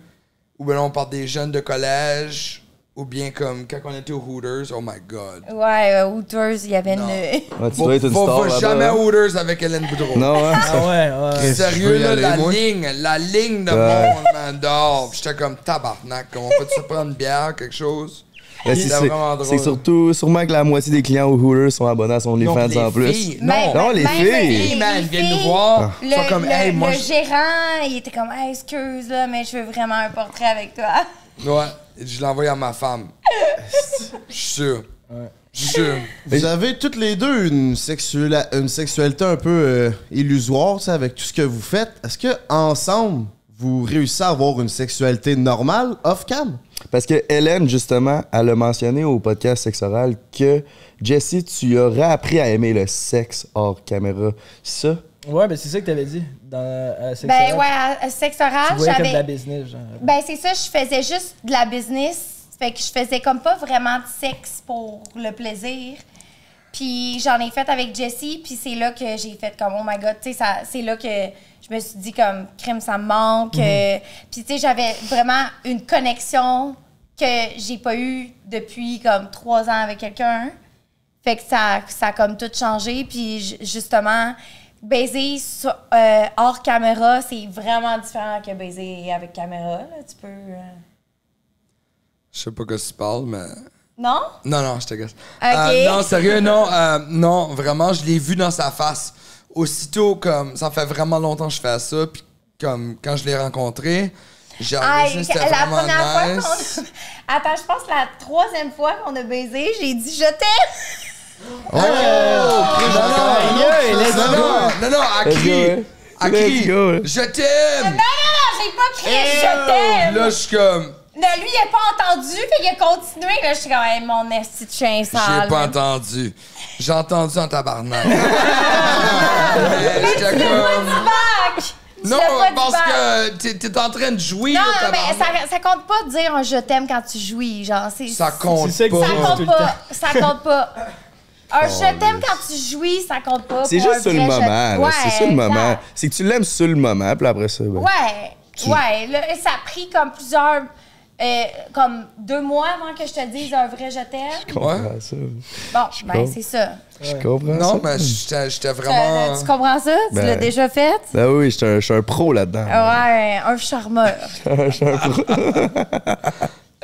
Speaker 2: ou bien on part des jeunes de collège, ou bien comme quand on était aux Hooters, oh my god.
Speaker 3: Ouais, euh, Hooters, il y avait une.
Speaker 9: Ouais, tu dois être une
Speaker 2: Faut-
Speaker 9: star
Speaker 2: faut
Speaker 9: là-bas,
Speaker 2: jamais
Speaker 9: hein?
Speaker 2: Hooters avec Hélène Boudreau.
Speaker 9: Non, hein? Ah ouais, ouais. Je veux
Speaker 2: Sérieux,
Speaker 9: y
Speaker 2: là,
Speaker 9: aller,
Speaker 2: la
Speaker 9: moi.
Speaker 2: ligne, la ligne de
Speaker 9: Ouais.
Speaker 2: monde man, dehors. Puis J'étais comme tabarnak, comme on peut se prendre une bière, quelque chose.
Speaker 9: Ouais, Ben, c'est-
Speaker 2: C'était
Speaker 9: c'est
Speaker 2: vraiment drôle.
Speaker 9: c'est surtout, sûrement que la moitié des clients au Hooters sont abonnés à son OnlyFans
Speaker 2: les
Speaker 9: en plus.
Speaker 2: filles,
Speaker 9: non,
Speaker 2: non.
Speaker 9: les
Speaker 3: Ben, ben,
Speaker 9: filles.
Speaker 2: Hey, man, ils viennent nous voir.
Speaker 3: Le,
Speaker 2: Ils sont comme,
Speaker 3: le-
Speaker 2: hey, moi,
Speaker 3: le
Speaker 2: je-
Speaker 3: gérant, il était comme, Hey, excuse, là, mais je veux vraiment un portrait avec toi.
Speaker 2: Ouais, je l'ai envoyé à ma femme. Je suis sûr. Je suis sûr.
Speaker 4: Vous avez toutes les deux une, sexuela- une sexualité un peu euh, illusoire tu sais, avec tout ce que vous faites. Est-ce que ensemble vous réussissez à avoir une sexualité normale off-cam?
Speaker 9: Parce que Hélène, justement, elle a mentionné au podcast Sexe Oral que Jessie, tu aurais appris à aimer le sexe hors caméra. Ça,
Speaker 8: Ouais, ben c'est ça que t'avais dit. Dans, euh, c'est
Speaker 3: Ben
Speaker 8: ça.
Speaker 3: ouais, à- à sexe
Speaker 8: Tu
Speaker 3: oral,
Speaker 8: voyais comme de la
Speaker 3: j'avais.
Speaker 8: business, genre.
Speaker 3: Ben c'est ça, je faisais juste de la business. Fait que je faisais comme pas vraiment de sexe pour le plaisir. Puis j'en ai fait avec Jessie, puis c'est là que j'ai fait comme oh my god, tu sais, ça- c'est là que je me suis dit comme crime, ça me manque.
Speaker 10: Mhm.
Speaker 3: euh, puis tu sais, j'avais vraiment une connexion que j'ai pas eue depuis comme trois ans avec quelqu'un. Fait que ça, ça a comme tout changé. Puis ju- justement, baiser sur- euh, hors caméra, c'est vraiment différent que baiser avec caméra. là. Tu peux. euh,
Speaker 2: Je sais pas que tu parles, mais.
Speaker 3: Non?
Speaker 2: Non, non, je te gosse.
Speaker 3: Ok.
Speaker 2: Euh, non, sérieux, non. euh, non, vraiment, je l'ai vu dans sa face. Aussitôt, comme, ça fait vraiment longtemps que je fais ça, puis comme, quand je l'ai rencontré, j'ai
Speaker 3: Ah,
Speaker 2: réalisé que c'était
Speaker 3: la
Speaker 2: vraiment
Speaker 3: première fois
Speaker 2: nice.
Speaker 3: qu'on a... Attends, je pense la troisième fois qu'on a baisé, j'ai dit je t'aime.
Speaker 2: Oh! non,
Speaker 8: Ah,
Speaker 2: non,
Speaker 3: yeah,
Speaker 2: non,
Speaker 3: let's
Speaker 2: non,
Speaker 3: go.
Speaker 2: non, non, non, à
Speaker 9: Let's go,
Speaker 2: qui?
Speaker 9: ouais.
Speaker 2: À
Speaker 9: Let's
Speaker 2: qui?
Speaker 9: go, eh. ouais.
Speaker 2: Je t'aime!
Speaker 3: Non, non, non, j'ai pas crié je
Speaker 2: Hey!
Speaker 3: t'aime.
Speaker 2: Là, je suis comme,
Speaker 3: Non, lui, il a pas entendu, puis il a continué. Là, je suis comme, Hey, mon esti de chien sale.
Speaker 2: j'ai pas entendu. J'ai entendu en tabarnak. Mais j'étais comme...
Speaker 3: Bac! Tu
Speaker 2: Non,
Speaker 3: l'as pas dit
Speaker 2: parce
Speaker 3: back.
Speaker 2: que t'es- t'es en train de jouir,
Speaker 3: Non, non, mais
Speaker 2: tabarnak.
Speaker 3: ça, ça compte pas de dire un je t'aime quand tu jouis, genre. c'est-
Speaker 2: Ça compte
Speaker 3: Ça
Speaker 2: pas.
Speaker 3: compte pas. Ça compte pas.
Speaker 9: Oh,
Speaker 3: Un je t'aime quand tu jouis, ça compte pas.
Speaker 9: c'est
Speaker 3: pour
Speaker 9: juste
Speaker 3: un
Speaker 9: sur le
Speaker 3: vrai
Speaker 9: moment. là.
Speaker 3: je- Ouais,
Speaker 9: c'est sur le
Speaker 3: exact.
Speaker 9: moment. C'est que tu l'aimes sur le moment, puis après ça, ben,
Speaker 3: Ouais,
Speaker 9: Tu-
Speaker 3: ouais. là, ça a pris comme plusieurs. euh, comme deux mois avant que je te dise un vrai je
Speaker 9: je
Speaker 3: t'aime.
Speaker 9: comprends ça.
Speaker 3: Bon,
Speaker 9: Je
Speaker 3: ben,
Speaker 9: comprends.
Speaker 3: c'est ça.
Speaker 9: Je comprends ça.
Speaker 2: Non, mais j'étais j'étais
Speaker 3: Tu-
Speaker 2: vraiment...
Speaker 3: Tu comprends ça? tu
Speaker 9: Ben.
Speaker 3: l'as déjà fait?
Speaker 9: Ben oui, je suis un- je suis un, pro là-dedans.
Speaker 3: Ah. Ouais, un charmeur.
Speaker 9: Je suis un pro.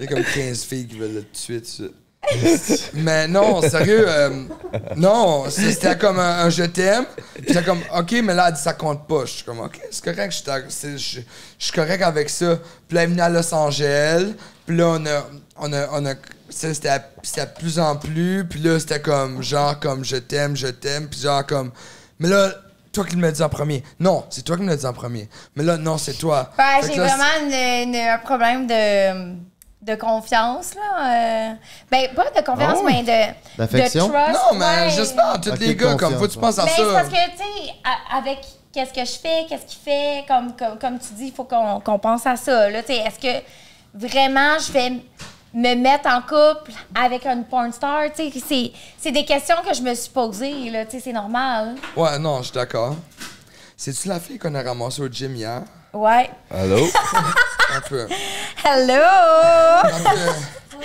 Speaker 2: Il y a comme 15 filles qui veulent le tuer tout de suite. Mais non, sérieux, euh, non, c'est- c'était comme un, un je t'aime. Puis J'étais comme, OK, mais là, elle dit, ça compte pas. Je suis comme, OK, c'est correct, je suis à- c'est- je je suis correct avec ça. Puis là, elle est venue à Los Angeles. Puis là, on a. On a, on a ça, c'était à- c'était de plus en plus. Puis là, c'était comme, genre, comme, je t'aime, je t'aime. Puis genre, comme. Mais là, toi qui me l'as dit en premier. Non, c'est toi qui me l'as dit en premier. Mais là, non, c'est toi.
Speaker 3: Ouais,
Speaker 2: Fait que
Speaker 3: j'ai
Speaker 2: là,
Speaker 3: vraiment une- une- un problème de, de confiance, là. euh. ben, pas de confiance,
Speaker 2: Ah ouais?
Speaker 3: mais de,
Speaker 2: D'affection?
Speaker 3: de trust.
Speaker 2: Non, mais
Speaker 3: ouais.
Speaker 2: j'espère en tous Ok, les gars, comme, confiance, faut que tu penses à
Speaker 3: Ben,
Speaker 2: ça.
Speaker 3: c'est parce que, tu sais, à- avec qu'est-ce que je fais, qu'est-ce qu'il fait, comme, comme, comme tu dis, il faut qu'on qu'on pense à ça, là. Tu sais, est-ce que vraiment je vais me mettre en couple avec une porn star? Tu sais, c'est- c'est des questions que je me suis posées, là. Tu sais, c'est normal.
Speaker 2: Ouais, non, je suis d'accord. C'est-tu la fille qu'on a ramassée au gym hier?
Speaker 3: Ouais.
Speaker 9: Allô?
Speaker 2: Un peu.
Speaker 3: Hello!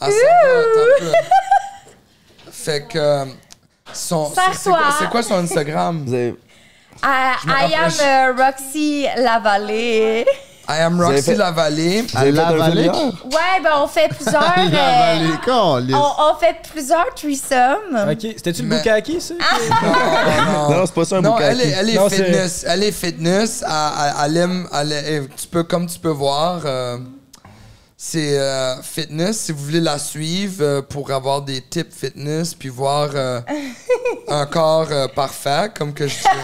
Speaker 2: Ah, ça va, attends un peu. Fait que. euh, Son,
Speaker 3: Sers-toi.
Speaker 2: c'est- c'est quoi, c'est quoi son Instagram?
Speaker 3: I,
Speaker 2: Je me
Speaker 3: I am
Speaker 2: rapproche.
Speaker 3: euh, Roxy Lavallée.
Speaker 2: I am
Speaker 4: Vous avez
Speaker 2: Roxy
Speaker 4: fait-
Speaker 2: Lavallée.
Speaker 4: vous avez fait un Lavallée? film hier?
Speaker 3: Ouais, ben on fait plusieurs.
Speaker 4: Il a
Speaker 3: euh,
Speaker 4: avalé, câlisse.
Speaker 2: Oh.
Speaker 3: on, on fait plusieurs threesomes.
Speaker 8: Ok, c'était-tu le Bukaki, ça?
Speaker 3: Ah.
Speaker 2: Non,
Speaker 9: non, c'est pas ça un
Speaker 2: Non,
Speaker 9: bouquet
Speaker 2: elle est,
Speaker 9: à qui.
Speaker 2: elle est
Speaker 9: Non, c'est-
Speaker 2: fitness. Elle est fitness. Elle, elle- elle aime. elle est- elle- eh, tu peux, comme tu peux voir, euh, c'est euh, fitness. Si vous voulez la suivre euh, pour avoir des tips fitness puis voir euh, un corps euh, parfait, comme que je dirais,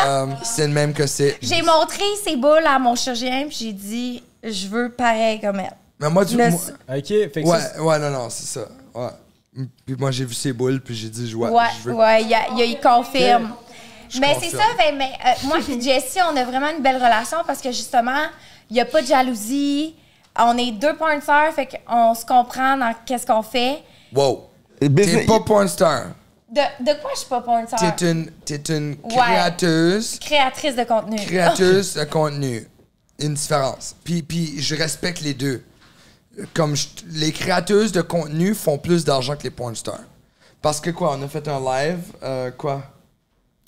Speaker 2: euh, c'est le même que c'est.
Speaker 3: J'ai montré ces boules à mon chirurgien, puis j'ai dit, je veux pareil comme elle.
Speaker 2: Mais moi, du
Speaker 3: Le-
Speaker 2: moi-
Speaker 8: Ok, fait que
Speaker 2: ouais,
Speaker 8: ça, c'est-
Speaker 2: ouais, non, non, c'est ça. Ouais. Puis moi, j'ai vu ses boules, puis j'ai dit, je- ouais,
Speaker 3: Ouais,
Speaker 2: je veux.
Speaker 3: ouais, il y a- il y a- il confirme. Mais c'est ça,
Speaker 2: confirme.
Speaker 3: ben, mais, euh, moi et Jessie, on a vraiment une belle relation parce que justement, il n'y a pas de jalousie. On est deux points de sœurs, fait qu'on se comprend dans qu'est-ce qu'on fait.
Speaker 2: Wow. T'es pas porn star.
Speaker 3: De, de quoi je suis pas point de sœur?
Speaker 2: T'es une, t'es une
Speaker 3: Ouais.
Speaker 2: créateuse.
Speaker 3: Créatrice de contenu.
Speaker 2: créateuse de contenu. Une différence. Puis, puis je respecte les deux. Comme je- les créateuses de contenu font plus d'argent que les porn stars. Parce que quoi, on a fait un live, euh, quoi?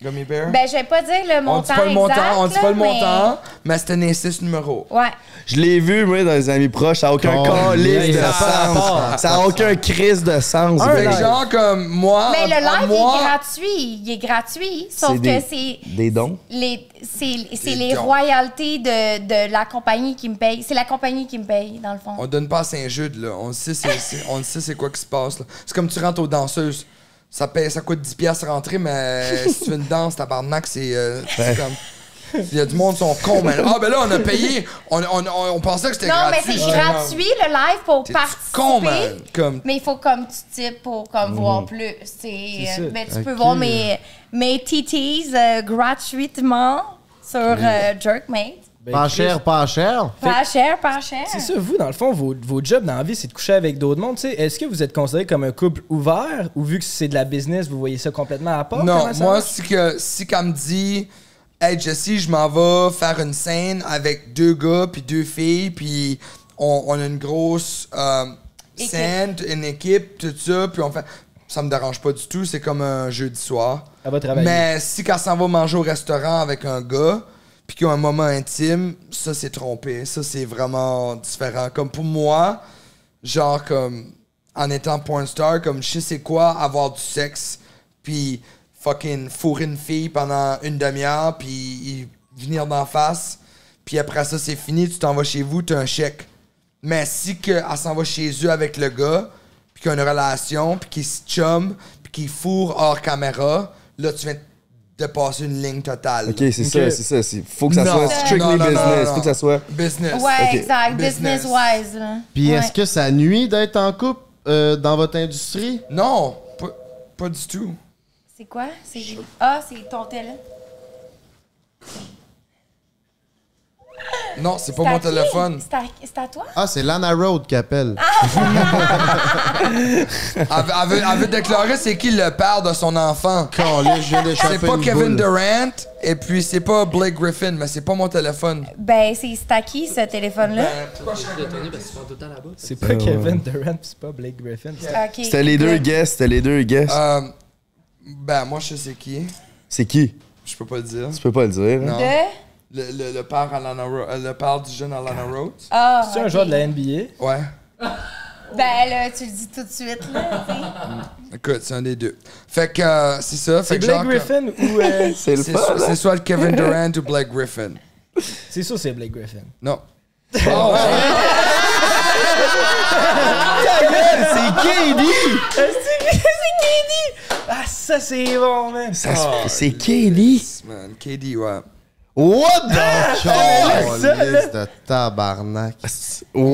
Speaker 2: Gummy Bear?
Speaker 3: Ben, je vais pas dire le
Speaker 2: on
Speaker 3: montant.
Speaker 2: dit pas le
Speaker 3: exact,
Speaker 2: montant, on dit pas
Speaker 3: là,
Speaker 2: le montant, mais c'était un 6 numéro.
Speaker 3: mais- Ouais.
Speaker 9: Je l'ai vu, moi, dans les amis proches. Ça n'a aucun
Speaker 4: Oh,
Speaker 2: Ah,
Speaker 9: calice de
Speaker 4: ça a pas
Speaker 9: sens.
Speaker 4: rapport.
Speaker 9: Ça n'a aucun crise de sens.
Speaker 2: Fait que
Speaker 9: vraiment.
Speaker 2: genre comme moi,
Speaker 3: Mais Ben, le
Speaker 2: à
Speaker 3: live,
Speaker 2: Ah, moi,
Speaker 3: il est gratuit. Il est gratuit. Sauf
Speaker 9: C'est des-
Speaker 3: que c'est.
Speaker 9: Des dons.
Speaker 3: Les, c'est c'est
Speaker 2: Les
Speaker 3: les
Speaker 2: dons.
Speaker 3: royalties de, de la compagnie qui me paye. C'est la compagnie qui me paye, dans le fond.
Speaker 2: on donne pas à Saint-Jude, là. On sait c'est, c'est- on sait c'est quoi qui se passe, là. C'est comme tu rentres aux danseuses. Ça, paye, ça coûte 10 piastres rentrer, mais si tu fais une danse, tabarnak, c'est, euh, c'est
Speaker 9: Ouais.
Speaker 2: comme... Il y a du monde qui sont cons, mais ah, ben là, on a payé. On, on- on- on pensait que c'était
Speaker 3: Non, mais
Speaker 2: gratuit.
Speaker 3: c'est
Speaker 2: Ouais.
Speaker 3: gratuit le live pour
Speaker 2: T'es-tu
Speaker 3: participer.
Speaker 2: con, man? Comme-
Speaker 3: Mais il faut comme tu types pour comme
Speaker 2: Mhm.
Speaker 3: voir plus. C'est,
Speaker 2: C'est
Speaker 3: euh,
Speaker 2: ça.
Speaker 3: ben, tu
Speaker 2: Ok.
Speaker 3: peux voir mes, mes TTs euh, gratuitement sur euh, Jerkmate.
Speaker 4: Pas cher, pas cher.
Speaker 3: Pas cher, pas cher.
Speaker 8: ben, C'est ça, vous, dans le fond, vos, vos jobs dans la vie, c'est de coucher avec d'autres mondes. tu sais. Est-ce que vous êtes considéré comme un couple ouvert ou vu que c'est de la business, vous voyez ça complètement à part?
Speaker 2: Non,
Speaker 8: Comment ça
Speaker 2: moi,
Speaker 8: marche?
Speaker 2: si, que, si qu'elle me dit, hey Jessie, je m'en vais faire une scène avec deux gars puis deux filles, puis on, on a une grosse euh,
Speaker 4: Équipe.
Speaker 2: scène, une équipe, tout ça, puis on fait. Ça me dérange pas du tout, c'est comme un jeudi soir.
Speaker 8: Elle va travailler.
Speaker 2: Mais si qu'elle s'en va manger au restaurant avec un gars, puis qu'ils ont un moment intime, ça c'est trompé. Ça c'est vraiment différent. Comme pour moi, genre comme en étant porn star, comme je sais c'est quoi avoir du sexe, puis fucking fourrer une fille pendant une demi-heure, puis y- venir d'en face, puis après ça c'est fini, tu t'en vas chez vous, t'as un chèque. Mais si que elle s'en va chez eux avec le gars, puis qu'il y a une relation, puis qu'il se chum, puis qu'il fourre hors caméra, là tu viens de passer une ligne totale.
Speaker 9: Ok, c'est ça, c'est ça. c'est- Faut que ça
Speaker 2: Non.
Speaker 9: soit strictly
Speaker 2: Non, non, non,
Speaker 9: business.
Speaker 2: non.
Speaker 9: Faut que ça soit.
Speaker 2: Business.
Speaker 3: Ouais,
Speaker 9: Ok.
Speaker 3: exact.
Speaker 2: Business.
Speaker 3: Business-wise. là.
Speaker 4: Puis
Speaker 3: Ouais.
Speaker 4: est-ce que ça nuit d'être en couple euh, dans votre industrie?
Speaker 2: Non, pas, pas du tout.
Speaker 3: C'est quoi? C'est... Ah, c'est ton téléphone.
Speaker 2: Non, c'est
Speaker 3: C'est
Speaker 2: pas
Speaker 3: à
Speaker 2: mon
Speaker 3: qui?
Speaker 2: téléphone.
Speaker 3: C'est à, c'est à toi?
Speaker 4: Ah, c'est Lana Road qui appelle.
Speaker 2: Ah. Elle, veut- elle veut, elle veut déclarer c'est qui le père de son enfant.
Speaker 4: Calais, je viens d'échapper
Speaker 2: C'est pas
Speaker 4: une
Speaker 2: Kevin
Speaker 4: boule.
Speaker 2: Durant et puis c'est pas Blake Griffin, mais c'est pas mon téléphone.
Speaker 3: Ben, c'est, c'est à qui ce téléphone-là?
Speaker 8: C'est pas
Speaker 9: Euh,
Speaker 8: Kevin
Speaker 9: ouais.
Speaker 8: Durant, c'est pas Blake Griffin.
Speaker 3: Ok.
Speaker 9: C'était les deux guests, c'était les deux guests.
Speaker 2: Euh, ben, moi, je sais c'est qui.
Speaker 9: C'est qui?
Speaker 2: Je peux pas le dire.
Speaker 9: Tu peux pas le dire. hein?
Speaker 2: Non.
Speaker 3: De?
Speaker 2: Le, le, le père à Lana Ro- euh, le père du jeune Alana Rhodes.
Speaker 3: Ah,
Speaker 8: C'est un joueur de la NBA.
Speaker 2: Ouais.
Speaker 3: Ben là, tu le dis tout de suite, là, tu sais.
Speaker 2: Écoute, c'est un des deux. Fait que euh, c'est ça.
Speaker 8: C'est
Speaker 2: fait que
Speaker 8: Blake
Speaker 2: genre,
Speaker 8: Griffin ou, euh, C'est le
Speaker 2: c'est
Speaker 8: fun,
Speaker 2: soit-
Speaker 8: hein?
Speaker 2: C'est soit le Kevin Durant ou Blake Griffin.
Speaker 8: C'est sûr, c'est Blake Griffin.
Speaker 2: Non.
Speaker 8: Ta gueule, c'est KD! C'est KD! Ah, ça, c'est bon, man!
Speaker 2: Ça se-
Speaker 8: Ah,
Speaker 9: C'est Kelly.
Speaker 2: Man, KD, ouais.
Speaker 4: What the
Speaker 2: Ah,
Speaker 4: fuck?
Speaker 2: ça, là.
Speaker 4: Calice de tabarnak.
Speaker 3: Mais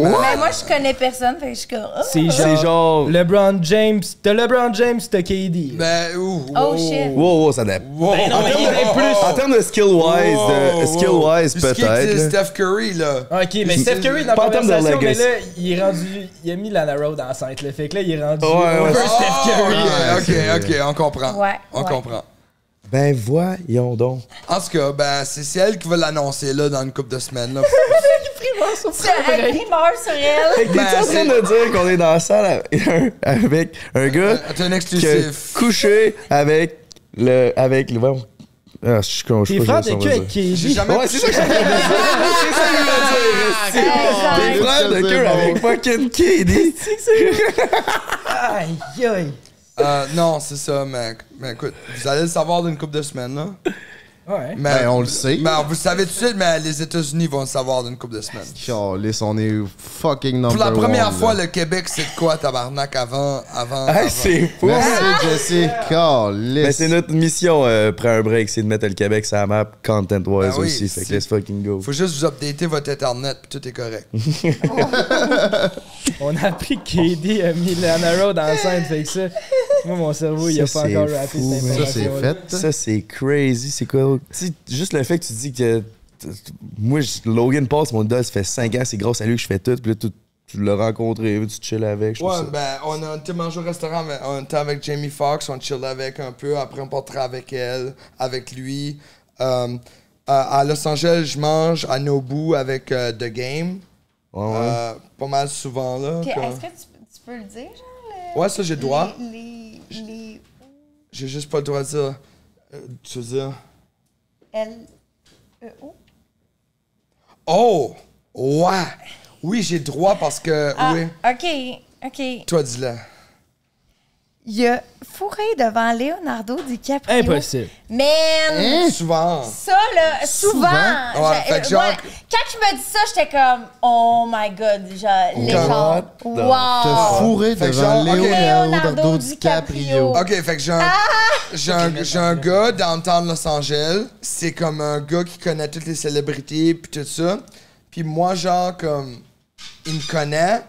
Speaker 3: Ben, moi, je connais personne, fait que je suis comme. oh.
Speaker 8: C'est genre, LeBron James. T'as LeBron James, t'as KD.
Speaker 2: Ben, ouh.
Speaker 3: Oh, shit.
Speaker 9: Wow, wow, ça dépend.
Speaker 2: Ben non,
Speaker 9: en,
Speaker 2: mais
Speaker 9: termes
Speaker 2: il est
Speaker 9: de,
Speaker 2: plus-
Speaker 9: en termes de skill-wise,
Speaker 2: Wow,
Speaker 8: euh,
Speaker 9: de- skill-wise
Speaker 2: wow. Puis ce qui
Speaker 9: peut-être.
Speaker 2: existe,
Speaker 9: là.
Speaker 2: Steph Curry, là.
Speaker 8: Ok, mais Steph Curry dans la
Speaker 9: Pas en termes de
Speaker 8: conversation, mais
Speaker 9: legacy.
Speaker 8: là, il est rendu. Il a mis Lana Road enceinte, le fait que là, il est rendu.
Speaker 9: Ouais, ouais.
Speaker 8: over
Speaker 9: Oh,
Speaker 8: Steph Curry.
Speaker 2: ouais, ok, ok, on comprend.
Speaker 3: Ouais,
Speaker 2: On
Speaker 3: ouais.
Speaker 2: comprend.
Speaker 9: Ben voyons donc.
Speaker 2: En tout cas, ben, c'est c'est elle qui va l'annoncer, là, dans une couple de semaines, là.
Speaker 3: C'est un primeur sur
Speaker 9: Fait que
Speaker 3: elle.
Speaker 8: Ben,
Speaker 9: t'es-tu en train de dire qu'on est dans la salle avec un, avec un gars
Speaker 8: Euh,
Speaker 2: T'es un
Speaker 9: qui a
Speaker 2: exclusif.
Speaker 9: couché avec le. avec le. voyons. Ah, je suis con, je sais
Speaker 8: Tes
Speaker 9: pas
Speaker 8: frères,
Speaker 9: si je
Speaker 8: t'es
Speaker 9: vais
Speaker 8: que
Speaker 9: dire.
Speaker 8: avec KD.
Speaker 9: J'ai jamais Ouais, c'est ça que j'étais en train de dire. C'est ça que je voulais dire,
Speaker 8: Ah,
Speaker 9: esti. Tes
Speaker 8: exact.
Speaker 9: frères de
Speaker 8: C'est
Speaker 9: cœur
Speaker 8: bon.
Speaker 9: avec fucking KD.
Speaker 8: Aïe, aïe.
Speaker 2: Euh, non, c'est ça, mais, mais écoute, vous allez le savoir d'une couple de semaines, là.
Speaker 8: Ouais.
Speaker 4: Ben, on le sait.
Speaker 2: Mais vous le savez tout de suite, mais les États-Unis vont le savoir d'une couple de semaines.
Speaker 4: Calice, on est fucking number
Speaker 2: Pour la première
Speaker 4: one,
Speaker 2: fois,
Speaker 4: là.
Speaker 2: le Québec, c'est de quoi, tabarnak, avant. avant, avant.
Speaker 9: Hey, Ah, c'est fou.
Speaker 4: Merci, Jesse.
Speaker 2: Ben,
Speaker 4: Calice.
Speaker 9: Mais Ben, c'est notre mission, euh, après un break, c'est de mettre le Québec sur la map, content-wise
Speaker 2: Ben oui,
Speaker 9: aussi. Fait que
Speaker 2: c'est-
Speaker 9: let's fucking go.
Speaker 2: Faut juste vous updater votre Internet, puis tout est correct.
Speaker 8: On a appris que KD a mis Lana Road enceinte, fait que ça. Moi, mon cerveau, il a
Speaker 9: Ça,
Speaker 8: pas
Speaker 9: c'est
Speaker 8: encore rappé
Speaker 9: fou,
Speaker 8: cette
Speaker 9: man.
Speaker 8: information.
Speaker 9: Ça, c'est crazy. C'est quoi? Tu sais, juste le fait que tu dis que. t- t- Moi, je- Logan Paul, c'est mon dos, ça fait 5 ans, c'est grâce à lui que je fais tout. Puis là, tu, tu l'as rencontré, tu chill avec. Je trouve
Speaker 2: Ouais,
Speaker 9: ça-
Speaker 2: ben, on a été manger au restaurant, mais on était avec Jamie Foxx, on chillait avec un peu, après on portera avec elle, avec lui. Euh, à, à Los Angeles, je mange à Nobu avec euh, The Game.
Speaker 9: Ouais, ouais.
Speaker 2: Euh, pas mal souvent, là.
Speaker 3: Ok,
Speaker 2: comme-
Speaker 3: Est-ce que tu, tu peux le dire, genre? le-
Speaker 2: Ouais, ça, j'ai le droit.
Speaker 3: Les. les, les-
Speaker 2: J'ai juste pas le droit de dire. euh, tu veux dire.
Speaker 3: L. E. O.
Speaker 2: Oh! Ouais! Oui, j'ai le droit parce que.
Speaker 3: Ah,
Speaker 2: Oui.
Speaker 3: ok, ok.
Speaker 2: Toi, dis-le.
Speaker 3: Il a fourré devant Leonardo DiCaprio.
Speaker 2: Impossible.
Speaker 3: Man! Hein?
Speaker 2: Souvent.
Speaker 3: Ça, là, souvent.
Speaker 2: Hein? Souvent? Ouais,
Speaker 3: j'ai-
Speaker 2: fait que genre-
Speaker 3: voilà. quand il me dit ça, j'étais comme, oh my god, genre, les gens.
Speaker 4: What
Speaker 3: Wow!
Speaker 4: the fuck? Te fourrer
Speaker 2: Ah. Fait que
Speaker 4: devant
Speaker 2: genre, ok.
Speaker 4: Leonardo DiCaprio.
Speaker 2: Ok, fait que j'ai un, j'ai un, j'ai un gars downtown Los Angeles. C'est comme un gars qui connaît toutes les célébrités puis tout ça. Puis moi, genre, comme, il me connaît.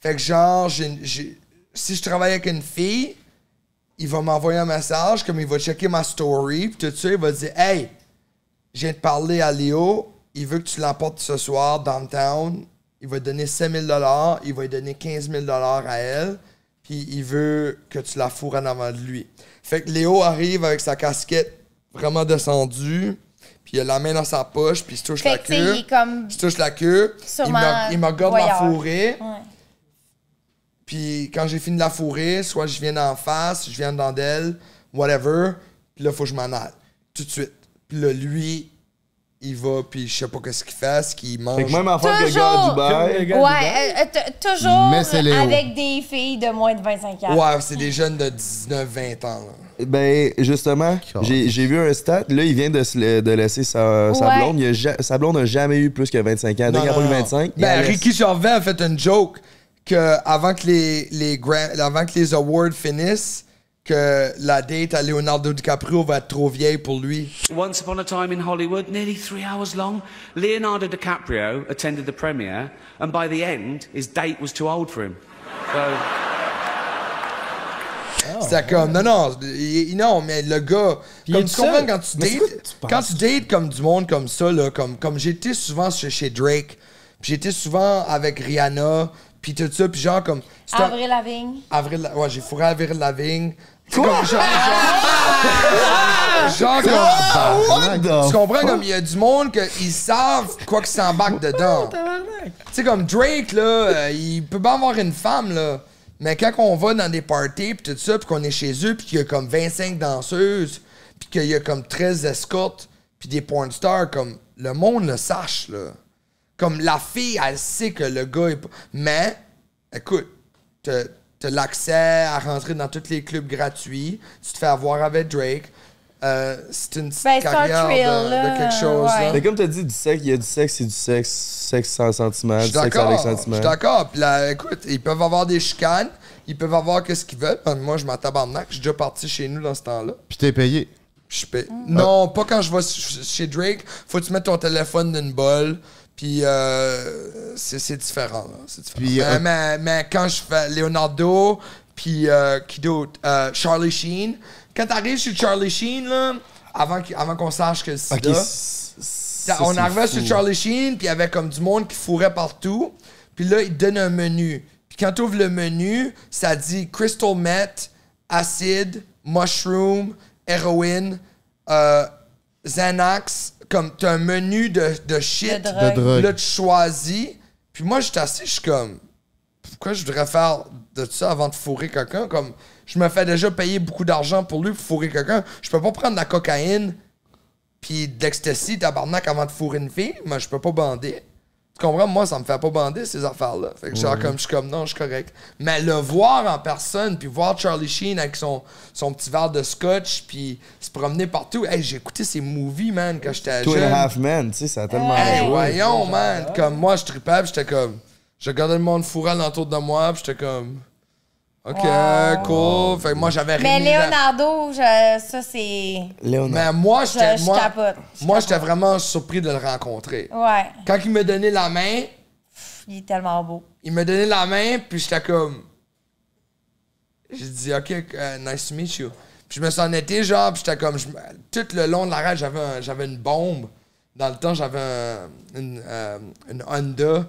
Speaker 2: Fait que genre, j'ai, une- j'ai- si je travaille avec une fille, il va m'envoyer un message, comme il va checker ma story puis tout ça. Il va dire, hey, je viens de parler à Léo. Il veut que tu l'emportes ce soir downtown. Il va te donner 5000 dollars. Il va lui donner 15 000 dollars à elle. Puis il veut que tu la fourres en avant de lui. Fait que Léo arrive avec sa casquette vraiment descendue. Puis il a la main dans sa poche. Puis il se touche
Speaker 3: Fait
Speaker 2: la
Speaker 3: que, tu sais, il
Speaker 2: queue.
Speaker 3: est comme.
Speaker 2: Il se touche la queue. Il
Speaker 3: Sûrement
Speaker 2: me, il me regarde la
Speaker 3: voyeur.
Speaker 2: fourrée.
Speaker 3: Ouais.
Speaker 2: Puis quand j'ai fini de la fourrer, soit je viens d'en face, je viens d'en d'elle, whatever. Puis là, faut que je m'en aille. Tout de suite. Puis là, lui, il va, puis je sais pas qu'est-ce qu'il fait, ce qu'il mange.
Speaker 9: Fait que même affaire que le gars à
Speaker 3: Toujours.
Speaker 9: Dubaï.
Speaker 3: Ouais, euh, euh, t-
Speaker 2: Mais c'est Léo.
Speaker 3: toujours avec des filles de moins de 25 ans.
Speaker 2: Ouais, c'est des jeunes de 19-20 ans. là.
Speaker 9: Ben, justement, j'ai j'ai vu un stat. Là, il vient de, se le- de laisser sa, sa
Speaker 2: Ouais.
Speaker 9: blonde. Il a ja- sa blonde n'a jamais eu plus que 25 ans. Dès
Speaker 2: Non,
Speaker 9: qu'il a
Speaker 2: non,
Speaker 9: pas eu
Speaker 2: non.
Speaker 9: 25, il la
Speaker 2: Ben,
Speaker 9: laisse.
Speaker 2: Ricky Gervais a fait une joke que avant que les, les, gra- avant que les awards finissent, que la date à Leonardo DiCaprio va être trop vieille pour lui.
Speaker 19: Once upon a time in Hollywood, nearly three hours long, Leonardo DiCaprio attended the premiere, and by the end, his date was too old for him. So,
Speaker 2: C'était comme, non, non, il- il- non, mais le gars,
Speaker 8: Oh, il
Speaker 2: comme
Speaker 8: est
Speaker 2: tu
Speaker 8: tout seul.
Speaker 2: comprends quand tu
Speaker 8: Mais c'est quoi que
Speaker 2: dates,
Speaker 8: tu penses?
Speaker 2: quand tu dates comme du monde comme ça, là, comme, comme j'étais souvent chez, chez Drake, puis j'étais souvent avec Rihanna, puis tout ça, puis genre comme. c'est un-
Speaker 3: Avril Lavigne.
Speaker 2: Avril La- ouais, j'ai fourré Avril Lavigne. C'est comme genre, genre, comme-
Speaker 4: Ah, what the
Speaker 2: tu comprends
Speaker 4: fuck?
Speaker 2: comme il y a du monde qu'ils savent quoi qu'ils s'embarquent dedans. Tu sais, comme Drake, là, euh, il peut pas avoir une femme, là. Mais quand on va dans des parties, puis tout ça, puis qu'on est chez eux, puis qu'il y a comme 25 danseuses, puis qu'il y a comme 13 escortes, puis des porn stars, comme le monde le sache, là. Comme la fille, elle sait que le gars est pas. Mais, écoute, t'as t'as l'accès à rentrer dans tous les clubs gratuits. Tu te fais avoir avec Drake. Euh, c'est une petite
Speaker 3: Ben, c'est un
Speaker 2: carrière
Speaker 3: thrill,
Speaker 2: de, de
Speaker 3: là,
Speaker 2: quelque chose. là.
Speaker 9: Mais comme t'as dit, du sexe, il y a du sexe, c'est du sexe. Sexe sans sentiment,
Speaker 2: Je
Speaker 9: du sexe
Speaker 2: suis
Speaker 9: avec
Speaker 2: d'accord. Je
Speaker 9: sentiment.
Speaker 2: suis d'accord. Puis là, écoute, ils peuvent avoir des chicanes, ils peuvent avoir que ce qu'ils veulent. Ben, Moi, je m'en tabarnak. Je suis déjà parti chez nous dans ce temps-là.
Speaker 4: Puis t'es payé.
Speaker 2: Je paye. Non, pas quand je vais ch- chez Drake. Faut que tu mettes ton téléphone d'une bolle. Puis euh, c'est c'est différent. là. C'est différent.
Speaker 4: Puis,
Speaker 2: mais,
Speaker 4: euh,
Speaker 2: mais- mais quand je fais Leonardo, puis euh, qui d'autre Euh, Charlie Sheen. Quand t'arrives chez Charlie Sheen, là, avant, qu'il- avant qu'on sache que le sida,
Speaker 9: Ok, c-
Speaker 2: ça, on
Speaker 9: c'est
Speaker 2: arrivait
Speaker 9: fou.
Speaker 2: sur Charlie Sheen, puis il y avait comme du monde qui fourrait partout. Puis là, il donne un menu. Puis quand tu ouvres le menu, ça dit crystal meth, acide, mushroom, héroïne, euh, Xanax. Comme t'as un menu de, de shit.
Speaker 4: De drogue. De drogue.
Speaker 2: Là, tu choisis. Puis moi, j'étais assis, je suis comme, pourquoi je voudrais faire de ça avant de fourrer quelqu'un? Comme, je me fais déjà payer beaucoup d'argent pour lui pour fourrer quelqu'un. Je peux pas prendre de la cocaïne puis de l'ecstasy, tabarnak, avant de fourrer une fille, mais je peux pas bander. Tu comprends? Moi, ça me fait pas bander, ces affaires-là. Fait que genre,
Speaker 4: Ouais.
Speaker 2: comme, je suis comme, non, je suis correct. Mais le voir en personne, puis voir Charlie Sheen avec son, son petit verre de scotch, puis se promener partout. Hey, j'ai écouté ces movies, man, quand j'étais
Speaker 9: Two
Speaker 2: jeune.
Speaker 9: and a half men, tu sais, ça a tellement.
Speaker 2: Hey,
Speaker 9: joué.
Speaker 2: voyons, man. Comme moi, je tripais, puis j'étais comme. Je regardais le monde fourré alentour de moi, puis j'étais comme. Ok,
Speaker 3: Wow.
Speaker 2: cool. Fait que moi, j'avais
Speaker 3: Mais
Speaker 2: Rémi Lan-
Speaker 3: Leonardo, je- ça, c'est.
Speaker 2: Mais moi,
Speaker 3: Je-
Speaker 2: j'étais.
Speaker 3: je
Speaker 2: Moi,
Speaker 3: capote,
Speaker 2: moi j'étais vraiment surpris de le rencontrer.
Speaker 3: Ouais,
Speaker 2: Quand il me donnait la main,
Speaker 3: il est tellement beau.
Speaker 2: il me donnait la main, puis j'étais comme. J'ai dit, OK, euh, nice to meet you. Puis je me suis en été, genre, puis j'étais comme. je me- tout le long de la ride, j'avais un- j'avais une bombe. Dans le temps, j'avais un- une, euh, une Honda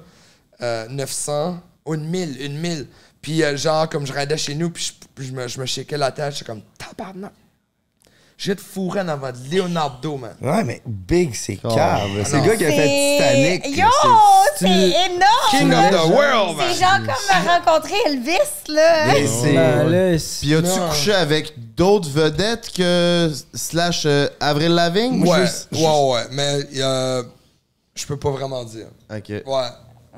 Speaker 2: euh, 900, ou une 1000, une 1000. Puis, euh, genre, comme je raidais chez nous, puis je, puis je me, je me shakeais la tête, j'étais comme, tabarnak. Je vais te fourrer dans votre Leonardo, man.
Speaker 9: Ouais, mais Big, c'est cave. C'est
Speaker 2: Ah non.
Speaker 9: le gars qui a fait Titanic.
Speaker 3: Yo, c'est
Speaker 9: c'est-
Speaker 3: énorme!
Speaker 9: King
Speaker 3: là.
Speaker 9: of the world,
Speaker 3: C'est
Speaker 9: man.
Speaker 3: genre comme rencontrer Elvis, là!
Speaker 8: Ah,
Speaker 4: Puis as-tu couché avec d'autres vedettes que slash euh, Avril Lavigne? ou
Speaker 2: Ouais,
Speaker 4: juste-
Speaker 2: ouais,
Speaker 4: juste-
Speaker 2: ouais, mais euh, je peux pas vraiment dire.
Speaker 4: Ok.
Speaker 2: Ouais.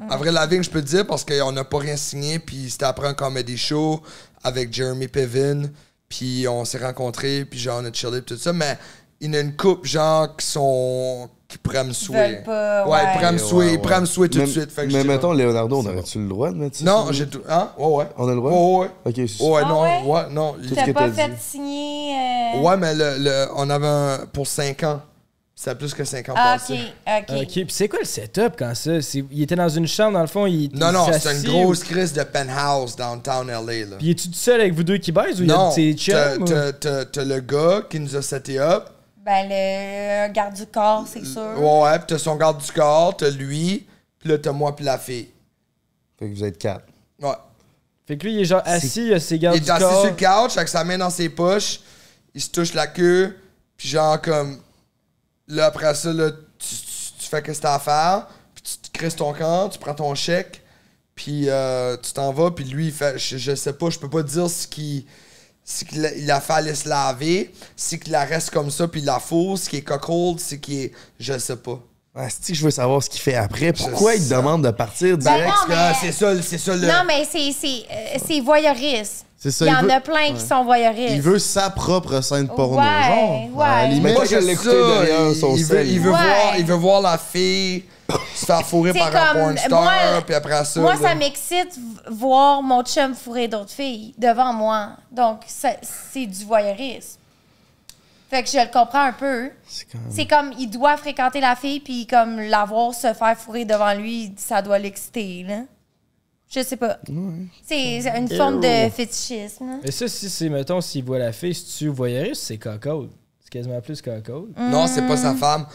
Speaker 2: Avril Lavigne, je peux te dire parce qu'on n'a pas rien signé, puis c'était après un comedy show avec Jeremy Piven, puis on s'est rencontrés, puis genre on a chillé, puis tout ça, mais il y en a une coupe, genre, qui sont. qui pourraient me
Speaker 3: Ils
Speaker 2: souer.
Speaker 3: veulent pas,
Speaker 2: ouais, ils
Speaker 3: ouais.
Speaker 2: pourraient me souer, ils pourraient me souer tout de
Speaker 9: Mais-
Speaker 2: suite. Fait que
Speaker 9: Mais
Speaker 2: je- oh,
Speaker 9: mettons, Leonardo, on aurait-tu le droit de mettre ça?
Speaker 2: Non,
Speaker 9: sur-
Speaker 2: j'ai Oh. tout. Hein? Ouais, ouais.
Speaker 9: On a le droit?
Speaker 2: Ouais,
Speaker 9: Ok, c'est
Speaker 2: Ouais,
Speaker 3: Ah
Speaker 2: non,
Speaker 3: ouais?
Speaker 2: ouais, non.
Speaker 9: Tout
Speaker 3: T'as pas fait signer. euh,
Speaker 2: Ouais, mais le, le- on avait un pour 5 ans. C'était plus que 5 ans
Speaker 3: Ah,
Speaker 2: passés.
Speaker 3: ok, ok.
Speaker 8: Ok, puis c'est quoi le setup quand ça? C'est- Il était dans une chambre, dans le fond, il
Speaker 2: Non, non,
Speaker 8: il
Speaker 2: c'est une
Speaker 8: s'assit
Speaker 2: grosse
Speaker 8: ou-
Speaker 2: crise de penthouse downtown LA. Là.
Speaker 8: Puis es-tu tout seul avec vous deux qui baisent ou il y a
Speaker 2: Non,
Speaker 8: des
Speaker 2: t'as-
Speaker 8: chums? ou-
Speaker 2: t'as- t'as t'as le gars qui nous a seté up.
Speaker 3: Ben, le garde du corps, c'est sûr.
Speaker 2: Ouais, ouais, pis t'as son garde du corps, t'as lui, pis là t'as moi pis la fille.
Speaker 9: Fait que vous êtes quatre.
Speaker 2: Ouais.
Speaker 8: Fait que lui, il est genre assis, il a ses gardes
Speaker 2: Il
Speaker 8: du
Speaker 2: est assis
Speaker 8: corps.
Speaker 2: sur le couch avec sa main dans ses poches, il se touche la queue, pis genre comme. Là après ça, là, tu, tu- tu fais que ce que t'as à faire, pis tu te crises ton camp, tu prends ton chèque, pis euh, tu t'en vas, pis lui, il fait. Je, je sais pas, je peux pas dire ce qu'il. c'est qu'il a- il a fait aller se laver, c'est qu'il la reste comme ça, puis il la fourre, ce qui est cocold, c'est qui est. Je sais pas.
Speaker 9: Ah, c'est-tu que je veux savoir ce qu'il fait après? Pourquoi il te demande de partir
Speaker 4: Bah,
Speaker 3: Ben
Speaker 9: direct?
Speaker 3: non, mais-
Speaker 2: Ah, c'est ça, c'est ça le.
Speaker 3: Non, mais c'est- c'est euh, c'est voyeuriste.
Speaker 4: C'est ça,
Speaker 3: Il y
Speaker 4: il
Speaker 3: en
Speaker 4: veut-
Speaker 3: a plein
Speaker 4: Ouais.
Speaker 3: qui sont voyeuristes.
Speaker 4: Il veut sa propre scène porno.
Speaker 3: Ouais,
Speaker 4: genre.
Speaker 3: ouais.
Speaker 4: À la limite,
Speaker 2: Moi, je l'ai écouté derrière son il veut,
Speaker 4: sel.
Speaker 2: il, veut
Speaker 3: Ouais.
Speaker 2: voir, il veut voir la fille se faire fourrer
Speaker 3: C'est
Speaker 2: par un
Speaker 3: comme,
Speaker 2: porn
Speaker 3: moi,
Speaker 2: star, puis après ça.
Speaker 3: moi,
Speaker 2: là.
Speaker 3: ça m'excite v- voir mon chum fourrer d'autres filles devant moi. Donc, ça- c'est du voyeurisme. Fait que je le comprends un peu. C'est comme, il doit fréquenter la fille, puis comme la voir se faire fourrer devant lui, ça doit l'exciter, là. Je sais pas. C'est c'est une forme de
Speaker 8: Ew.
Speaker 3: fétichisme.
Speaker 8: Mais ça, si c'est, mettons, s'il voit la fille, si tu voyeuriste, c'est cocode. C'est quasiment plus cocode.
Speaker 2: Non, c'est pas sa
Speaker 3: Mm.
Speaker 2: femme.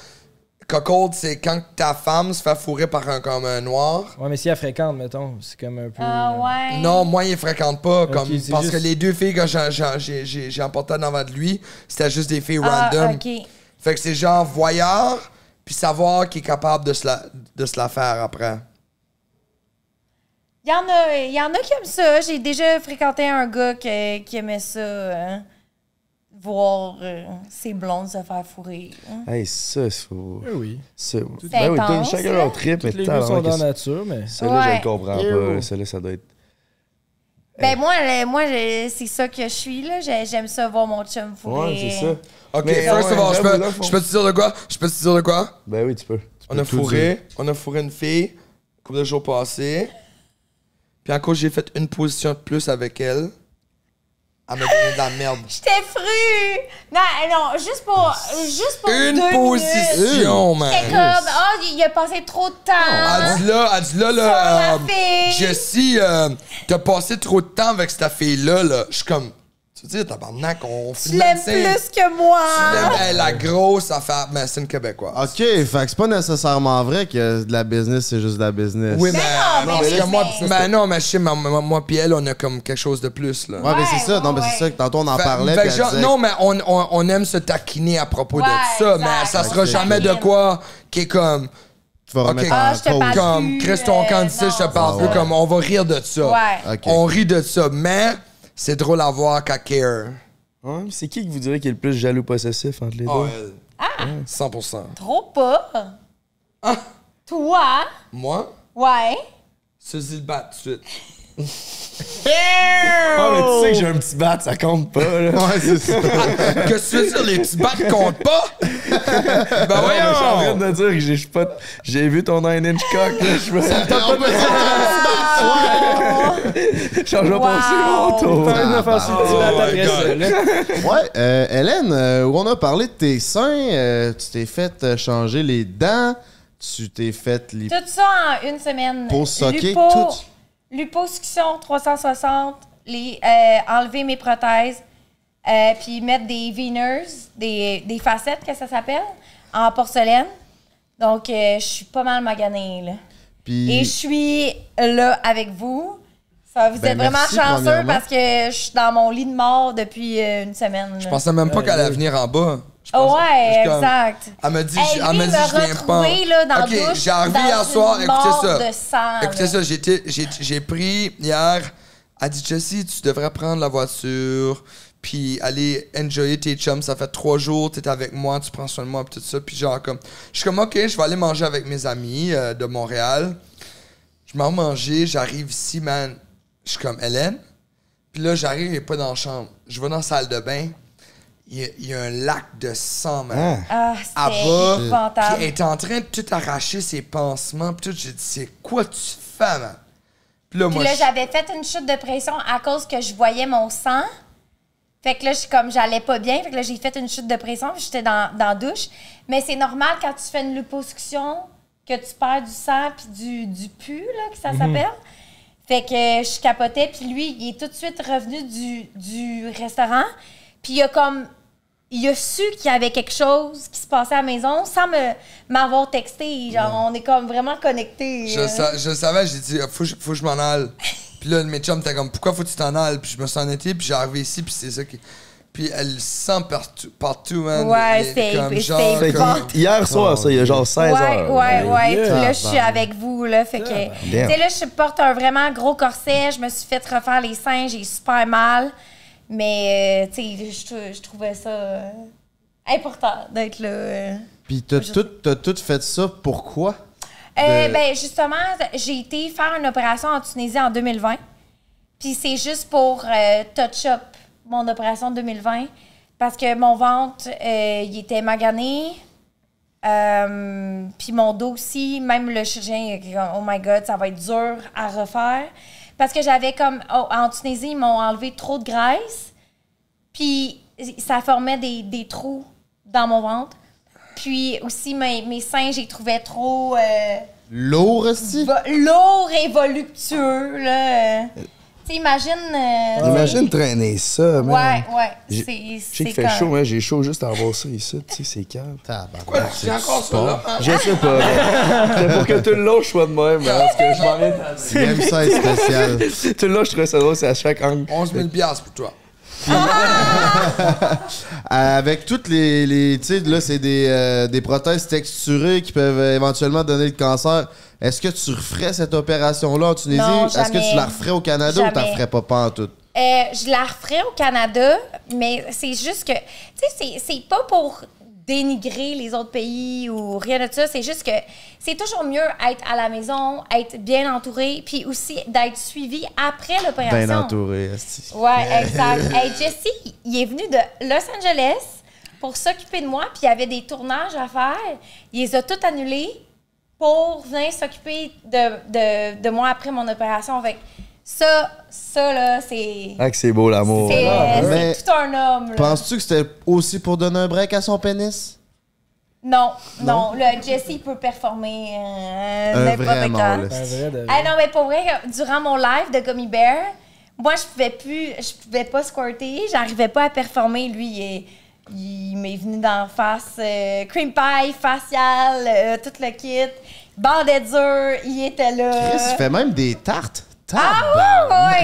Speaker 2: Cocold, c'est quand ta femme se fait fourrer par un, comme un noir.
Speaker 8: Ouais, mais si elle fréquente, mettons, c'est comme un peu. euh,
Speaker 3: Ah ouais.
Speaker 2: Non, moi, il fréquente pas.
Speaker 8: Ok,
Speaker 2: Comme,
Speaker 8: c'est
Speaker 2: parce
Speaker 8: juste-
Speaker 2: que les deux filles que j'ai- j'ai- j'ai j'ai- j'ai emportées en avant de lui, c'était juste des filles
Speaker 3: Ah,
Speaker 2: random.
Speaker 3: ok.
Speaker 2: Fait que c'est genre voyeur, puis savoir qu'il est capable de se la, de se la faire après.
Speaker 3: Il y, en a, il y en a qui aiment ça. J'ai déjà fréquenté un gars que- qui aimait ça. hein. Voir euh, ses blondes se faire fourrer. hein.
Speaker 9: Hey, ça, c'est faux.
Speaker 8: Eh oui.
Speaker 9: Ça-
Speaker 3: C'est
Speaker 9: Ben oui, t'as une
Speaker 3: intense,
Speaker 9: chacun
Speaker 3: là.
Speaker 9: leur trip, mais
Speaker 8: Tous les
Speaker 9: t'as
Speaker 8: goûts sont
Speaker 9: vraiment
Speaker 8: dans
Speaker 9: que-
Speaker 8: la nature, mais-
Speaker 9: Celui-là, je
Speaker 3: Ouais.
Speaker 9: le comprends
Speaker 8: Ew.
Speaker 9: pas. Celui-là, ça doit être.
Speaker 3: Ben moi, le- moi je- c'est ça que je suis, là. J'ai- J'aime ça voir mon chum fourré.
Speaker 2: Ok,
Speaker 9: Mais
Speaker 2: first
Speaker 9: ouais,
Speaker 2: of all, je
Speaker 9: j'avoue, là,
Speaker 2: peux,
Speaker 9: faut-
Speaker 2: je peux te dire de quoi? Je peux te dire de quoi?
Speaker 9: Ben oui, tu peux. Tu
Speaker 2: On
Speaker 9: peux
Speaker 2: a
Speaker 9: tout dire.
Speaker 2: fourré, on a fourré une fille, couple de jours passés. Puis à cause, j'ai fait une position de plus avec elle. Elle m'a donné de la merde.
Speaker 3: J'étais fru! Non, non, juste pour. Juste pour
Speaker 2: Une
Speaker 3: deux
Speaker 2: position,
Speaker 3: minutes.
Speaker 2: man.
Speaker 3: J'étais comme, oh, il a passé trop de temps.
Speaker 2: Elle dit là, elle dit là, là, euh,
Speaker 3: Sur la fille.
Speaker 2: Jessie, euh, t'as passé trop de temps avec cette fille-là, là. Je suis comme, tu dis, tabarnak, on
Speaker 3: Tu l'aimes plus hein? que moi.
Speaker 2: Elle, la grosse affaire, mais c'est une Québécoise.
Speaker 9: Ah,
Speaker 4: OK, fait que c'est pas nécessairement vrai que de la business, c'est juste de la business.
Speaker 2: Oui, mais,
Speaker 4: non, mais
Speaker 2: parce que
Speaker 4: là,
Speaker 2: moi,
Speaker 4: c'est-
Speaker 2: mais non, mais je sais, mais moi, moi puis elle, on a comme quelque chose de plus, là.
Speaker 4: Ouais, mais c'est ça, non, mais c'est ça que tantôt on en
Speaker 2: Fait-
Speaker 4: parlait.
Speaker 2: fait
Speaker 4: puis
Speaker 2: que
Speaker 4: elle
Speaker 2: genre,
Speaker 4: disait-
Speaker 2: non, mais on, on- on aime se taquiner à propos
Speaker 4: Ouais,
Speaker 2: de ça, mais ça sera
Speaker 4: Fait que
Speaker 2: jamais
Speaker 4: c'est-
Speaker 2: de quoi qui est comme.
Speaker 4: Tu vas remettre
Speaker 3: Ah, en je te cause. parle
Speaker 2: Comme
Speaker 3: plus,
Speaker 2: Chris, ton
Speaker 3: euh,
Speaker 2: candidat, je te parle
Speaker 4: Ouais,
Speaker 2: plus,
Speaker 4: ouais.
Speaker 2: comme on va rire de ça.
Speaker 3: Ouais.
Speaker 9: Ok.
Speaker 2: On rit de ça, mais c'est drôle à voir qu'à care.
Speaker 9: Ouais, c'est qui que vous direz qui est le plus jaloux possessif entre les
Speaker 2: Oh,
Speaker 9: deux?
Speaker 2: elle.
Speaker 3: Ah.
Speaker 2: 100%.
Speaker 3: Trop pas.
Speaker 2: Ah.
Speaker 3: Toi?
Speaker 2: Moi,
Speaker 3: Ouais.
Speaker 2: Suzy le bat tout de suite.
Speaker 9: Ah, mais tu sais que j'ai un petit bat, ça compte pas, là.
Speaker 4: Ouais, c'est ça.
Speaker 2: Qu'est-ce que tu veux dire, les petits battes comptent pas? ben
Speaker 9: ouais, je suis en train
Speaker 2: voyons!
Speaker 9: de dire que j'ai- je suis pas. J'ai vu ton 9 inch cock, là. Je me sens pas de.
Speaker 2: Ah.
Speaker 3: Ah.
Speaker 9: Change pas
Speaker 4: Wow.
Speaker 9: mon tour.
Speaker 4: Faire une
Speaker 2: bah,
Speaker 4: offensive
Speaker 8: Oh
Speaker 2: oh
Speaker 9: Ah,
Speaker 4: du bat
Speaker 9: my
Speaker 4: après
Speaker 9: God.
Speaker 4: Ouais, euh, Hélène, euh, où on a parlé de tes seins, euh, tu t'es fait euh, changer les dents, tu t'es fait les...
Speaker 3: Tout ça en une semaine.
Speaker 4: Pour socker
Speaker 3: Lupo,
Speaker 4: tout.
Speaker 3: Liposuction 360, les, euh, enlever mes prothèses, euh, puis mettre des veners, des, des facettes que ça s'appelle, en porcelaine. Donc, euh, je suis pas mal maganée, là.
Speaker 4: Puis-
Speaker 3: Et je suis là avec vous. Ça, vous
Speaker 4: Ben,
Speaker 3: êtes vraiment
Speaker 4: merci,
Speaker 3: chanceux
Speaker 4: premièrement.
Speaker 3: parce que je suis dans mon lit de mort depuis euh, une semaine.
Speaker 2: Je pensais même pas qu'elle allait venir en bas. Je
Speaker 3: Oh
Speaker 2: pensais-
Speaker 3: ouais,
Speaker 2: je suis comme-
Speaker 3: exact.
Speaker 2: Elle m'a dit,
Speaker 3: Hey,
Speaker 2: je- elle m'a
Speaker 3: lui,
Speaker 2: dit,
Speaker 3: il
Speaker 2: je
Speaker 3: m'a
Speaker 2: viens pas.
Speaker 3: retrouvé, là, dans la
Speaker 2: ok,
Speaker 3: douche,
Speaker 2: j'ai arrivé
Speaker 3: dans
Speaker 2: hier
Speaker 3: une
Speaker 2: soir, écoutez
Speaker 3: mort
Speaker 2: ça.
Speaker 3: de sang,
Speaker 2: écoutez
Speaker 3: là.
Speaker 2: ça, j'ai été- j'ai- j'ai pris hier. Elle dit, Jessie, tu devrais prendre la voiture, puis aller enjoyer tes chums. Ça fait trois jours, t'es avec moi, tu prends soin de moi, puis tout ça. Puis genre, comme, je suis comme, ok, je vais aller manger avec mes amis euh, de Montréal. Je m'en vais manger, j'arrive ici, man. Je suis comme Hélène. Puis là, j'arrive, il est pas dans la chambre. Je vais dans la salle de bain. Il y a, il y a un lac de sang, man.
Speaker 3: Ah, tá.
Speaker 2: Elle
Speaker 3: c'était
Speaker 2: va,
Speaker 3: épouvantable.
Speaker 2: bah. Puis elle est en train de tout arracher ses pansements. Puis tout, j'ai dit, c'est quoi tu fais, man? Puis là,
Speaker 3: Puis
Speaker 2: moi,
Speaker 3: là,
Speaker 2: je-
Speaker 3: j'avais fait une chute de pression à cause que je voyais mon sang. Fait que là, je suis comme, j'allais pas bien. Fait que là, j'ai fait une chute de pression, puis j'étais dans, dans la douche. Mais c'est normal quand tu fais une liposuction que tu perds du sang puis du, du pu, là, que ça
Speaker 10: Mhm.
Speaker 3: s'appelle. Fait que je capotais, puis lui, il est tout de suite revenu du, du restaurant. Puis il a comme. Il a su qu'il y avait quelque chose qui se passait à la maison sans me- m'avoir texté. Genre, on est comme vraiment connectés.
Speaker 2: je,
Speaker 3: euh.
Speaker 2: sa- je savais, j'ai dit, faut, que je- faut que je m'en aille. Puis là, mes chums étaient comme, pourquoi faut que tu t'en ailles? Puis je me suis en été, puis j'ai arrivé ici, puis c'est ça qui. Puis elle sent partout, partout man.
Speaker 3: Ouais,
Speaker 2: Il-
Speaker 3: c'est-
Speaker 2: comme
Speaker 3: c'est
Speaker 2: genre,
Speaker 9: Fait que
Speaker 2: comme-
Speaker 9: Hier soir, ça, il y a genre 16
Speaker 3: ouais,
Speaker 9: heures. Ben,
Speaker 3: Ouais, ouais. Puis là, je suis
Speaker 9: Tabarnak.
Speaker 3: avec vous, là. Fait que. Tu
Speaker 9: ben, Damn.
Speaker 3: sais, là, je porte un vraiment gros corset. Je me suis fait refaire les seins. J'ai super mal. Mais, euh, tu sais, je- je trouvais ça euh, important d'être là. euh.
Speaker 4: Puis t'as tout, t'as tout fait ça, pourquoi?
Speaker 3: Euh,
Speaker 4: De-
Speaker 3: ben justement, j'ai été faire une opération en Tunisie en 2020. Puis c'est juste pour euh, touch-up mon opération de 2020 parce que mon ventre, euh, il était magané. Euh, puis mon dos aussi, même le chirurgien, il a dit « oh my god, ça va être dur à refaire. Parce que j'avais comme, oh, en Tunisie, ils m'ont enlevé trop de graisse. Puis ça formait des, des trous dans mon ventre. Puis aussi, mes, mes seins, j'ai trouvé trop... euh,
Speaker 4: Lourd, aussi?
Speaker 3: Va- Lourd et voluptueux, là. Tu sais, imagine. euh,
Speaker 9: Ah, Imagine traîner ça, man.
Speaker 3: Ouais, ouais,
Speaker 9: J'ai-
Speaker 3: c'est-
Speaker 9: Je
Speaker 3: c'est
Speaker 9: sais qu'il fait
Speaker 3: comme-
Speaker 9: chaud, hein. J'ai chaud juste à embrasser ici, tu sais, c'est calme.
Speaker 2: Pourquoi tu fais encore ça, là? hein?
Speaker 9: Je sais pas. mais C'était pour que tout le long, je sois de même. Parce que je m'en vais.
Speaker 4: Il aime ça, être spécial.
Speaker 9: Tout le long, je trouvais ça drôle, c'est à chaque angle.
Speaker 2: 11 000 piastres pour toi.
Speaker 4: Avec toutes les. les tu sais, là, c'est des, euh, des prothèses texturées qui peuvent euh, éventuellement donner le cancer. Est-ce que tu referais cette opération-là en Tunisie?
Speaker 3: Non,
Speaker 4: Est-ce que
Speaker 3: jamais.
Speaker 4: tu la referais au Canada ou tu
Speaker 3: Jamais.
Speaker 4: la referais pas, pas en tout?
Speaker 9: hein.
Speaker 3: Euh, je la referais au Canada, mais c'est juste que, tu sais, c'est- c'est pas pour dénigrer les autres pays ou rien de ça. C'est juste que c'est toujours mieux être à la maison, être bien entouré, puis aussi d'être suivi après l'opération.
Speaker 9: Bien Ben entouré, esti.
Speaker 3: Ouais, exact. hey, Jesse, il est venu de Los Angeles pour s'occuper de moi, puis il y avait des tournages à faire. Il les a tous annulés pour venir s'occuper de, de, de moi après mon opération. Fait que ça, ça, là, c'est.
Speaker 9: Ah, que c'est beau l'amour. Ah.
Speaker 3: C'est
Speaker 4: Ouais. Mais
Speaker 3: c'est tout un homme. là.
Speaker 4: Penses-tu que c'était aussi pour donner un break à son pénis?
Speaker 3: Non, non,
Speaker 4: Non?
Speaker 3: là, Jesse il peut performer euh,
Speaker 4: Un
Speaker 3: n'importe
Speaker 4: vrai
Speaker 3: quand.
Speaker 4: mâle, Un vrai de vrai.
Speaker 3: Ah non, mais pour vrai, durant mon live de Gummy Bear, moi, je pouvais plus, je pouvais pas squirter, j'arrivais pas à performer. Lui, il, est- il m'est venu d'en face, euh, cream pie, facial, euh, tout le kit, bandet dur, il était là.
Speaker 4: Chris, il fait même des tartes.
Speaker 3: Ah ouais,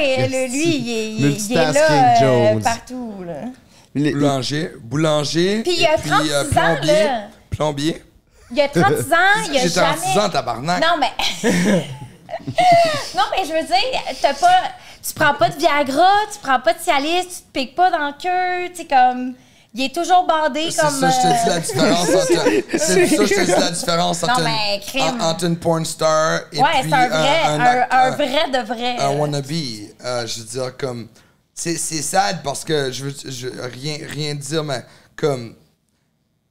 Speaker 3: ouais,
Speaker 4: Tabarnak,
Speaker 3: le- lui, il est, il est- il est là
Speaker 4: Multitasking
Speaker 3: euh,
Speaker 4: Jones.
Speaker 3: partout. Là.
Speaker 2: Boulanger, boulanger,
Speaker 3: Puis il y a
Speaker 2: et puis,
Speaker 3: 36
Speaker 2: euh,
Speaker 3: ans,
Speaker 2: plombier,
Speaker 3: là.
Speaker 2: plombier.
Speaker 3: Il y a 36 ans, il y a
Speaker 2: J'ai 36
Speaker 3: jamais...
Speaker 2: ans, tabarnak.
Speaker 3: Non, mais... non, mais je veux dire, t'as pas... Tu prends pas de Viagra, tu prends pas de Cialis, tu te piques pas dans le cœur, tu sais, comme... Il est toujours bandé
Speaker 2: C'est
Speaker 3: comme... euh,
Speaker 2: ça, je te dis la différence entre. C'est ça, je te dis la différence
Speaker 3: Non,
Speaker 2: entre,
Speaker 3: mais
Speaker 2: une,
Speaker 3: crime.
Speaker 2: en- entre une porn star et puis
Speaker 3: euh, ouais,
Speaker 2: euh,
Speaker 3: c'est un vrai,
Speaker 2: un,
Speaker 3: un,
Speaker 2: un acteur.
Speaker 3: un vrai de vrai.
Speaker 2: un wannabe. Euh, je veux dire, comme. C'est, c'est sad parce que je veux, je veux rien, rien dire, mais comme.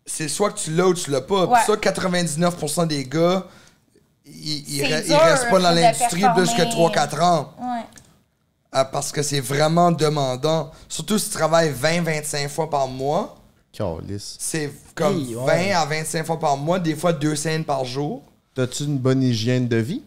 Speaker 2: C'est soit que tu l'as ou tu l'as pas. Puis
Speaker 3: Ouais.
Speaker 2: ça, 99% des gars, ils, ils,
Speaker 3: C'est
Speaker 2: re- ils
Speaker 3: dur
Speaker 2: restent pas dans
Speaker 3: de
Speaker 2: l'industrie plus que
Speaker 3: performer.
Speaker 2: 3-4 ans.
Speaker 3: Ouais.
Speaker 2: Euh, parce que c'est vraiment demandant. Surtout si tu travailles 20-25 fois par mois.
Speaker 4: Calice.
Speaker 2: C'est comme
Speaker 4: Hey,
Speaker 2: 20
Speaker 4: ouais.
Speaker 2: à 25 fois par mois, des fois deux scènes par jour.
Speaker 4: T'as-tu une bonne hygiène de vie?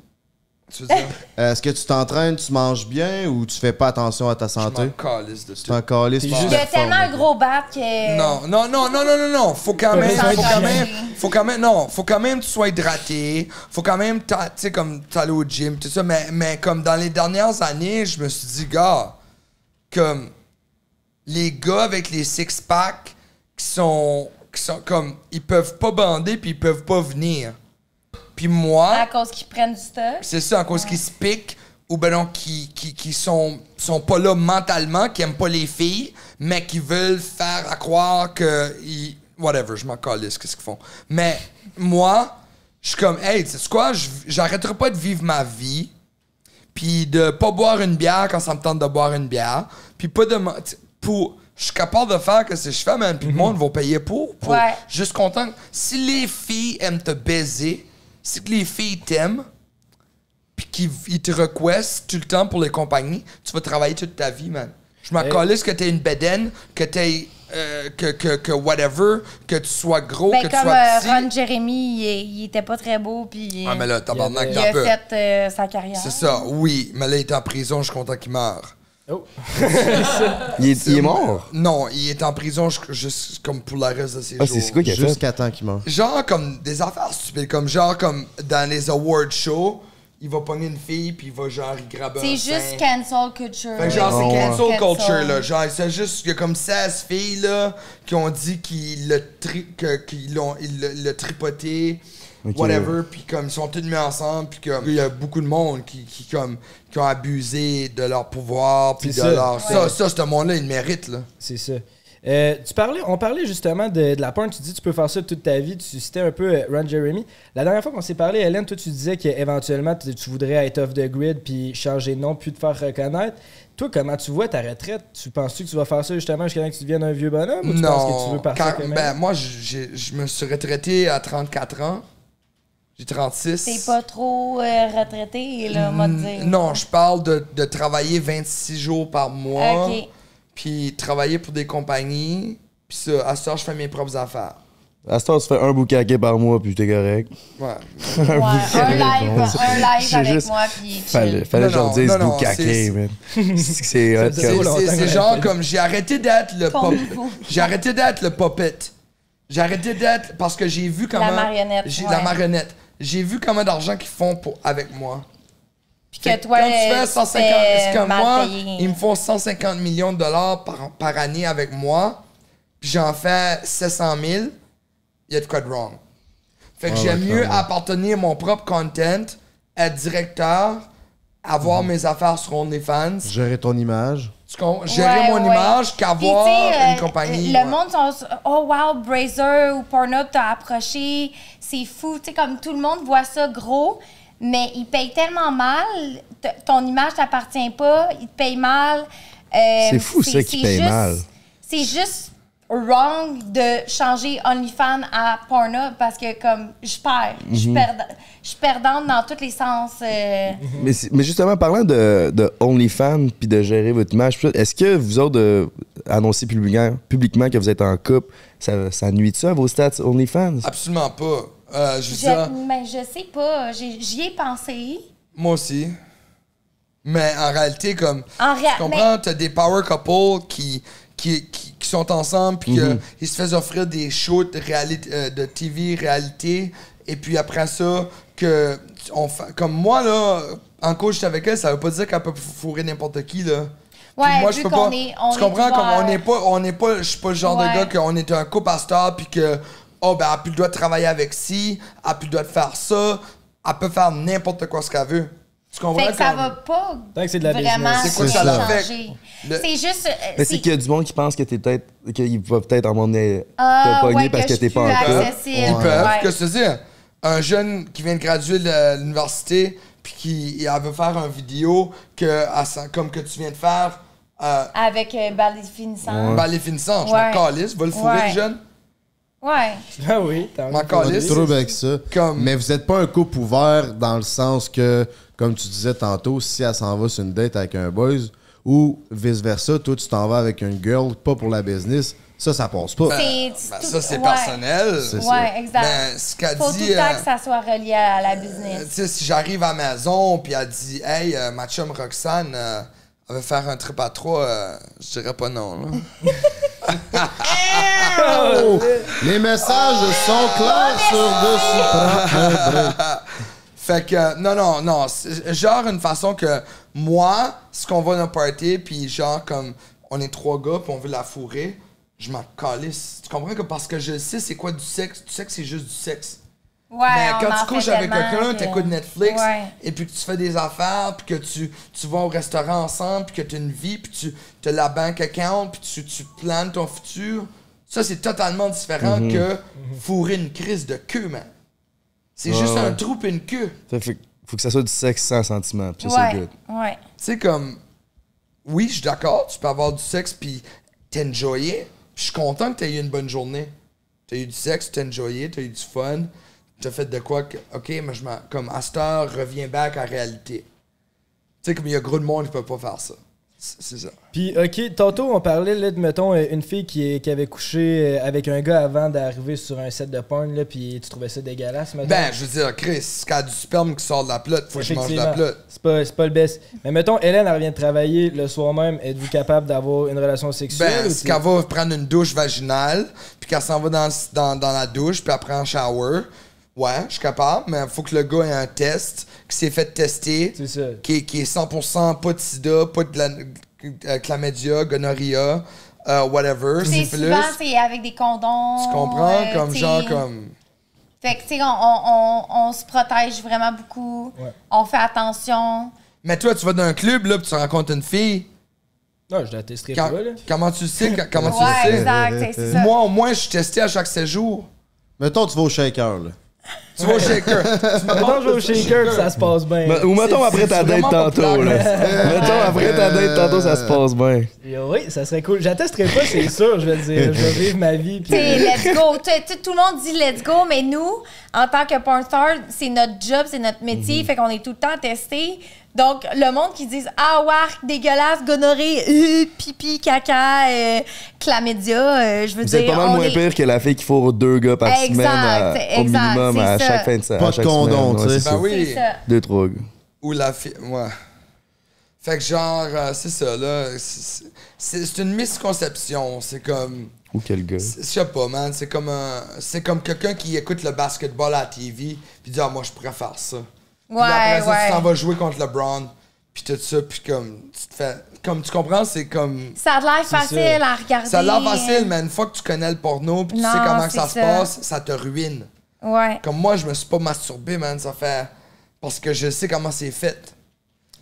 Speaker 2: Tu veux dire,
Speaker 4: Euh, Est-ce que tu t'entraînes, tu manges bien ou tu fais pas attention à ta santé?
Speaker 2: m'en calisse de
Speaker 4: Tu t'en calisses par-
Speaker 3: Il y a tellement un gros bat que...
Speaker 2: Non, non, non, non, non, non, non. Faut quand même,
Speaker 3: Sans
Speaker 2: faut quand
Speaker 3: hydrater.
Speaker 2: même, faut quand même, non, faut quand même que tu sois hydraté. Faut quand même, t'a- tu sais, comme t'allais au gym, tout ça. Mais, mais comme dans les dernières années, je me suis dit, gars, comme les gars avec les six packs qui sont, qui sont comme, ils peuvent pas bander puis ils peuvent pas venir. Puis moi,
Speaker 4: Ah,
Speaker 3: À cause qu'ils prennent du stock.
Speaker 2: c'est ça, à cause qu'ils se piquent ou ben non, qui, qui, qui sont, sont pas là mentalement, qui aiment pas les filles, mais qui veulent faire à croire que. ils- whatever, je m'en calisse, qu'est-ce qu'ils font. Mais moi, je suis comme, hey, tu sais quoi, je- j'arrêterai pas de vivre ma vie, puis de pas boire une bière quand ça me tente de boire une bière, puis pas de. m'en- tu- Pour, je suis capable de faire que si je fais, man, puis le monde va payer pour. pour
Speaker 3: Ouais.
Speaker 2: Juste content. Si les filles aiment te baiser, si que les filles t'aiment, puis qu'ils ils te requestent tout le temps pour les compagnies, tu vas travailler toute ta vie, man. Je m'en
Speaker 9: Eh.
Speaker 8: Hey.
Speaker 2: calisse que t'aies une bedaine, que t'aies... euh, que, que, que whatever, que tu sois gros,
Speaker 3: Ben,
Speaker 2: que tu
Speaker 3: comme
Speaker 2: sois
Speaker 3: euh,
Speaker 2: petit.
Speaker 3: Ron Jeremy, il, est- il était pas très beau, puis...
Speaker 2: Ah, mais là, tabarnak,
Speaker 3: il
Speaker 2: t'en
Speaker 3: a
Speaker 2: peux.
Speaker 3: fait euh, sa carrière.
Speaker 2: C'est ça, oui. Mais là, il est en prison, je suis content qu'il meure.
Speaker 9: Il est, il est mort.
Speaker 2: Non, il est en prison jusqu- juste comme pour le reste de ses
Speaker 9: Ah,
Speaker 2: jours.
Speaker 9: c'est quoi qu'il a fait?
Speaker 4: Jusqu'à temps qu'il meure.
Speaker 2: Genre comme des affaires stupides, comme genre comme dans les award shows, il va pogner une fille puis il va genre il grabber un
Speaker 3: C'est
Speaker 2: sein.
Speaker 3: juste cancel culture.
Speaker 2: Fait que genre c'est cancel
Speaker 3: Cancel.
Speaker 2: culture là, genre c'est juste il y a comme 16 filles là qui ont dit qu'ils le tri que- qu'ils l'ont ils le- le tripoté
Speaker 9: Ok.
Speaker 2: whatever puis comme ils sont tous mis ensemble puis comme il y a beaucoup de monde qui, qui comme qui ont abusé de leur pouvoir puis de
Speaker 8: C'est ça.
Speaker 2: leur ça
Speaker 8: Ouais.
Speaker 2: ça ce monde là il le mérite là.
Speaker 8: C'est ça. Euh, tu parlais, on parlait justement de, de la porn. Tu dis tu peux faire ça toute ta vie. Tu citais un peu euh, Ron Jeremy. La dernière fois qu'on s'est parlé, Hélène, toi, tu disais qu'éventuellement, tu tu voudrais être off the grid puis changer de nom, puis te faire reconnaître. Toi, comment tu vois ta retraite Tu penses-tu que tu vas faire ça justement jusqu'à temps que tu deviennes un vieux bonhomme ou tu penses que tu veux partir
Speaker 2: car-
Speaker 8: quand même?
Speaker 2: ben, moi, j'ai- je me suis retraité à 34 ans. J'ai 36.
Speaker 3: T'es pas trop euh, retraité, là, moi, de dire.
Speaker 2: Mm, Non, je parle de, de travailler 26 jours par mois.
Speaker 3: Ok.
Speaker 2: Puis travailler pour des compagnies. Puis ça, à ça, je fais mes propres affaires.
Speaker 9: À ce temps, tu fais un boucaquet par mois, puis t'es correct.
Speaker 2: Ouais.
Speaker 9: un
Speaker 3: Ouais, un live,
Speaker 9: bon.
Speaker 3: un live
Speaker 9: J'ai
Speaker 3: avec
Speaker 9: juste-
Speaker 3: moi, puis chill.
Speaker 9: Fallait, fallait
Speaker 2: Non,
Speaker 9: que j'en
Speaker 2: non,
Speaker 9: dise
Speaker 2: non, non,
Speaker 9: boucaquet,
Speaker 2: c'est-
Speaker 9: man. C'est que c'est hot
Speaker 2: C'est-
Speaker 9: comme-
Speaker 2: C'est c'est genre comme j'ai arrêté d'être le
Speaker 3: Ton
Speaker 2: pop-
Speaker 3: nouveau.
Speaker 2: J'ai arrêté d'être le puppet. J'ai arrêté d'être parce que j'ai vu comment.
Speaker 3: marionnette,
Speaker 2: j'ai-
Speaker 3: ouais.
Speaker 2: La marionnette. J'ai vu comment d'argent qu'ils font pour, avec moi.
Speaker 3: Puis
Speaker 2: Fait
Speaker 3: que toi,
Speaker 2: quand tu
Speaker 3: euh,
Speaker 2: fais 150,
Speaker 3: fais
Speaker 2: c'est comme
Speaker 3: mal
Speaker 2: moi,
Speaker 3: payer.
Speaker 2: ils me font 150 millions de dollars par, par année avec moi, puis j'en fais 700 000, il y a de quoi de wrong. Fait que
Speaker 4: Ouais,
Speaker 2: j'aime
Speaker 4: ouais,
Speaker 2: mieux
Speaker 4: clairement.
Speaker 2: appartenir à mon propre content,
Speaker 4: Mhm.
Speaker 2: être directeur, avoir mes affaires sur OnlyFans,
Speaker 4: Gérer ton image.
Speaker 2: Tu con- gérer
Speaker 3: Ouais,
Speaker 2: mon
Speaker 3: ouais.
Speaker 2: image qu'avoir
Speaker 3: Puis, tu sais,
Speaker 2: une
Speaker 3: euh,
Speaker 2: compagnie.
Speaker 3: Le
Speaker 2: ouais.
Speaker 3: monde sont sur- Oh wow, Brazer ou Pornhub t'a approché, c'est fou. Tu sais, comme tout le monde voit ça gros, mais ils payent tellement mal, t- ton image t'appartient pas, ils te payent mal. Euh,
Speaker 9: C'est fou, ça, qu'ils
Speaker 3: c'est
Speaker 9: payent
Speaker 3: juste-
Speaker 9: mal.
Speaker 3: C'est juste wrong de changer OnlyFans à Pornhub parce que, comme, je perds. Je suis
Speaker 9: Mhm.
Speaker 3: perda- je suis perdante dans tous les sens. euh,
Speaker 2: Mhm.
Speaker 9: Mais, c'est- mais justement, parlant de, de OnlyFans puis de gérer votre image, pis tout, est-ce que vous autres, euh, annoncez publiquement, publiquement que vous êtes en couple, ça, ça nuit ça à vos stats OnlyFans?
Speaker 2: Absolument pas. Euh, je veux
Speaker 3: Je,
Speaker 2: dire,
Speaker 3: mais je sais pas, j'ai- j'y ai pensé.
Speaker 2: moi aussi. Mais en réalité, comme.
Speaker 3: En
Speaker 2: tu
Speaker 3: réa-
Speaker 2: comprends, t'as des power couples qui, qui, qui, qui sont ensemble, puis que
Speaker 9: Mhm.
Speaker 2: ils se faisaient offrir des shows de, réali- euh, de TV, réalité. Et puis après ça, que. On fa- Comme moi, là, en coach, j'étais avec elle, ça veut pas dire qu'elle peut fourrer n'importe qui, là. Puis
Speaker 3: Ouais,
Speaker 2: moi,
Speaker 3: vu
Speaker 2: je peux
Speaker 3: qu'on
Speaker 2: pas.
Speaker 3: est- on
Speaker 2: tu
Speaker 3: est
Speaker 2: comprends,
Speaker 3: ouvert.
Speaker 2: comme on n'est pas, on n'est pas, je suis pas le genre
Speaker 3: Ouais.
Speaker 2: de gars qu'on est un couple à star, puis que, oh, ben, elle a plus le droit de travailler avec ci, elle a plus le droit de faire ça, elle peut faire n'importe quoi ce qu'elle veut. Tu comprends?
Speaker 3: Fait que ça
Speaker 2: comme-
Speaker 3: va pas
Speaker 8: Tant que c'est de la
Speaker 3: vraiment
Speaker 8: business.
Speaker 2: C'est quoi ça,
Speaker 3: rien
Speaker 2: la fête?
Speaker 3: changer.
Speaker 2: Le-
Speaker 3: C'est juste... euh,
Speaker 9: Mais
Speaker 3: c'est-
Speaker 9: c'est qu'il y a du monde qui pense que t'es peut-être, qu'ils peuvent peut-être en donné
Speaker 3: Ah,
Speaker 9: te pogner
Speaker 3: ouais,
Speaker 9: parce
Speaker 3: que
Speaker 9: que,
Speaker 3: je
Speaker 9: t'es
Speaker 3: suis
Speaker 9: pas en
Speaker 3: plus
Speaker 9: couple.
Speaker 3: accessible.
Speaker 2: Ils
Speaker 3: Ouais.
Speaker 2: peuvent,
Speaker 3: Ouais.
Speaker 2: que se dire, un jeune qui vient de graduer de l'université, puis qui elle veut faire une vidéo que, elle s'en- comme que tu viens de faire, euh,
Speaker 3: Avec euh, balai finissant.
Speaker 2: ben, les finissants, je m'en
Speaker 3: Ouais.
Speaker 2: calisse, va le fourrer,
Speaker 3: Ouais.
Speaker 2: le jeune.
Speaker 3: Ouais.
Speaker 8: Ah oui, t'as
Speaker 2: M'en
Speaker 4: Pas de
Speaker 2: calisse.
Speaker 4: trouble avec ça. Mais vous n'êtes pas un couple ouvert dans le sens que, comme tu disais tantôt, si elle s'en va sur une date avec un boys ou vice-versa, toi, tu t'en vas avec une girl, pas pour la business, ça, ça passe pas.
Speaker 3: C'est-
Speaker 2: Ben,
Speaker 3: tout-
Speaker 2: ça, c'est
Speaker 3: ouais.
Speaker 2: personnel.
Speaker 4: C'est
Speaker 3: Ouais, exact.
Speaker 2: Ben, ce qu'elle
Speaker 3: Faut
Speaker 2: dit,
Speaker 3: tout le temps
Speaker 2: euh,
Speaker 3: que ça soit relié à la
Speaker 2: Euh, Tu
Speaker 3: business.
Speaker 2: sais, si j'arrive à la maison, puis elle dit, hey, euh, ma chum Roxane, euh, elle veut faire un trip à trois, euh, je dirais pas non, là.
Speaker 4: Oh! Les messages sont clairs sur dessus.
Speaker 2: Fait que, euh, non, non, non. c'est Genre, une façon que moi, ce qu'on va dans le party, puis genre, comme, on est trois gars, puis on veut la fourrer, je m'en calisse. Tu comprends que parce que je sais c'est quoi du sexe, du sexe, c'est juste du sexe.
Speaker 3: Ouais,
Speaker 2: Mais Ben,
Speaker 3: on
Speaker 2: quand
Speaker 3: en
Speaker 2: tu
Speaker 3: fait
Speaker 2: couches avec
Speaker 3: tellement
Speaker 2: quelqu'un,
Speaker 3: que-
Speaker 2: t'écoutes Netflix,
Speaker 3: Ouais.
Speaker 2: et puis que tu fais des affaires, puis que tu, tu vas au restaurant ensemble, puis que tu as une vie, puis tu as la banque account, puis tu, tu planes ton futur, ça c'est totalement différent
Speaker 9: Mhm.
Speaker 2: que fourrer une crise de queue, man. C'est
Speaker 9: Ouais,
Speaker 2: juste un
Speaker 9: ouais.
Speaker 2: trou puis une queue.
Speaker 9: Fait- fait- faut que ça soit du sexe sans sentiment, puis ça, c'est good.
Speaker 3: ouais.
Speaker 2: Tu sais, comme, oui, je suis d'accord, tu peux avoir du sexe puis t'enjoyer. Puis Je suis content que t'aies eu une bonne journée. T'as eu du sexe, t'as enjoyé, t'as eu du fun, t'as fait de quoi que, ok, mais je m'en. Comme, à cette heure, reviens back à la réalité. Tu sais, comme il y a gros de monde qui peut pas faire ça. C'est c'est ça.
Speaker 8: Puis, OK, tantôt, on parlait, là, de, mettons, euh, une fille qui, est- qui avait couché euh, avec un gars avant d'arriver sur un set de porn, là, puis tu trouvais ça dégueulasse, mettons.
Speaker 2: Ben, je veux dire, Chris, quand il y a du sperme qui sort de la plotte, faut que je mange de la
Speaker 8: Effectivement.
Speaker 2: plotte.
Speaker 8: C'est pas, c'est pas le best. Mais mettons, Hélène, elle revient de travailler le soir même. Êtes-vous capable d'avoir une relation sexuelle?
Speaker 2: Ben,
Speaker 8: ou
Speaker 2: c'est
Speaker 8: tu-
Speaker 2: qu'elle va prendre une douche vaginale, puis qu'elle s'en va dans, le- dans, dans la douche, puis elle prend un shower. Ouais, je suis capable, mais faut que le gars ait un test, qui s'est fait tester, qui, est- qui est 100% pas de sida, pas de la, euh, chlamydia, gonorrhea, euh, whatever,
Speaker 3: C'est
Speaker 2: syphilis.
Speaker 3: souvent, c'est avec des condoms.
Speaker 2: Tu comprends?
Speaker 3: euh,
Speaker 2: comme
Speaker 3: tu
Speaker 2: genre,
Speaker 3: sais.
Speaker 2: comme.
Speaker 3: Fait que, tu sais, on, on, on, on se protège vraiment beaucoup.
Speaker 2: Ouais.
Speaker 3: On fait attention.
Speaker 2: Mais toi, tu vas dans un club, là, puis tu rencontres une fille.
Speaker 8: Non, je la testerai
Speaker 2: Quand-
Speaker 8: pas, là.
Speaker 2: Comment tu le sais? Quand- Comment tu
Speaker 3: Ouais,
Speaker 2: le sais?
Speaker 3: exact, c'est- c'est ça.
Speaker 2: Moi, au moins, je suis testé à chaque séjour.
Speaker 4: Mettons, tu vas au shaker, là.
Speaker 2: Tu vas au shaker. Tu me
Speaker 8: Mettons, je vais au shaker, puis ça se passe bien.
Speaker 9: Ben, ou mettons après ta date tantôt, là.
Speaker 4: Euh,
Speaker 9: mettons après ta date tantôt, ça se passe bien.
Speaker 8: Et Oui, ça serait cool. J'attesterai pas, c'est sûr, je vais le dire. Je vais vivre ma vie. puis- euh,
Speaker 3: Tu sais, let's go. Tu sais, tout- tout le monde dit let's go, mais nous, en tant que porn star, c'est notre job, c'est notre
Speaker 2: Mhm.
Speaker 3: métier, fait qu'on est tout le temps testé. Donc, le monde qui dit Ah, wark, dégueulasse, gonorrhée, euh, pipi, caca, euh, chlamydia, euh, je veux
Speaker 9: Vous
Speaker 3: dire.
Speaker 9: êtes pas mal
Speaker 3: on
Speaker 9: moins
Speaker 3: est-
Speaker 9: pire que la fille qui faut deux gars par
Speaker 3: Exact,
Speaker 9: semaine à- au
Speaker 3: exact,
Speaker 9: minimum
Speaker 3: c'est
Speaker 9: à
Speaker 3: ça.
Speaker 9: chaque fin de semaine.
Speaker 4: Pas
Speaker 9: à
Speaker 4: de
Speaker 9: chaque semaine,
Speaker 4: condom,
Speaker 9: ouais,
Speaker 4: tu sais. Bah
Speaker 9: c'est
Speaker 2: Ben
Speaker 9: ça.
Speaker 2: oui.
Speaker 9: Deux, trois gars.
Speaker 2: Ou la fille. Ouais. Fait que genre, euh, c'est ça, là. c'est- C'est c'est une misconception. C'est comme.
Speaker 9: Ou quel gars.
Speaker 2: Je sais pas, man. C'est comme un. C'est comme quelqu'un qui écoute le basketball à la TV puis dit Ah, moi, je pourrais faire ça. Puis
Speaker 3: Ouais,
Speaker 2: après ça,
Speaker 3: ouais.
Speaker 2: tu t'en vas jouer contre LeBron. Puis tout ça, puis comme. Tu te fais. Comme tu comprends, c'est comme.
Speaker 3: Ça a l'air
Speaker 2: C'est
Speaker 3: facile
Speaker 2: ça.
Speaker 3: à regarder.
Speaker 2: Ça a l'air facile, mais une fois que tu connais le porno puis tu
Speaker 3: Non,
Speaker 2: sais comment que
Speaker 3: c'est
Speaker 2: ça, se
Speaker 3: ça.
Speaker 2: passe, ça te ruine.
Speaker 3: hein. Ouais.
Speaker 2: Comme moi, je me suis pas masturbé, man. Ça fait. Parce que je sais comment c'est fait.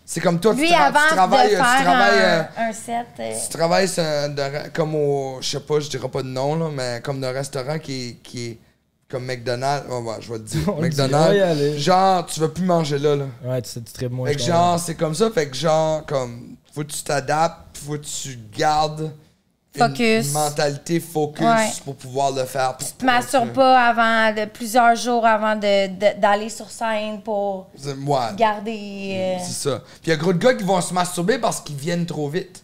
Speaker 2: C'est comme toi,
Speaker 3: Lui,
Speaker 2: tu, tra-
Speaker 3: avant
Speaker 2: tu travailles,
Speaker 3: de
Speaker 2: tu
Speaker 3: faire
Speaker 2: travailles, euh,
Speaker 3: un, un set. euh,
Speaker 2: tu travailles sur un- de- comme au, je sais pas, je dirais pas de nom, là, mais comme d'un restaurant qui, est- qui est comme McDonald's. Ouais, ouais, je vais te dire.
Speaker 8: On dira y
Speaker 2: McDonald's.
Speaker 8: aller.
Speaker 2: Genre, tu veux plus manger là. là.
Speaker 8: Ouais, tu sais, tu tripes moins.
Speaker 2: Fait que
Speaker 8: je
Speaker 2: genre, c'est comme ça. Fait que genre, comme, faut que tu t'adaptes, faut que tu gardes
Speaker 3: Focus.
Speaker 2: une mentalité focus
Speaker 3: Ouais.
Speaker 2: pour pouvoir le faire. Pour-
Speaker 3: tu te masturbes pas avant de, plusieurs jours avant de- de- d'aller sur scène pour
Speaker 2: C'est- ouais,
Speaker 3: garder. euh,
Speaker 2: c'est ça. Puis il y a gros de gars qui vont se masturber parce qu'ils viennent trop vite.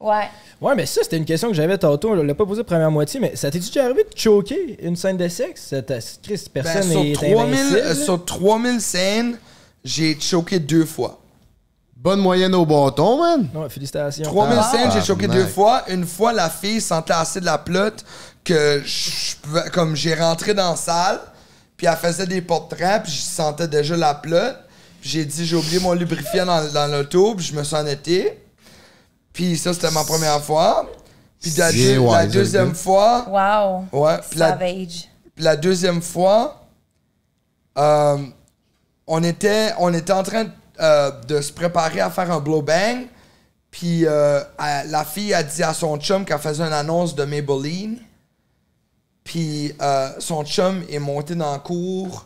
Speaker 3: ouais.
Speaker 8: Ouais, mais ça, c'était une question que j'avais tantôt. On l'a pas posé première moitié, mais ça t'est-tu déjà arrivé de choquer une scène de sexe? Ça t'a- Chris, personne
Speaker 2: Ben,
Speaker 8: est
Speaker 2: sur, 3000,
Speaker 8: invincible,
Speaker 2: euh,
Speaker 8: là.
Speaker 2: sur 3000 scènes, j'ai choqué deux fois.
Speaker 4: Bonne moyenne au bâton, man.
Speaker 8: Ouais, félicitations.
Speaker 2: 3000
Speaker 4: Ah,
Speaker 2: scènes, j'ai choqué deux
Speaker 4: mec.
Speaker 2: fois. Une fois, la fille sentait assez de la plotte que je pouvais- comme j'ai rentré dans la salle, puis elle faisait des portraits, puis je sentais déjà la plotte. Puis J'ai dit, j'ai oublié mon lubrifiant dans, dans l'auto, puis je me suis endetté. Puis ça, c'était ma première fois. Puis la,
Speaker 4: C'est-
Speaker 2: deux-
Speaker 4: ouais,
Speaker 2: la
Speaker 4: c'est
Speaker 2: deuxième
Speaker 4: good.
Speaker 2: fois,
Speaker 3: Wow.
Speaker 9: Oh,
Speaker 2: Ouais, puis la-
Speaker 3: Savage.
Speaker 2: puis la deuxième fois, euh, on, était, on était en train euh, de se préparer à faire un blow-bang. Puis euh, elle- la fille a dit à son chum qu'elle faisait une annonce de Maybelline. Puis euh, son chum est monté dans la cour.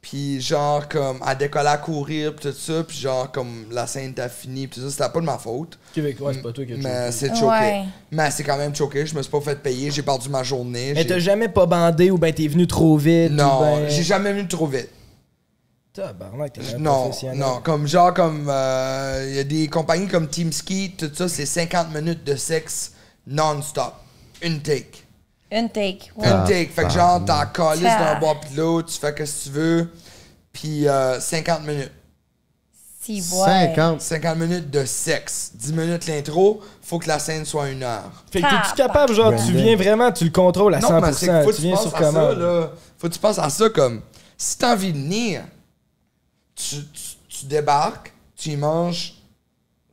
Speaker 2: Puis genre, comme, elle décollait à courir, puis tout ça. Puis genre, comme, la scène était finie, puis tout ça. C'était pas de ma faute.
Speaker 8: Québécois, c'est pas toi qui as
Speaker 2: Mais
Speaker 8: choqué.
Speaker 2: c'est choqué.
Speaker 8: Ouais.
Speaker 2: Mais c'est quand même choqué. Je me suis pas fait payer. J'ai perdu ma journée.
Speaker 8: Mais
Speaker 2: j'ai-
Speaker 8: t'as jamais pas bandé ou ben t'es venu trop vite?
Speaker 2: non,
Speaker 8: ou ben-
Speaker 2: j'ai jamais venu trop vite.
Speaker 8: Tabarnak, t'es un
Speaker 2: Non,
Speaker 8: professionnel.
Speaker 2: non, comme genre, comme euh, il y a des compagnies comme Team Ski, tout ça, c'est 50 minutes de sexe non-stop. Une take.
Speaker 3: Une take.
Speaker 9: Ah.
Speaker 3: ouais.
Speaker 2: Une take. Fait que genre, t'en calises
Speaker 3: Ah.
Speaker 2: d'un bord pis de l'autre, tu fais que ce que tu veux, puis euh, 50 minutes.
Speaker 3: Si, ouais.
Speaker 9: hein.
Speaker 2: 50 minutes de sexe. 10 minutes l'intro, faut que la scène soit une heure.
Speaker 8: Fait que t'es-tu capable, genre, tu viens vraiment, tu le contrôles à 100%,
Speaker 2: mais c'est que faut que
Speaker 8: tu
Speaker 2: tu
Speaker 8: viens
Speaker 2: penses
Speaker 8: sur
Speaker 2: à ça,
Speaker 8: commande.
Speaker 2: là. Faut que tu penses à ça comme si t'as envie de venir, tu, tu- tu débarques, tu y manges,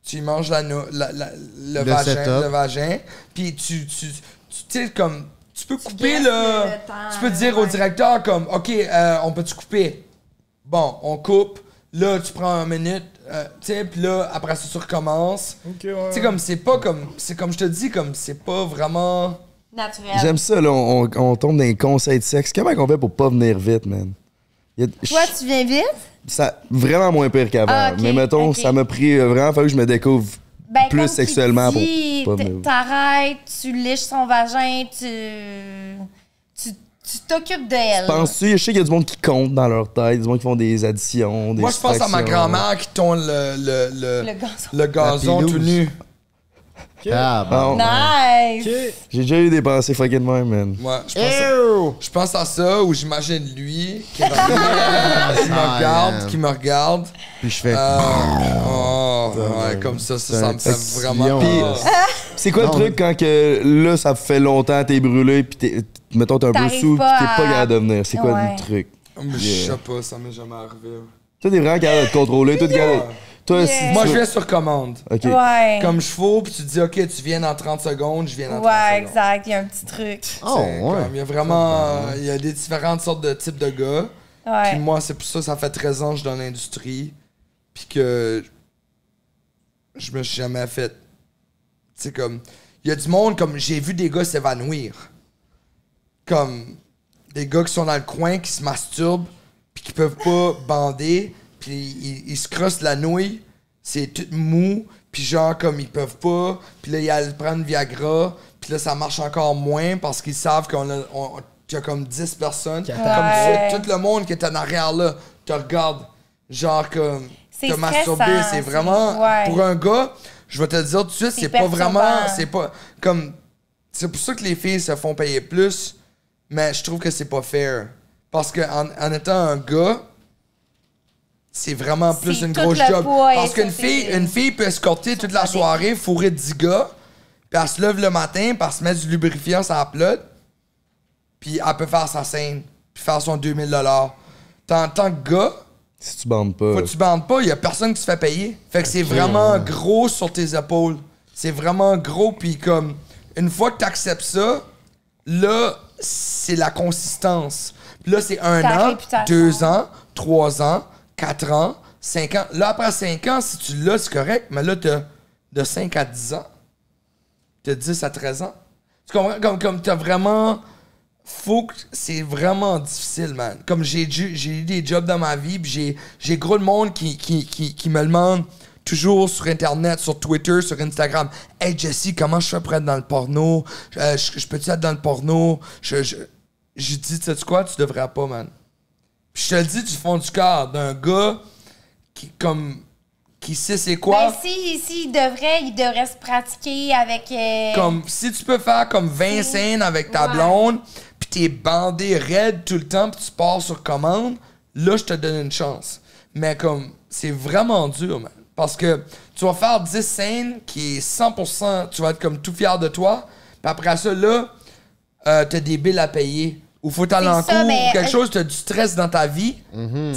Speaker 2: tu y manges la, no- la- la- le,
Speaker 4: Le
Speaker 2: vagin,
Speaker 4: setup.
Speaker 2: le vagin, puis tu tu tu tu sais, comme tu peux couper
Speaker 3: guesses
Speaker 2: là,
Speaker 3: le temps,
Speaker 2: tu peux dire au directeur comme ok euh, on peut tu couper, bon on coupe, là tu prends une minute, euh, tu sais puis là après ça tu recommences, tu sais comme c'est pas comme c'est comme je te dis comme c'est pas vraiment
Speaker 3: Naturel.
Speaker 9: J'aime ça, là, on, on- on tombe dans les conseils de sexe. Comment on fait pour pas venir vite, man? Y a-
Speaker 3: Toi, tu viens vite?
Speaker 9: ça, vraiment moins pire qu'avant.
Speaker 3: Ah, ok,
Speaker 9: mais mettons,
Speaker 3: ok.
Speaker 9: ça m'a pris euh, vraiment, fallu que je me découvre
Speaker 3: Ben,
Speaker 9: plus
Speaker 3: comme tu
Speaker 9: sexuellement
Speaker 3: dis,
Speaker 9: pour pas
Speaker 3: t-
Speaker 9: me-
Speaker 3: T'arrêtes, tu liches son vagin, tu. Tu tu t'occupes
Speaker 2: Euh.
Speaker 3: d'elle.
Speaker 9: Penses-tu, je sais qu'il y a du monde qui compte dans leur tête, du monde qui font des additions, des
Speaker 2: Moi, je pense à ma
Speaker 9: soustractions.
Speaker 2: grand-mère qui tourne le, le, le,
Speaker 3: Le gazon.
Speaker 2: le gazon
Speaker 9: La
Speaker 2: tout
Speaker 9: pelouse.
Speaker 2: nu.
Speaker 9: Ah, bon.
Speaker 3: Nice!
Speaker 9: J'ai déjà eu des pensées fucking de même, man.
Speaker 2: Ouais, je pense, à, je pense à ça où j'imagine lui qui me regarde, qui me
Speaker 9: Ah,
Speaker 2: regarde,
Speaker 9: man.
Speaker 2: qui me regarde.
Speaker 4: Puis je fais. Ah,
Speaker 2: Euh, oh, ouais, comme ça, ça, ça me fait vraiment
Speaker 9: hein. Puis,
Speaker 2: peur.
Speaker 9: c'est quoi
Speaker 2: Non,
Speaker 9: le truc quand que là, ça fait longtemps, t'es brûlé, puis t'es, mettons, t'es un peu
Speaker 2: T'arrives
Speaker 9: sous, puis t'es
Speaker 2: pas
Speaker 9: pas
Speaker 2: à-
Speaker 9: capable de venir? C'est quoi
Speaker 2: Ouais.
Speaker 9: le truc?
Speaker 2: Oh, Mais Je
Speaker 9: Yeah.
Speaker 2: sais pas, ça m'est jamais arrivé.
Speaker 9: Toi, t'es vraiment capable de te contrôler, toi, t'es capable de- Toi,
Speaker 2: Yeah.
Speaker 9: si tu
Speaker 2: Moi, je
Speaker 9: veux-
Speaker 2: viens sur commande.
Speaker 9: Ok.
Speaker 3: Ouais.
Speaker 2: Comme je fous, puis tu dis, OK, tu viens dans 30 secondes, je viens dans 30
Speaker 3: Ouais,
Speaker 2: secondes.
Speaker 3: exact, il y a un petit truc.
Speaker 2: Oh, Il y a vraiment.
Speaker 9: hein.
Speaker 2: Il y a des différentes sortes de types de gars.
Speaker 3: Ouais.
Speaker 2: Puis moi, c'est pour ça, ça fait 13 ans que je suis dans l'industrie. Puis que. Je me suis jamais fait. Tu sais, comme. Il y a du monde, comme. J'ai vu des gars s'évanouir. Comme. Des gars qui sont dans le coin, qui se masturbent, puis qui peuvent pas bander, puis ils, ils se crossent la nouille. C'est tout mou, puis genre, comme ils peuvent pas. Puis là, ils allent prendre Viagra, puis là, ça marche encore moins parce qu'ils savent qu'on a. on- qu'il y a comme 10 personnes. Comme
Speaker 3: attendent.
Speaker 2: tout- tout le monde qui est en arrière là te regarde, genre comme
Speaker 3: C'est
Speaker 2: te masturber,
Speaker 3: stressant,
Speaker 2: c'est
Speaker 3: c'est-
Speaker 2: vraiment
Speaker 3: ouais.
Speaker 2: pour un gars, je vais te le dire tout de suite,
Speaker 3: C'est
Speaker 2: c'est pas
Speaker 3: perturbant.
Speaker 2: vraiment, c'est pas comme c'est pour ça que les filles se font payer plus, mais je trouve que c'est pas fair parce que en, en étant un gars c'est vraiment plus
Speaker 3: C'est
Speaker 2: une
Speaker 3: tout
Speaker 2: grosse
Speaker 3: le
Speaker 2: job.
Speaker 3: poids et
Speaker 2: Parce qu'une
Speaker 3: ça,
Speaker 2: fille,
Speaker 3: c'est-
Speaker 2: une fille peut escorter toute la soirée, fourrer 10 gars, puis elle se lève le matin, puis elle se met du lubrifiant sur la plotte, puis elle peut faire sa scène, puis faire son 2000 dollars. En tant que gars,
Speaker 9: Si tu bandes pas.
Speaker 2: faut que tu bandes pas, il y a personne qui se fait payer. Fait que c'est vraiment gros sur tes épaules. C'est vraiment gros puis comme une fois que tu acceptes ça, là c'est la consistance. Puis là c'est un
Speaker 3: Ta
Speaker 2: an,
Speaker 3: réputation.
Speaker 2: deux ans, trois ans, quatre ans, 5 ans. Là, après 5 ans, si tu l'as, c'est correct, mais là, t'as de 5 à 10 ans. T'as 10 à 13 ans. Tu comprends? Comme, comme t'as vraiment. Faut que. C'est vraiment difficile, man. Comme j'ai dû- j'ai eu des jobs dans ma vie, puis j'ai- j'ai gros de monde qui, qui, qui, qui me demande toujours sur Internet, sur Twitter, sur Instagram. Hey Jesse, comment je fais pour être dans le porno? Euh, je je peux-tu être dans le porno? Je, je, je dis, tu sais quoi? Tu devrais pas, man. Puis je te le dis du fond du cœur d'un gars qui, comme, qui sait c'est quoi.
Speaker 3: Ben, si, si, il devrait, il devrait se pratiquer avec. euh,
Speaker 2: Comme, si tu peux faire comme 20 scènes avec ta
Speaker 3: Ouais.
Speaker 2: blonde, puis t'es bandé raide tout le temps, puis tu pars sur commande, là, je te donne une chance. Mais comme, c'est vraiment dur, man. Parce que tu vas faire 10 scènes qui est 100%, tu vas être comme tout fier de toi, puis après ça, là, euh, t'as des billes à payer, ou faut t'aller
Speaker 3: C'est
Speaker 2: en
Speaker 3: ça,
Speaker 2: cours,
Speaker 3: mais-
Speaker 2: ou quelque chose, t'as du stress dans ta vie,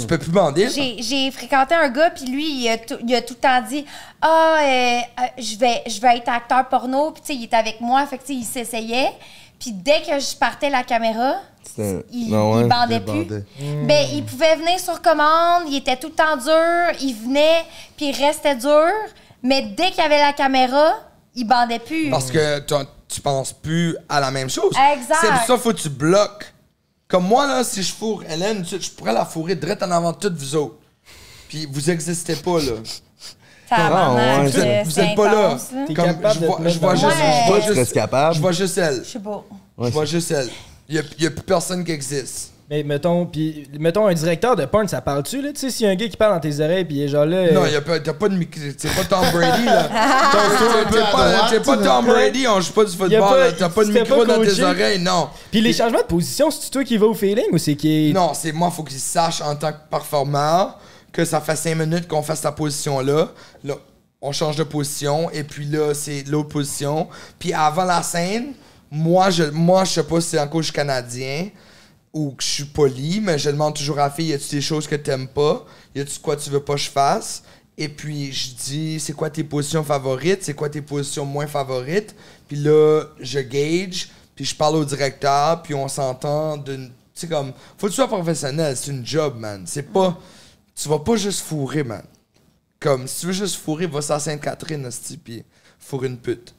Speaker 2: tu peux plus bander.
Speaker 3: J'ai j'ai fréquenté un gars, puis lui, il a, tout, il a tout le temps dit Ah, euh, euh, je vais, je vais être acteur porno, puis tu sais, il était avec moi, fait que tu sais, il s'essayait. Puis dès que je partais la caméra,
Speaker 9: C'était-
Speaker 3: il-
Speaker 2: Ah
Speaker 9: Non, ouais,
Speaker 3: il bandait
Speaker 9: il
Speaker 3: plus. ben, il pouvait venir sur commande, il était tout le temps dur, il venait, puis il restait dur, mais dès qu'il y avait la caméra, il bandait plus.
Speaker 2: Parce que t'as- tu penses plus à la même chose.
Speaker 3: Exact.
Speaker 2: C'est pour ça faut que tu bloques. Comme moi, là, si je fourre Hélène, tu- je pourrais la fourrer direct en avant de toutes vous autres. Puis vous existez pas, là.
Speaker 3: Tabarnak,
Speaker 2: Ah, vous
Speaker 3: euh,
Speaker 2: êtes, vous
Speaker 3: c'est
Speaker 2: êtes pas là.
Speaker 3: intense, là. T'es
Speaker 2: Comme,
Speaker 3: capable
Speaker 2: je
Speaker 3: de te
Speaker 2: vois,
Speaker 3: mettre
Speaker 2: je vois
Speaker 3: dans
Speaker 2: juste,
Speaker 3: le
Speaker 2: je vois
Speaker 3: Ouais.
Speaker 2: juste-
Speaker 3: Tu restes
Speaker 9: capable.
Speaker 2: Je vois juste elle.
Speaker 3: Je sais pas.
Speaker 2: je vois juste elle. Il n'y a, plus personne qui existe.
Speaker 8: Mais mettons, puis mettons un directeur de porn, ça parle-tu là? Tu sais, s'il y a un gars qui parle dans tes oreilles, puis il est genre là. euh,
Speaker 2: Non, y a pas- t'as pas de micro. T'es pas Tom Brady, là.
Speaker 8: T'as-
Speaker 2: T'es pas, t'es pas Tom Brady, on joue pas du
Speaker 8: Y a
Speaker 2: football,
Speaker 8: pas-
Speaker 2: là. T'as pas de
Speaker 8: c'était
Speaker 2: micro dans tes
Speaker 8: coaché.
Speaker 2: oreilles, non.
Speaker 8: Puis les changements de position, c'est toi qui vas au feeling ou c'est qui
Speaker 2: Non, c'est moi, faut qu'il sache en tant que performeur que ça fait 5 minutes qu'on fasse ta position-là. Là, on change de position, et puis là, c'est l'autre position. Puis avant la scène, moi, je, moi, je sais pas si c'est en coach canadien ou que je suis poli, mais je demande toujours à la fille, y a-tu des choses que t'aimes pas? Y a-tu quoi tu veux pas que je fasse? Et puis, je dis, c'est quoi tes positions favorites? C'est quoi tes positions moins favorites? Puis là, je gauge, puis je parle au directeur, puis on s'entend d'une... Tu sais, comme... Faut que tu sois professionnel, c'est une job, man. C'est pas... Tu vas pas juste fourrer, man. Comme, si tu veux juste fourrer, va sur la Sainte-Catherine, hostie, puis fourrer une pute.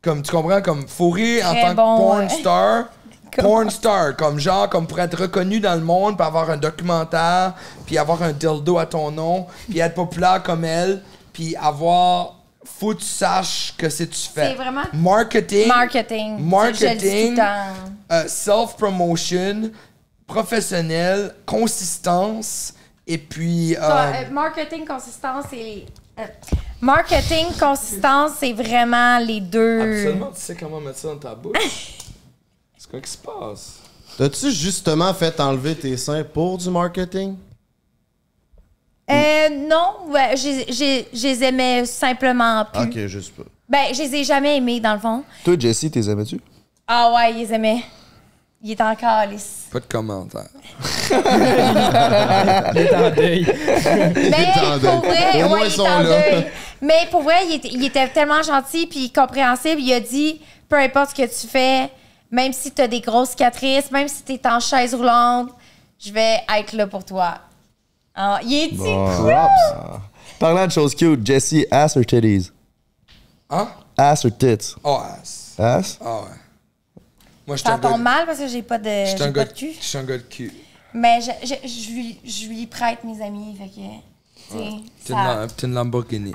Speaker 2: Comme, tu comprends? Comme, fourrer en tant
Speaker 3: Très bon,
Speaker 2: que porn
Speaker 3: ouais.
Speaker 2: star... Porn star, comme genre, comme pour être reconnu dans le monde, puis avoir un documentaire, puis avoir un dildo à ton nom, puis être populaire comme elle, puis avoir. Faut que tu saches que c'est tu fais.
Speaker 3: C'est vraiment-
Speaker 2: Marketing.
Speaker 3: Marketing. Je le dis tout
Speaker 2: Marketing.
Speaker 3: le temps.
Speaker 2: euh, Self-promotion. Professionnel. Consistance. Et puis. euh,
Speaker 3: Ça, euh, marketing, consistance et. euh, marketing, consistance, c'est vraiment les deux.
Speaker 2: Absolument, tu sais comment mettre ça dans ta bouche. c'est quoi qui se passe?
Speaker 4: T'as-tu justement fait enlever tes seins pour du marketing?
Speaker 3: Euh, non, ouais, j'ai- j'ai- je les aimais simplement plus.
Speaker 4: Ok, juste pas.
Speaker 3: Ben, je les ai jamais aimés, dans le fond.
Speaker 9: Toi, Jesse, t'es aimais-tu?
Speaker 3: Ah ouais, ils les aimaient. Il est encore lisse.
Speaker 2: Pas de commentaire.
Speaker 8: Il est en deuil.
Speaker 3: Mais
Speaker 2: en deuil.
Speaker 3: pour vrai,
Speaker 2: Au moins,
Speaker 3: ouais,
Speaker 2: ils
Speaker 3: il est
Speaker 2: sont
Speaker 3: en
Speaker 2: là.
Speaker 3: deuil. Mais pour vrai, il était, il était tellement gentil puis compréhensible. Il a dit, peu importe ce que tu fais, même si tu as des grosses cicatrices, même si tu es en chaise roulante, je vais être là pour toi. Ah, il est
Speaker 9: Bon. Ah. Parlant de choses cute, Jesse, ass or titties?
Speaker 2: Hein?
Speaker 9: Ass or tits?
Speaker 2: Oh, ass.
Speaker 9: Ass?
Speaker 2: Ah ouais. Moi, je suis un gars
Speaker 3: T'entends
Speaker 2: de-
Speaker 3: mal parce que j'ai pas de,
Speaker 2: je suis un
Speaker 3: j'ai
Speaker 2: gars
Speaker 3: pas
Speaker 2: de-
Speaker 3: de cul.
Speaker 2: je suis un gars de cul.
Speaker 3: Mais je, je, je, lui, je lui prête mes amis, fait que, tu sais,
Speaker 2: T'es une,
Speaker 3: ça-
Speaker 2: Lam- t'es une Lamborghini.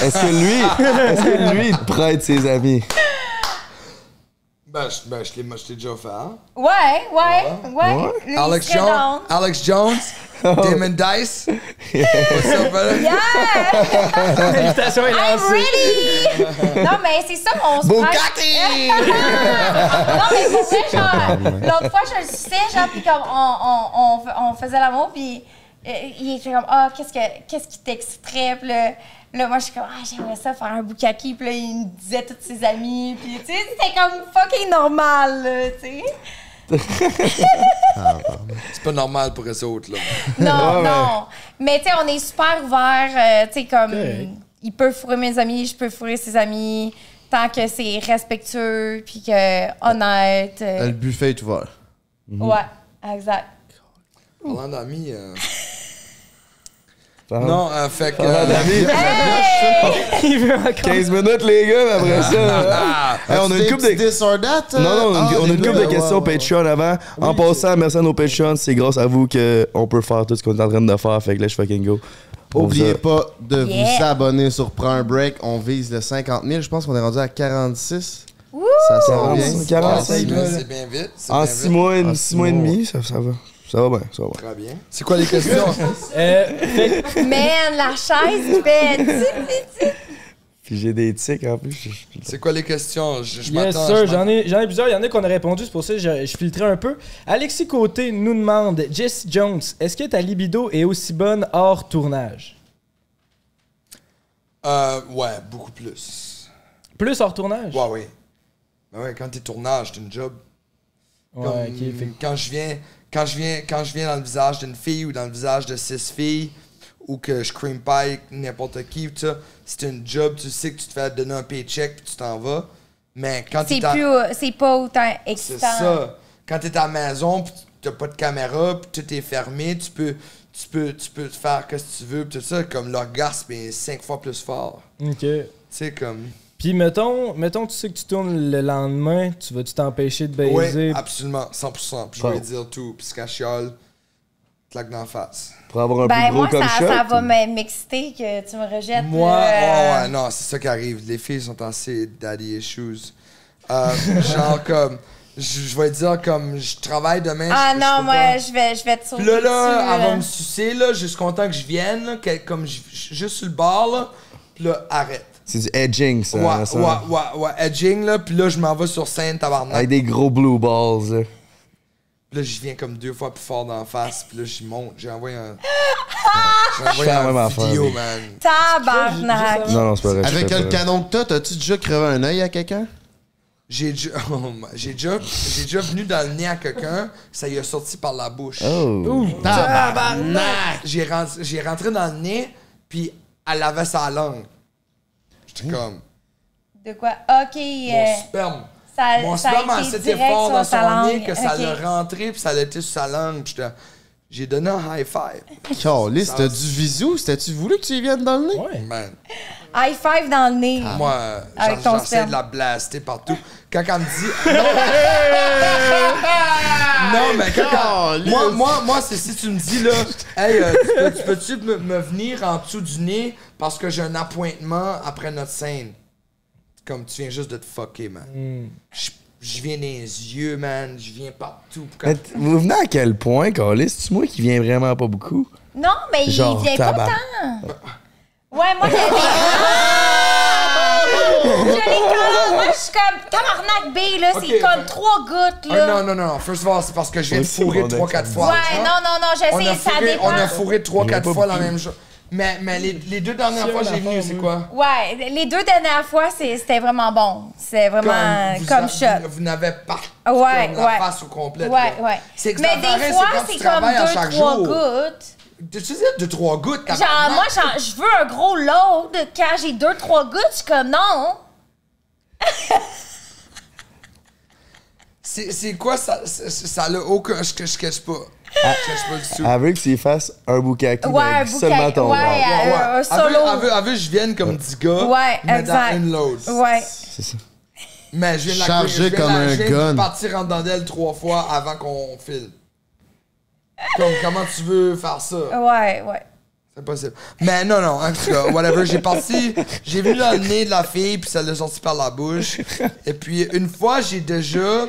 Speaker 9: Est-ce que lui, est-ce que lui, il te prête ses amis?
Speaker 2: Ben, je, ben, je l'ai moi, je t'ai déjà fait. hein.
Speaker 3: Ouais, ouais, ouais. lui, il
Speaker 2: Alex,
Speaker 3: serait
Speaker 2: Jones,
Speaker 3: down.
Speaker 2: Alex Jones,
Speaker 8: Oh.
Speaker 2: Damon Dice. What's up, brother?
Speaker 8: L'invitation est lancée.
Speaker 3: Non, mais c'est ça, on se
Speaker 2: Bugatti!
Speaker 3: non, mais pour vrai, genre, l'autre fois, je le suçais, genre, puis comme, on, on, on, on faisait l'amour, puis euh, il était comme, ah, qu'est-ce, que, qu'est-ce qui t'extrait, puis là, là, moi, je suis comme, ah, j'aimerais ça faire un bukkake, puis là, il me disait tous ses amis, puis tu sais, c'était comme fucking normal, là, tu sais.
Speaker 2: C'est pas normal pour eux autres, là.
Speaker 3: Non, non. Mais tu sais, on est super ouvert. euh, tu sais, comme,
Speaker 2: Correct.
Speaker 3: il peut fourrer mes amis, je peux fourrer ses amis, tant que c'est respectueux, puis que honnête. euh,
Speaker 4: Le buffet est ouvert.
Speaker 2: Mhm.
Speaker 3: Ouais, exact.
Speaker 2: Parlant d'amis, euh, Non,
Speaker 8: Oh.
Speaker 2: euh, fait que.
Speaker 9: Pendant la vie.
Speaker 2: Il veut encore.
Speaker 9: 15 minutes, les gars, mais après ça.
Speaker 2: euh,
Speaker 4: Ah,
Speaker 9: Hey, on a une
Speaker 4: des
Speaker 9: couple
Speaker 4: petits
Speaker 9: de.
Speaker 4: disordered, euh?
Speaker 9: Non, non, on a une-
Speaker 4: Ah,
Speaker 9: on a
Speaker 4: des
Speaker 9: une couple
Speaker 4: nouvelles.
Speaker 9: de questions Patreon avant. en passant, merci à nos Patreons. C'est grâce à vous qu'on peut faire tout ce qu'on est en train de faire. Fait que let's fucking go.
Speaker 4: Oubliez
Speaker 9: Pour
Speaker 4: pas de vous
Speaker 9: Yeah.
Speaker 4: abonner sur Prends un break. On vise le 50 000. Je pense qu'on est rendu à 46. Ça sent bien.
Speaker 8: Ah,
Speaker 9: 45, 45, là.
Speaker 2: Ah, C'est bien vite. c'est
Speaker 9: En
Speaker 2: bien
Speaker 9: 6
Speaker 2: vite.
Speaker 9: mois,
Speaker 2: En
Speaker 9: et-
Speaker 2: six
Speaker 9: six mois et
Speaker 2: mois.
Speaker 9: demi, ça, ça va. Ça va bien, ça va bien.
Speaker 2: Très bien. C'est quoi les questions?
Speaker 8: Euh,
Speaker 3: Man, la chaise qui fait tic, tic, tic.
Speaker 9: Puis j'ai des tics en plus. Je-
Speaker 2: C'est quoi les questions? Je, je
Speaker 8: Yes,
Speaker 2: m'attends.
Speaker 8: sir,
Speaker 2: je
Speaker 8: j'en ai, j'en ai plusieurs. Il y en a qu'on a répondu, c'est pour ça que je, je filtrais un peu. Alexis Côté nous demande Jesse Jones, est-ce que ta libido est aussi bonne hors tournage
Speaker 2: Euh, ouais, beaucoup plus.
Speaker 8: Plus hors tournage?
Speaker 2: Ouais, oui. Ben ouais, quand t'es tournage, t'es une job.
Speaker 8: Ouais,
Speaker 2: Comme,
Speaker 8: ok, fait que-
Speaker 2: Quand je viens, quand je viens, quand je viens dans le visage d'une fille ou dans le visage de six filles ou que je cream pie avec n'importe qui, tu sais, c'est une job, tu sais que tu te fais donner un paycheck puis tu t'en vas. Mais quand
Speaker 3: C'est
Speaker 2: t'es en-
Speaker 3: plus, euh, c'est pas autant
Speaker 2: C'est
Speaker 3: excitant.
Speaker 2: ça. Quand t'es à la maison, pis t'as pas de caméra, pis tout est fermé, tu peux, tu peux, tu peux te faire que ce que tu veux, pis tout ça, comme l'orgasme est cinq fois plus fort.
Speaker 8: Ok.
Speaker 2: Tu sais, comme.
Speaker 8: Puis mettons, mettons, tu sais que tu tournes le lendemain, tu vas-tu t'empêcher de baiser
Speaker 9: ah.
Speaker 2: Oui, absolument, 100%. Puis je
Speaker 8: Bon.
Speaker 2: vais dire tout, pis ce qu'elle chiale, claque d'en face.
Speaker 9: Pour avoir un
Speaker 3: Ben,
Speaker 9: plus gros
Speaker 3: moi,
Speaker 9: comme
Speaker 3: ça,
Speaker 9: shot.
Speaker 3: ça va m- m'exciter que tu me rejettes.
Speaker 2: Moi,
Speaker 3: là, euh,
Speaker 2: ouais, ouais, non, c'est ça qui arrive. Les filles sont assez daddy issues. Euh, genre, comme, je je vais dire, comme, je travaille demain.
Speaker 3: Ah
Speaker 2: je- je
Speaker 3: non,
Speaker 2: peux
Speaker 3: moi,
Speaker 2: pas.
Speaker 3: je vais, je vais te sauter
Speaker 2: Puis là,
Speaker 3: dessus,
Speaker 2: là, elle
Speaker 3: là.
Speaker 2: va me sucer, là. Je suis content que je vienne, là, que- comme je, je- juste sur le bord, là. Puis là, arrête.
Speaker 9: C'est du edging, ça.
Speaker 2: Ouais,
Speaker 9: hein,
Speaker 2: ouais,
Speaker 9: ça.
Speaker 2: ouais, ouais, edging, là. Puis là, je m'en vais sur scène, tabarnak.
Speaker 9: Avec des gros blue balls. là.
Speaker 2: Puis là, je viens comme deux fois plus fort d'en face. Puis là, j'y monte. J'ai envoyé un. J'ai
Speaker 9: Je fais
Speaker 2: envoyé
Speaker 9: la même
Speaker 2: un
Speaker 9: affaire,
Speaker 2: vidéo,
Speaker 9: mais-
Speaker 2: man.
Speaker 3: Tabarnak.
Speaker 9: Non, non, c'est pas vrai.
Speaker 4: Avec
Speaker 9: je fais
Speaker 4: le
Speaker 9: pas.
Speaker 4: canon que t'as, t'as-tu déjà crevé un œil à quelqu'un?
Speaker 2: J'ai déjà, j'ai déjà, j'ai déjà venu dans le nez à quelqu'un, ça y est sorti par la bouche.
Speaker 9: Oh. Ouh,
Speaker 4: tabarnak!
Speaker 2: J'ai rentré, j'ai rentré dans le nez, puis elle avait sa langue. J'étais comme,
Speaker 3: De quoi? OK. euh,
Speaker 2: mon sperme.
Speaker 3: ça,
Speaker 2: Mon
Speaker 3: ça
Speaker 2: sperme
Speaker 3: a
Speaker 2: a
Speaker 3: été
Speaker 2: assez
Speaker 3: direct
Speaker 2: fort
Speaker 3: sur
Speaker 2: dans
Speaker 3: sa
Speaker 2: son
Speaker 3: langue.
Speaker 2: nez que ça
Speaker 3: OK.
Speaker 2: l'a rentré, puis ça l'a été sur sa langue. Puis j'étais- j'ai donné un high five.
Speaker 4: Caliste, c'était du visou. C'était-tu voulu que tu y viennes dans le nez?
Speaker 8: Ouais.
Speaker 2: Man,
Speaker 3: High five dans le nez.
Speaker 2: moi, euh,
Speaker 3: Avec
Speaker 2: j'en-
Speaker 3: ton
Speaker 2: j'essaie
Speaker 3: sperme.
Speaker 2: de la blaster partout. Quand elle me dit, Non, mais quand- quand-
Speaker 4: Caliste.
Speaker 2: moi, moi, moi c'est si tu me dis là, hey, euh, tu peux- tu peux-tu me, me venir en dessous du nez parce que j'ai un appointement après notre scène? Comme tu viens juste de te fucker, man. Je, je viens des yeux, man. Je viens partout.
Speaker 9: Mais t- vous venez à quel point, Carlis? C'est moi qui viens vraiment pas beaucoup.
Speaker 3: Non, mais
Speaker 9: Genre,
Speaker 3: il vient
Speaker 9: tabar-
Speaker 3: pas tant. Ouais, moi, il y a des- Ah! Je l'ai comme- Moi, je suis comme tabarnak B, là. C'est
Speaker 2: Ah! Ok,
Speaker 3: comme trois gouttes,
Speaker 2: Ah,
Speaker 3: là.
Speaker 2: non, non, non, non. First of all, c'est parce que je viens de
Speaker 9: Aussi,
Speaker 2: fourrer
Speaker 9: on a
Speaker 2: 3-4
Speaker 9: ça.
Speaker 2: fois.
Speaker 3: Ouais, non, non, non, je
Speaker 2: on
Speaker 3: sais,
Speaker 2: a
Speaker 3: ça
Speaker 2: fourré,
Speaker 3: dépend.
Speaker 2: on a fourré
Speaker 9: Il y en a
Speaker 2: 3-4
Speaker 9: pas
Speaker 2: fois la
Speaker 9: beaucoup.
Speaker 2: même chose. Mais, mais les, les deux dernières fois, j'ai venu, c'est quoi?
Speaker 3: Ouais, les deux dernières fois, c'est- c'était vraiment bon. C'est vraiment
Speaker 2: vous
Speaker 3: comme
Speaker 2: a-
Speaker 3: shot.
Speaker 2: Vous, vous n'avez pas
Speaker 3: Ouais,
Speaker 2: ouais, la
Speaker 3: ouais.
Speaker 2: face au complet.
Speaker 3: Ouais,
Speaker 2: là.
Speaker 3: ouais.
Speaker 2: C'est que
Speaker 3: Mais
Speaker 2: ça paraît,
Speaker 3: des fois,
Speaker 2: quand tu
Speaker 3: c'est comme
Speaker 2: travailles à chaque
Speaker 3: deux, trois
Speaker 2: jour.
Speaker 3: gouttes.
Speaker 2: Tu sais, deux, trois gouttes. t'as-
Speaker 3: Genre, moi, j'en- je veux un gros load. Quand j'ai deux, trois gouttes, je suis comme non.
Speaker 2: C'est c'est quoi ça? c'est- c'est- Ça l'a aucun. Je cache cache pas. Je cache pas du tout.
Speaker 9: Elle veut que tu y fasses un boucaki
Speaker 3: Ouais,
Speaker 9: avec
Speaker 3: un
Speaker 9: seulement
Speaker 3: bukkake,
Speaker 9: ton
Speaker 3: ouais,
Speaker 9: ventre.
Speaker 3: euh, un
Speaker 2: Elle
Speaker 3: solo.
Speaker 2: veut- Elle veut, elle veut que je vienne comme 10 gars.
Speaker 3: Ouais,
Speaker 2: mais
Speaker 3: exact.
Speaker 2: dans une load.
Speaker 3: Ouais.
Speaker 9: C'est ça.
Speaker 2: Mais je viens de la
Speaker 4: Chargé
Speaker 2: je viens de la-
Speaker 4: comme un
Speaker 2: je viens de
Speaker 4: gun.
Speaker 2: partir en dandelle trois fois avant qu'on file. Comme, comment tu veux faire ça?
Speaker 3: Ouais, ouais.
Speaker 2: C'est possible. Mais non, non, en tout cas, whatever, j'ai parti, j'ai vu le nez de la fille, puis ça l'a sorti par la bouche. Et puis, une fois, j'ai déjà.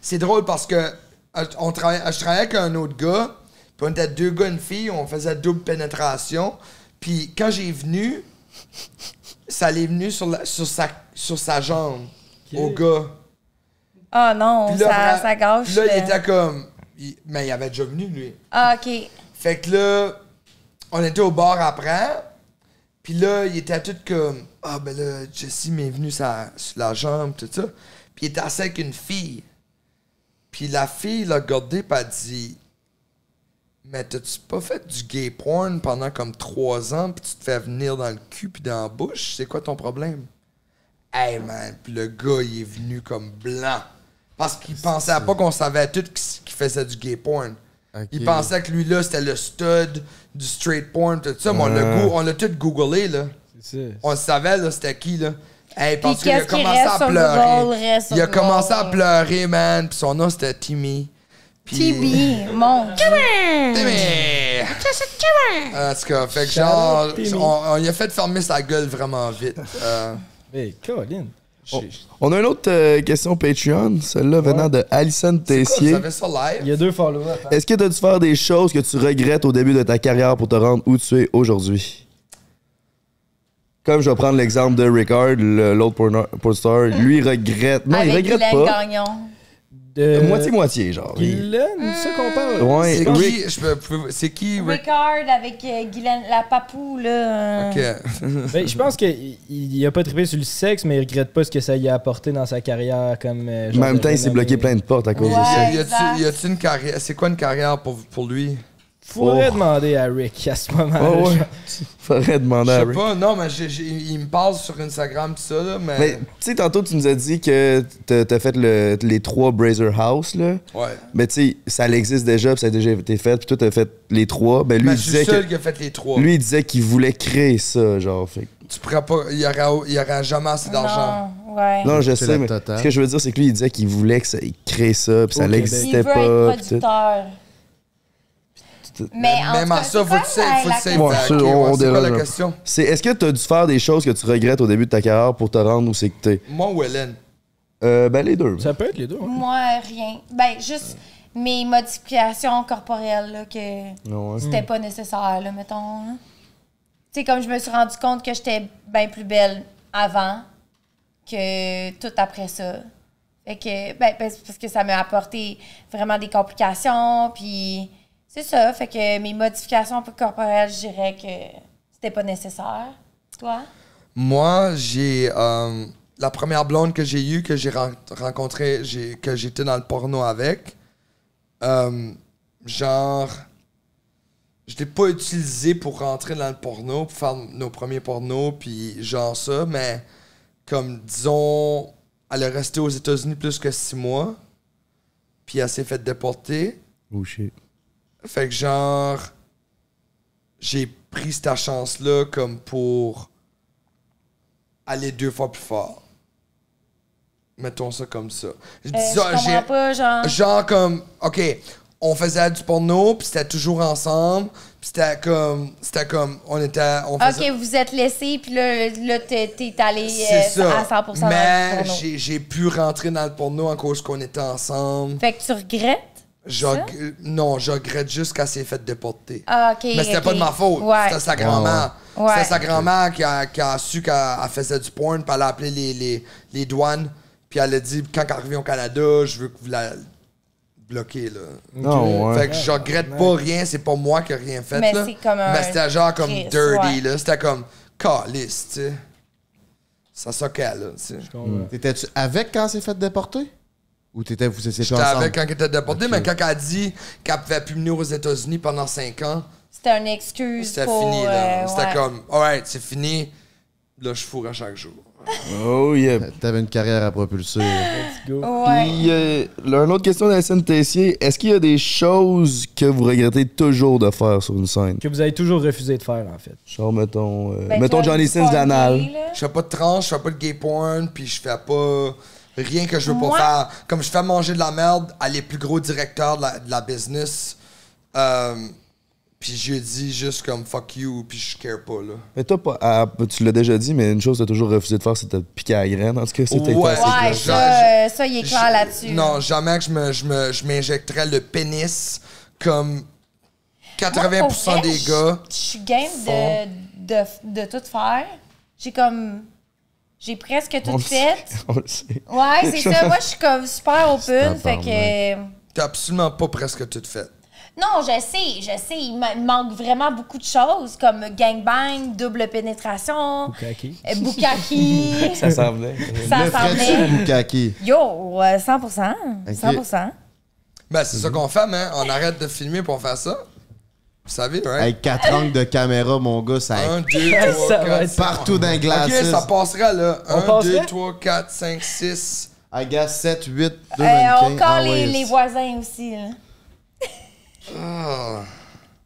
Speaker 2: C'est drôle parce que euh, on travaille, je travaillais avec un autre gars, puis on était deux gars, une fille, on faisait double pénétration. Puis quand j'ai venu, ça l'est venu sur, la- sur, sa, sur sa jambe, au gars.
Speaker 3: Ah non,
Speaker 2: Puis là,
Speaker 3: ça,
Speaker 2: vra-
Speaker 3: ça gâche.
Speaker 2: Là,
Speaker 3: le-
Speaker 2: il était comme. il- mais il avait déjà venu, lui.
Speaker 3: Ah, OK.
Speaker 2: Fait que là, on était au bar après. Puis là, il était tout comme Ah, ben là, Jesse m'est venu sa- sur la jambe, tout ça. Puis il était assis avec une fille. Puis la fille l'a regardé, puis elle dit Mais t'as-tu pas fait du gay porn pendant comme trois ans, puis tu te fais venir dans le cul, puis dans la bouche C'est quoi ton problème Hey man, puis le gars, il est venu comme blanc. Parce qu'il pensait pas qu'on savait tout qu'il qu'il faisait du gay porn. Il pensait que lui-là, c'était le stud du straight porn, tout ça. Mais on l'a
Speaker 4: Ah.
Speaker 2: go- on l'a tout googlé, là. On le savait, là, c'était qui, là. Hey, parce
Speaker 3: Puis
Speaker 2: qu'il a
Speaker 3: qu'est-ce qui
Speaker 2: commencé
Speaker 3: reste
Speaker 2: à
Speaker 3: sur Google,
Speaker 2: pleurer.
Speaker 3: reste sur
Speaker 2: Il a
Speaker 3: Google.
Speaker 2: commencé à pleurer, man. Puis son nom, c'était Timmy. Puis-
Speaker 3: Tibi, mon Dieu.
Speaker 2: Timmy! Mm. En tout cas, fait que genre,
Speaker 8: Shout out, Timmy.
Speaker 2: on, on y a fait fermer sa gueule vraiment vite. Euh,
Speaker 8: Mais Eh, Colin.
Speaker 9: On a une autre euh, question Patreon, celle-là venant de Alison Tessier.
Speaker 2: J'avais ça live.
Speaker 8: Il y a deux followers. hein.
Speaker 9: Est-ce que tu as dû faire des choses que tu regrettes au début de ta carrière pour te rendre où tu es aujourd'hui? Comme je vais prendre l'exemple de Ricard, le- l'autre porno- pornstar, lui il regrette. Non,
Speaker 3: Avec
Speaker 9: il regrette
Speaker 3: Guylaine
Speaker 9: pas. Euh,
Speaker 3: Gagnon.
Speaker 8: De-
Speaker 9: Moitié-moitié, genre. Il-
Speaker 8: Euh, Guylaine, c'est ça qu'on parle.
Speaker 9: Ouais,
Speaker 2: c'est
Speaker 9: Rick-
Speaker 2: qui, je peux- peux- c'est qui Rick?
Speaker 3: Ricard avec euh, Guylaine, la papou, là. euh,
Speaker 8: Ben, je pense qu'il il a pas trippé sur le sexe, mais il regrette pas ce que ça lui a apporté dans sa carrière. comme. euh,
Speaker 9: en
Speaker 8: genre
Speaker 9: même
Speaker 8: de
Speaker 9: temps, il s'est
Speaker 8: renommée.
Speaker 9: bloqué plein de portes à cause
Speaker 2: Y
Speaker 9: de ça.
Speaker 2: a- y a-tu- y a-tu une carrière? C'est quoi une carrière pour, pour lui?
Speaker 8: Faudrait demander à Rick à ce moment-là.
Speaker 9: Ouais, Oh. ouais.
Speaker 8: genre.
Speaker 9: Faudrait demander à
Speaker 2: Je sais
Speaker 9: Rick.
Speaker 2: pas, non, mais j'ai- j'ai- il me parle sur Instagram, tout ça, là, mais.
Speaker 3: Euh,
Speaker 9: Mais tu sais, tantôt, tu nous as dit que t'as t'as fait le- les trois Brazer House, là.
Speaker 2: Ouais.
Speaker 9: Mais tu sais, ça existe déjà, puis ça a déjà été fait, puis toi, t'as fait les trois. Ben, lui,
Speaker 2: Ben,
Speaker 9: il
Speaker 2: je suis
Speaker 9: disait
Speaker 2: seul
Speaker 9: que-
Speaker 2: qui a fait les trois.
Speaker 9: Lui, il disait qu'il voulait créer ça, genre. Fait. que-
Speaker 2: Tu pourrais pas. Il y aura, il y aura jamais assez d'argent.
Speaker 3: Ouais.
Speaker 9: Non, je
Speaker 4: C'est
Speaker 9: sais,
Speaker 4: la
Speaker 9: mais
Speaker 4: totale.
Speaker 9: ce que je veux dire, c'est que lui, il disait qu'il voulait que ça, il crée ça, puis ça
Speaker 3: Il
Speaker 4: Québec.
Speaker 3: veut
Speaker 9: n'existait pas.
Speaker 3: être
Speaker 9: puis tout.
Speaker 3: producteur. Mais en
Speaker 2: Même
Speaker 3: tout
Speaker 2: en ça,
Speaker 3: cas, c'est
Speaker 2: faut
Speaker 3: quoi
Speaker 2: que tu sais-
Speaker 3: la-
Speaker 2: faut que
Speaker 3: la
Speaker 2: tu sais-
Speaker 3: question?
Speaker 9: Ouais,
Speaker 2: Ben,
Speaker 9: ça,
Speaker 2: ok,
Speaker 9: on-
Speaker 2: ouais,
Speaker 9: on
Speaker 2: c'est quoi la
Speaker 9: dérange, là.
Speaker 2: question?
Speaker 9: C'est est-ce que t'as dû faire des choses que tu regrettes au début de ta carrière pour te rendre où c'est que t'es?
Speaker 2: Moi ou Hélène?
Speaker 9: Euh, ben, les deux.
Speaker 8: Ça peut être les deux, hein. ouais.
Speaker 3: Moi, rien. Ben, juste mes modifications corporelles, là, que
Speaker 9: Ouais.
Speaker 3: c'était
Speaker 2: Hmm.
Speaker 9: Mm.
Speaker 3: pas nécessaire, là, mettons. là. Tu sais, comme je me suis rendu compte que j'étais bien plus belle avant que tout après ça. Fait que, ben, ben, c'est parce que ça m'a apporté vraiment des complications, puis c'est ça. Fait que mes modifications un peu corporelles, je dirais que c'était pas nécessaire. Toi?
Speaker 2: Moi, j'ai. euh, la première blonde que j'ai eue, que j'ai ren- rencontrée, j'ai- que j'étais dans le porno avec, euh, genre. Je l'ai pas utilisé pour rentrer dans le porno, pour faire nos premiers pornos, puis genre ça, mais comme disons, elle est restée aux États-Unis plus que six mois, puis elle s'est faite déporter.
Speaker 9: Oh shit.
Speaker 2: Fait que genre, j'ai pris cette chance-là comme pour aller deux fois plus fort. Mettons ça comme ça. Je
Speaker 3: Euh,
Speaker 2: dis ça,
Speaker 3: je comprends
Speaker 2: j'ai-
Speaker 3: pas, genre.
Speaker 2: Genre comme, ok, on faisait du porno, puis c'était toujours ensemble, puis c'était comme, c'était comme, on était, on faisait...
Speaker 3: Ok, vous êtes laissé, puis là, là t'es t'es allé euh,
Speaker 2: C'est ça.
Speaker 3: à 100% dans le
Speaker 2: Mais
Speaker 3: porno.
Speaker 2: j'ai- j'ai pu rentrer dans le porno en cause qu'on était ensemble.
Speaker 3: Fait que tu regrettes?
Speaker 2: Je
Speaker 3: ça?
Speaker 2: reg- Non, je regrette juste qu'elle s'est faite déporter.
Speaker 3: Ah, ok.
Speaker 2: Mais c'était
Speaker 3: ok.
Speaker 2: pas de ma faute.
Speaker 3: Ouais.
Speaker 2: C'était sa grand-mère.
Speaker 3: Ouais. Ouais.
Speaker 2: C'était sa grand-mère qui a, qui a su qu'elle elle faisait du porn, puis elle a appelé les, les, les douanes, puis elle a dit quand elle est arrivée au Canada, je veux que vous la bloquiez. Là.
Speaker 9: Non, ouais.
Speaker 2: Fait que je regrette pas rien, c'est pas moi qui ai rien fait.
Speaker 3: Mais
Speaker 2: là.
Speaker 3: c'est comme un
Speaker 2: Mais c'était genre comme
Speaker 3: Chris,
Speaker 2: dirty,
Speaker 3: ouais.
Speaker 2: là. C'était comme calice, tu sais. Ça soquait, là, tu sais.
Speaker 4: T'étais-tu avec quand c'est fait déporter? Ou t'étais, vous étiez
Speaker 2: J'étais
Speaker 4: ensemble?
Speaker 2: avec quand elle était déportée, mais quand elle a dit qu'elle pouvait plus venir aux États-Unis pendant 5 ans,
Speaker 3: C'était une excuse.
Speaker 2: C'était
Speaker 3: pour,
Speaker 2: fini, là.
Speaker 3: euh,
Speaker 2: C'était
Speaker 3: ouais.
Speaker 2: comme, alright, c'est fini. Là, je fourre à chaque jour.
Speaker 9: Oh yeah.
Speaker 4: T'avais une carrière à propulser. Let's
Speaker 8: go.
Speaker 3: Ouais.
Speaker 9: Puis, euh, là, une autre question d'Alison Tessier. Est-ce qu'il y a des choses que vous regrettez toujours de faire sur une scène?
Speaker 8: Que vous avez toujours refusé de faire, en fait.
Speaker 9: Genre, mettons, euh,
Speaker 2: Ben,
Speaker 9: mettons
Speaker 2: toi,
Speaker 9: Johnny
Speaker 2: tu
Speaker 9: Sins
Speaker 2: vas
Speaker 9: d'anal.
Speaker 2: Je fais pas de trans, je fais pas de gay porn, puis je fais pas rien que je veux
Speaker 3: Moi-
Speaker 2: pas faire. Comme je fais manger de la merde à les plus gros directeurs de la, de la business. Euh, puis je dis juste comme fuck you, puis je care pas, là.
Speaker 9: Mais toi, pas- ah, tu l'as déjà dit, mais une chose que t'as toujours refusé de faire, c'était de piquer à la graine. En tout cas, c'était
Speaker 2: Ouais.
Speaker 9: assez
Speaker 3: Ouais,
Speaker 9: clair.
Speaker 3: ça, euh, ça, il est clair là-dessus.
Speaker 2: Non, jamais que je me- je me- je m'injecterais le pénis comme
Speaker 3: Moi,
Speaker 2: 80%
Speaker 3: pour vrai,
Speaker 2: des gars.
Speaker 3: Je je suis game
Speaker 2: font-
Speaker 3: de, de, de tout faire. J'ai comme. J'ai presque
Speaker 9: On
Speaker 3: tout
Speaker 9: le
Speaker 3: fait.
Speaker 9: On le sait.
Speaker 3: Ouais, c'est ça. Moi, je suis comme super open. Fait que.
Speaker 2: T'as absolument pas presque tout fait.
Speaker 3: Non, je sais, je sais. Il me manque vraiment beaucoup de choses comme gangbang, double pénétration, euh, bukkake.
Speaker 9: Ça s'en venait.
Speaker 3: Ça s'en venait.
Speaker 4: Kaki.
Speaker 3: Yo, euh, 100%. 100%.
Speaker 2: Ben, c'est ça qu'on fait, mais on arrête de filmer pour faire ça. Vous savez, right?
Speaker 4: Avec quatre angles de caméra, mon gars, ça.
Speaker 2: Un, deux, trois,
Speaker 4: Ça va
Speaker 2: quatre,
Speaker 4: être partout dans les
Speaker 2: Ok,
Speaker 4: glaces.
Speaker 2: ça passera là.
Speaker 4: On
Speaker 2: 1,
Speaker 4: passerait?
Speaker 2: 2, 3, 4, 5, 6.
Speaker 4: I guess 7, 8, 2,
Speaker 3: Euh, on
Speaker 4: 25.
Speaker 3: colle les, les voisins aussi. là.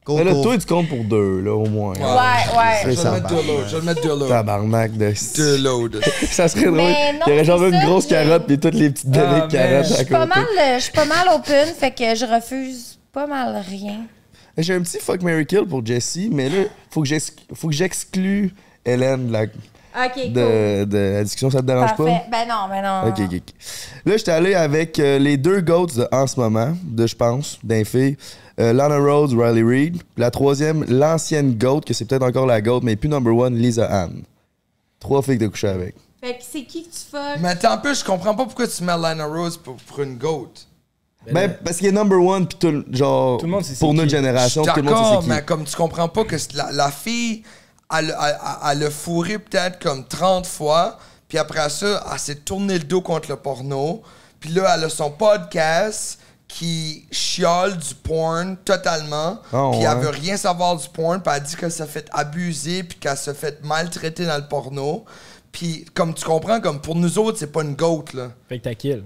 Speaker 9: Mais là, toi, tu comptes pour deux, là, au moins.
Speaker 3: ouais.
Speaker 9: Ah, C'est
Speaker 3: Je vais
Speaker 9: ça,
Speaker 3: le mettre
Speaker 9: barbe.
Speaker 3: de l'autre, je
Speaker 2: vais le mettre de l'autre.
Speaker 9: Tabarnak de...
Speaker 2: De l'autre.
Speaker 9: ça serait drôle.
Speaker 3: Mais non,
Speaker 9: Il y aurait genre
Speaker 3: c'est
Speaker 9: une
Speaker 3: ça,
Speaker 9: grosse
Speaker 3: je-
Speaker 9: carotte puis toutes les petites
Speaker 3: Ah,
Speaker 9: données de
Speaker 3: man.
Speaker 9: carottes
Speaker 3: Je
Speaker 9: à
Speaker 3: suis pas
Speaker 9: côté.
Speaker 3: mal, euh, je suis pas mal open, fait que je refuse pas mal rien.
Speaker 9: J'ai un petit fuck Mary Kill pour Jessie, mais là, faut que j'ex- faut que j'exclue Hélène de la...
Speaker 3: Ok,
Speaker 9: de, de la discussion. Ça te dérange pas?
Speaker 3: Parfait. Ben non, ben non.
Speaker 9: Ok, ok. ok. Là, j'étais allé avec euh, les deux GOATs de- en ce moment, de je pense, d'un filles. Euh, Lana Rhodes, Riley Reid. La troisième, l'ancienne GOAT, que c'est peut-être encore la GOAT, mais plus number one, Lisa Ann. Trois filles que t'as couché avec.
Speaker 3: Fait que c'est qui que tu fuck?
Speaker 2: Mais attends un peu, je comprends pas pourquoi tu mets Lana Rose pour, pour une goat.
Speaker 9: Ben, parce qu'il est number one, puis tout, le- genre,
Speaker 2: Tout le monde sait c'est
Speaker 9: pour notre
Speaker 2: qui.
Speaker 9: génération,
Speaker 2: Je suis
Speaker 9: tout le monde
Speaker 2: d'accord,
Speaker 9: sait c'est
Speaker 2: mais
Speaker 9: qui.
Speaker 2: comme tu comprends pas que c'est la, la fille, elle, elle- elle- elle a fourré peut-être comme 30 fois, puis après ça, elle s'est tournée le dos contre le porno, puis là, elle a son podcast qui chiole du porn totalement,
Speaker 9: Ah,
Speaker 2: puis elle
Speaker 9: ouais.
Speaker 2: veut rien savoir du porn, puis elle dit qu'elle s'est fait abuser, puis qu'elle s'est fait maltraiter dans le porno. Puis comme tu comprends, comme pour nous autres, c'est pas une goat, là
Speaker 8: Fait que t'as kill.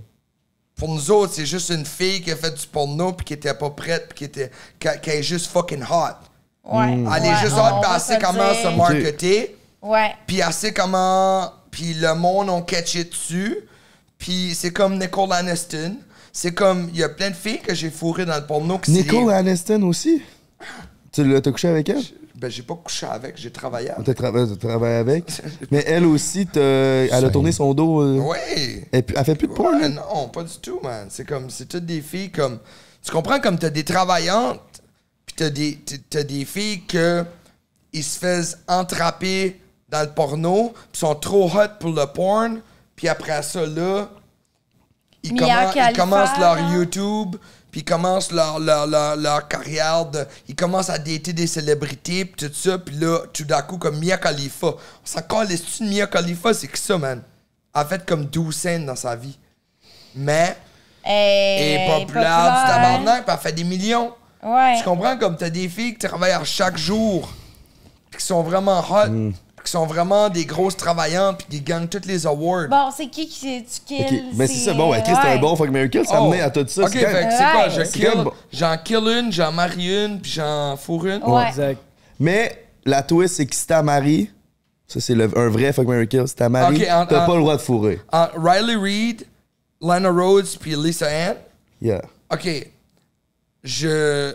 Speaker 2: pour nous autres, c'est juste une fille qui a fait du porno puis qui était pas prête puis qui était qui, qui est juste fucking hot.
Speaker 3: Ouais,
Speaker 9: Hmm.
Speaker 2: Elle
Speaker 3: ouais,
Speaker 2: est juste
Speaker 3: on
Speaker 2: hot puis
Speaker 3: va
Speaker 2: elle sait
Speaker 3: se
Speaker 2: comment
Speaker 3: dire.
Speaker 2: se marketer.
Speaker 3: Ouais.
Speaker 2: Puis elle sait comment puis le monde ont catché dessus. Puis c'est comme Nicole Aniston, c'est comme il y a plein de filles que j'ai fourrées dans le porno qui c'est
Speaker 9: Nicole
Speaker 2: des-
Speaker 9: Aniston aussi? Tu l'as t'as couché avec elle?
Speaker 2: ben j'ai pas couché avec, j'ai travaillé avec.
Speaker 9: T'as trava- t'as travaillé avec? mais elle aussi, t'as- elle a tourné son dos. euh,
Speaker 2: Ouais.
Speaker 9: Elle, pu- elle fait plus de porn,
Speaker 2: Ouais, non, pas du tout, man. C'est comme, c'est toutes des filles comme. Tu comprends, comme t'as des travaillantes, puis t'as des, t'as- t'as des filles que. Ils se faisent entraper dans le porno, puis sont trop hot pour le porn, puis après ça, là. Ils,
Speaker 3: Mia
Speaker 2: commen- ils
Speaker 3: Khalifa,
Speaker 2: commencent leur
Speaker 3: genre.
Speaker 2: YouTube, puis ils commencent leur, leur, leur, leur carrière, de- ils commencent à dater des célébrités, puis tout ça, puis là, tout d'un coup, comme Mia Khalifa. On s'en calisse-tu de Mia Khalifa? C'est qui ça, man? Elle a fait comme 12 scènes dans sa vie. Mais,
Speaker 3: Euh,
Speaker 2: elle
Speaker 3: Et
Speaker 2: est populaire du tabarnak, puis elle fait des millions.
Speaker 3: Ouais.
Speaker 2: Tu comprends? Comme t'as des filles qui travaillent à chaque jour, puis qui sont vraiment hot, puis qui sont vraiment des grosses travaillantes, puis qui gagnent tous les awards.
Speaker 3: Bon, c'est qui qui tu kills?
Speaker 9: Ok, ben c'est ça, bon, ouais, Chris, t'es un bon fuck Mary Kill, ça
Speaker 2: Oh.
Speaker 9: menait à tout ça.
Speaker 2: Ok,
Speaker 9: c'est
Speaker 2: fait
Speaker 9: quand-
Speaker 2: que c'est quoi?
Speaker 9: c'est
Speaker 2: Je
Speaker 9: quand
Speaker 2: kill-
Speaker 9: même bon.
Speaker 2: J'en kill, une, j'en marie une, puis j'en fourre une.
Speaker 9: Mais la twist, c'est que si t'as Marie, ça c'est le- un vrai fuck Mary Kill, si t'as Marie,
Speaker 2: Ok, en-
Speaker 9: t'as
Speaker 2: en-
Speaker 9: pas le droit de fourrer.
Speaker 2: Ah, Riley Reid, Lana Rhodes, puis Lisa Ann.
Speaker 9: Yeah.
Speaker 2: OK. Je.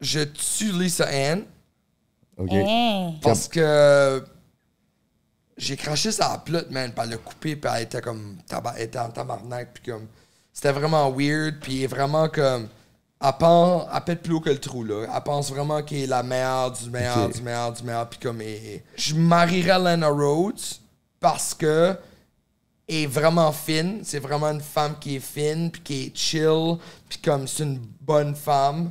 Speaker 2: Je tue Lisa Ann.
Speaker 9: OK.
Speaker 3: Hein.
Speaker 2: Parce que. J'ai craché sa plot, man, puis elle l'a coupé, puis elle était comme. taba- Elle était en tabarnak, puis comme. C'était vraiment weird, puis vraiment comme. Elle, pense, elle pète plus haut que le trou, là. Elle pense vraiment qu'elle est la meilleure du meilleur,
Speaker 9: Ok.
Speaker 2: du meilleur, du meilleur, puis comme. elle- Je marierais Lana Rhodes parce que est vraiment fine. C'est vraiment une femme qui est fine, puis qui est chill, puis comme c'est une bonne femme.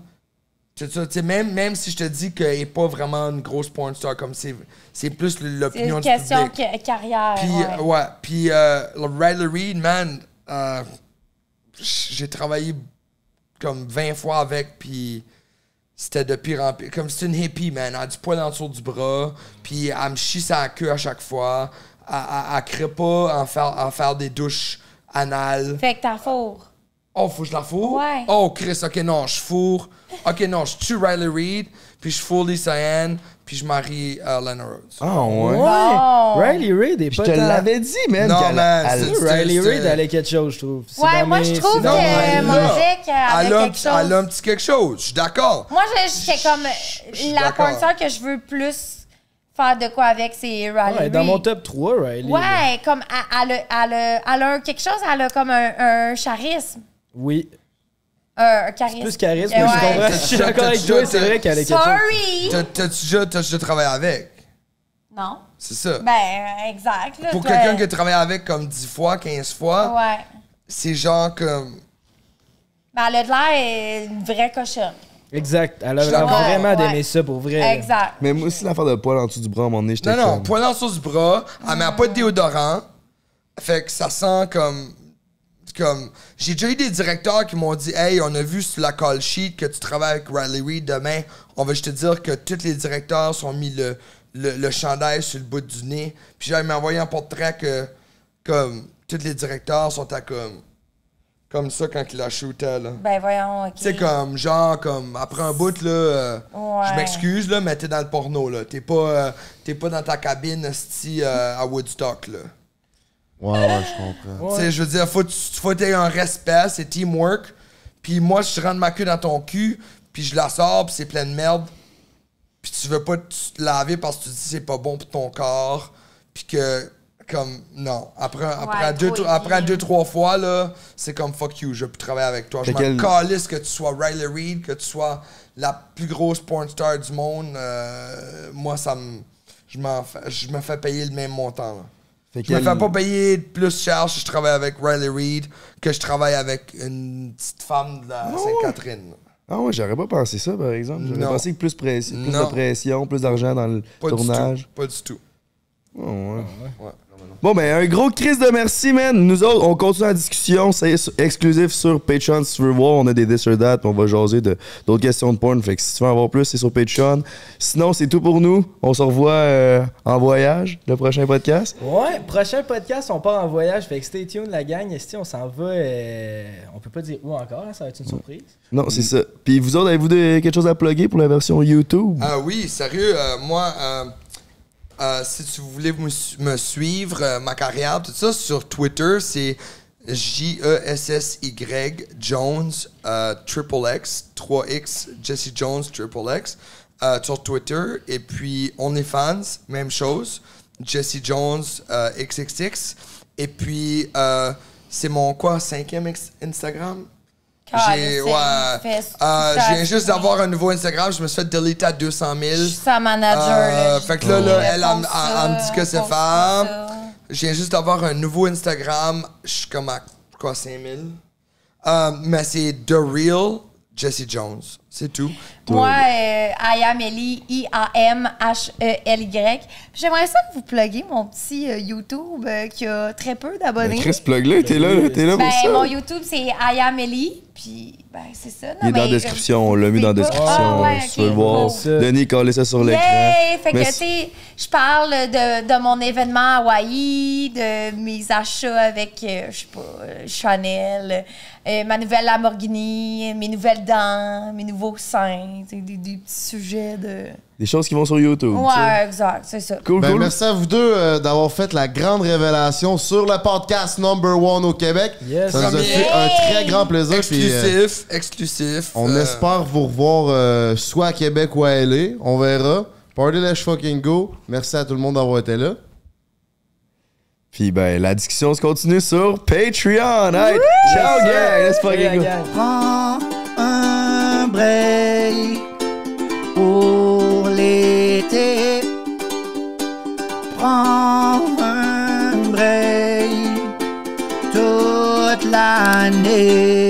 Speaker 2: C'est ça, tu sais, même, même si je te dis qu'elle est pas vraiment une grosse porn star, comme c'est, c'est plus
Speaker 3: C'est
Speaker 2: l'opinion
Speaker 3: une
Speaker 2: du
Speaker 3: question
Speaker 2: public.
Speaker 3: ca- carrière.
Speaker 2: Puis,
Speaker 3: ouais.
Speaker 2: euh, ouais, puis euh, le Riley Reid, man, euh, j'ai travaillé comme 20 fois avec, puis c'était de pire en pire. Comme c'est une hippie, man. Elle a du poil en dessous du bras, puis elle me chie sa queue à chaque fois. Elle, elle, elle crée pas en faire, en faire des douches anales.
Speaker 3: Fait que t'as four.
Speaker 2: Oh, faut que je la fourre?
Speaker 3: Ouais.
Speaker 2: Oh, Chris, ok, non, je fourre. Ok, non, je tue Riley Reid, puis je fourre Lisa Ann, puis je marie euh, Lana Rhodes.
Speaker 9: Ah ouais.
Speaker 8: Ouais. Riley Reid est pas
Speaker 9: te
Speaker 8: tant-
Speaker 9: l'avais dit, man,
Speaker 2: Non,
Speaker 9: qu'elle-
Speaker 2: man,
Speaker 9: elle-
Speaker 2: c'est- c'est-
Speaker 8: Riley
Speaker 2: c'est-
Speaker 9: euh,
Speaker 8: Reid, elle a quelque chose, je trouve. C'est
Speaker 3: Ouais,
Speaker 8: dans
Speaker 3: moi,
Speaker 8: mes-
Speaker 3: je trouve
Speaker 8: c'est dans
Speaker 3: que euh,
Speaker 8: mes-
Speaker 3: mon Dick, elle a
Speaker 2: elle, a un
Speaker 3: quelque
Speaker 2: petit-
Speaker 3: chose.
Speaker 2: elle a un petit quelque chose, je suis d'accord.
Speaker 3: Moi, je- j'étais comme euh, la
Speaker 2: d'accord.
Speaker 3: porn star que je veux plus faire de quoi avec, c'est Riley
Speaker 8: Ouais, dans
Speaker 3: Reid.
Speaker 8: mon top 3, Riley. là.
Speaker 3: Ouais, comme elle, elle a- elle a- elle a quelque chose, elle a comme un, un charisme.
Speaker 8: Oui.
Speaker 3: Un, un charisme.
Speaker 8: Plus charisme,
Speaker 3: Eh
Speaker 8: mais je
Speaker 3: ouais.
Speaker 8: comprends. Je suis d'accord avec toi, c'est vrai qu'elle a quelque chose.
Speaker 3: Sorry!
Speaker 2: T'as- T'as-tu déjà, t'as déjà travaillé avec?
Speaker 3: Non.
Speaker 2: C'est ça.
Speaker 3: Ben, exact. là,
Speaker 2: Pour
Speaker 3: toi.
Speaker 2: quelqu'un qui a travaillé avec comme 10 fois, 15 fois,
Speaker 3: Ouais.
Speaker 2: c'est genre comme.
Speaker 3: Ben, elle a de l'air euh, une vraie cochonne.
Speaker 8: Exact. Elle a
Speaker 3: Je
Speaker 8: l'air
Speaker 3: comprends.
Speaker 8: vraiment
Speaker 3: Ouais.
Speaker 8: d'aimer ça pour
Speaker 2: Eh.
Speaker 8: vrai. là.
Speaker 3: Exact.
Speaker 9: Mais moi aussi, l'affaire de poil en dessous du bras, à un moment donné, j'étais
Speaker 2: Non, non,
Speaker 9: comme-
Speaker 2: poil en sauce bras, elle met pas de déodorant. Fait que ça sent comme. comme J'ai déjà eu des directeurs qui m'ont dit Hey, on a vu sur la call sheet que tu travailles avec Riley Reid demain. On va juste te dire que tous les directeurs sont mis le, le, le chandail sur le bout du nez. Puis j'avais m'envoyé un portrait que, comme, tous les directeurs sont à comme. Comme ça, quand il la shootait, là.
Speaker 3: Ben voyons, ok.
Speaker 2: Tu sais, comme, genre, comme, après un bout, là, euh,
Speaker 3: Ouais.
Speaker 2: je m'excuse, là, mais t'es dans le porno, là. T'es pas, euh, t'es pas dans ta cabine, sti, euh, à Woodstock, là.
Speaker 4: Ouais, ouais, je comprends.
Speaker 2: Tu sais, je veux dire, faut que tu- faut que t'aies un respect, c'est teamwork. Puis moi, je rentre ma queue dans ton cul, puis je la sors, puis c'est plein de merde. Puis tu veux pas te laver parce que tu dis que c'est pas bon pour ton corps. Puis que, comme, non. Après, après,
Speaker 4: Ouais,
Speaker 2: deux,
Speaker 4: trop
Speaker 2: tro- après
Speaker 4: épineux.
Speaker 2: deux, trois fois, là, c'est comme fuck you, je peux travailler avec toi. Je
Speaker 9: Fait quel-
Speaker 2: m'en calisse que tu sois Riley Reid, que tu sois la plus grosse porn star du monde. euh, moi, ça me. Je m'en fais- je me fais payer le même montant, là.
Speaker 9: Fait
Speaker 2: Je me
Speaker 9: quel-
Speaker 2: fais pas payer plus cher si je travaille avec Riley Reid que je travaille avec une petite femme de
Speaker 9: Oh!
Speaker 2: la Sainte-Catherine.
Speaker 9: Ah ouais, j'aurais pas pensé ça, par exemple. J'aurais
Speaker 2: Non.
Speaker 9: pensé que plus, pression, plus
Speaker 2: Non.
Speaker 9: de pression, plus d'argent dans le
Speaker 2: Pas du
Speaker 9: tournage.
Speaker 2: tout. Pas du tout.
Speaker 9: Ah ouais.
Speaker 2: Ouais.
Speaker 9: Bon, ben, un gros crise de merci, man. Nous autres, on continue la discussion. C'est s- exclusif sur Patreon si tu veux voir. On a des this or that, puis on va jaser de- d'autres questions de porn. Fait que si tu veux en voir plus, c'est sur Patreon. Sinon, c'est tout pour nous. On se revoit euh, en voyage, le prochain podcast.
Speaker 8: Ouais, prochain podcast, on part en voyage. Fait que stay tuned, la gang. Esti, on s'en va. euh, on peut pas dire où encore, hein, ça va être une surprise.
Speaker 9: Non, c'est ça. Puis vous autres, avez-vous des- quelque chose à plugger pour la version YouTube?
Speaker 2: Ah oui, sérieux, euh, moi, euh, euh, si tu voulais me, su- me suivre, euh, ma carrière, tout ça, sur Twitter, c'est E J-E-S-S-Y Jones euh, Triple X, 3X, Jesse Jones Triple X, euh, sur Twitter. Et puis OnlyFans, même chose, Jesse Jones euh, XXX. Et puis, euh, c'est mon quoi, cinquième ex- Instagram? J'ai,
Speaker 3: Calisse,
Speaker 2: ouais,
Speaker 3: il fait ce-
Speaker 2: euh,
Speaker 3: ça-
Speaker 2: je viens juste d'avoir un nouveau Instagram. Je me suis fait deleter à 200 000. Je suis
Speaker 3: sa manager, là.
Speaker 2: Euh, fait que là,
Speaker 3: Je
Speaker 2: là,
Speaker 3: réponds
Speaker 2: elle, elle, me-
Speaker 3: ça,
Speaker 2: elle me dit que c'est
Speaker 3: réponds
Speaker 2: femme.
Speaker 3: ça.
Speaker 2: Je viens juste d'avoir un nouveau Instagram. Je suis comme à quoi, 5 000? Euh, mais c'est The Real Jesse Jones. C'est tout.
Speaker 3: Moi, euh, I am Ellie, I-A-M-H-E-L-Y. E Puis J'aimerais ça que vous pluguiez mon petit euh, YouTube euh, qui a très peu d'abonnés.
Speaker 9: Ben, Chris, plug-le, t'es là, là, t'es là pour
Speaker 3: Ah, Ben,
Speaker 9: ça.
Speaker 3: Mon YouTube, c'est I am Ellie, puis ben, c'est ça. non,
Speaker 9: Il est dans la
Speaker 3: mais-
Speaker 9: description, on l'a mis dans la
Speaker 3: Ah,
Speaker 9: description.
Speaker 3: ouais,
Speaker 9: si
Speaker 3: ok,
Speaker 9: tu veux le voir,
Speaker 3: cool.
Speaker 9: Denis, collez ça sur l'écran.
Speaker 3: Yay! Fait que, tu
Speaker 9: Merci.
Speaker 3: sais, je parle de, de mon événement à Hawaï, de mes achats avec, euh, je sais pas, euh, Chanel, euh, ma nouvelle Lamborghini, mes nouvelles dents, mes nouveaux seins, tu sais, des, des petits sujets de.
Speaker 9: Des choses qui vont sur YouTube. tu sais.
Speaker 3: Ouais, exact, c'est ça.
Speaker 4: Ben, Merci à vous deux euh, d'avoir fait la grande révélation sur le podcast number one au Québec. Ça nous a fait un très grand plaisir. puis,
Speaker 2: Exclusif,
Speaker 4: euh,
Speaker 2: exclusif.
Speaker 4: on
Speaker 2: Euh,
Speaker 4: espère vous revoir euh, soit à Québec ou à LA. On verra. Party let's fucking go. Merci à tout le monde d'avoir été là.
Speaker 9: Puis ben, la discussion se continue sur Patreon. Hey, ciao, gang!
Speaker 8: É,
Speaker 9: Let's fucking go.
Speaker 20: Prends un break pour l'été. Prends un break toute l'année.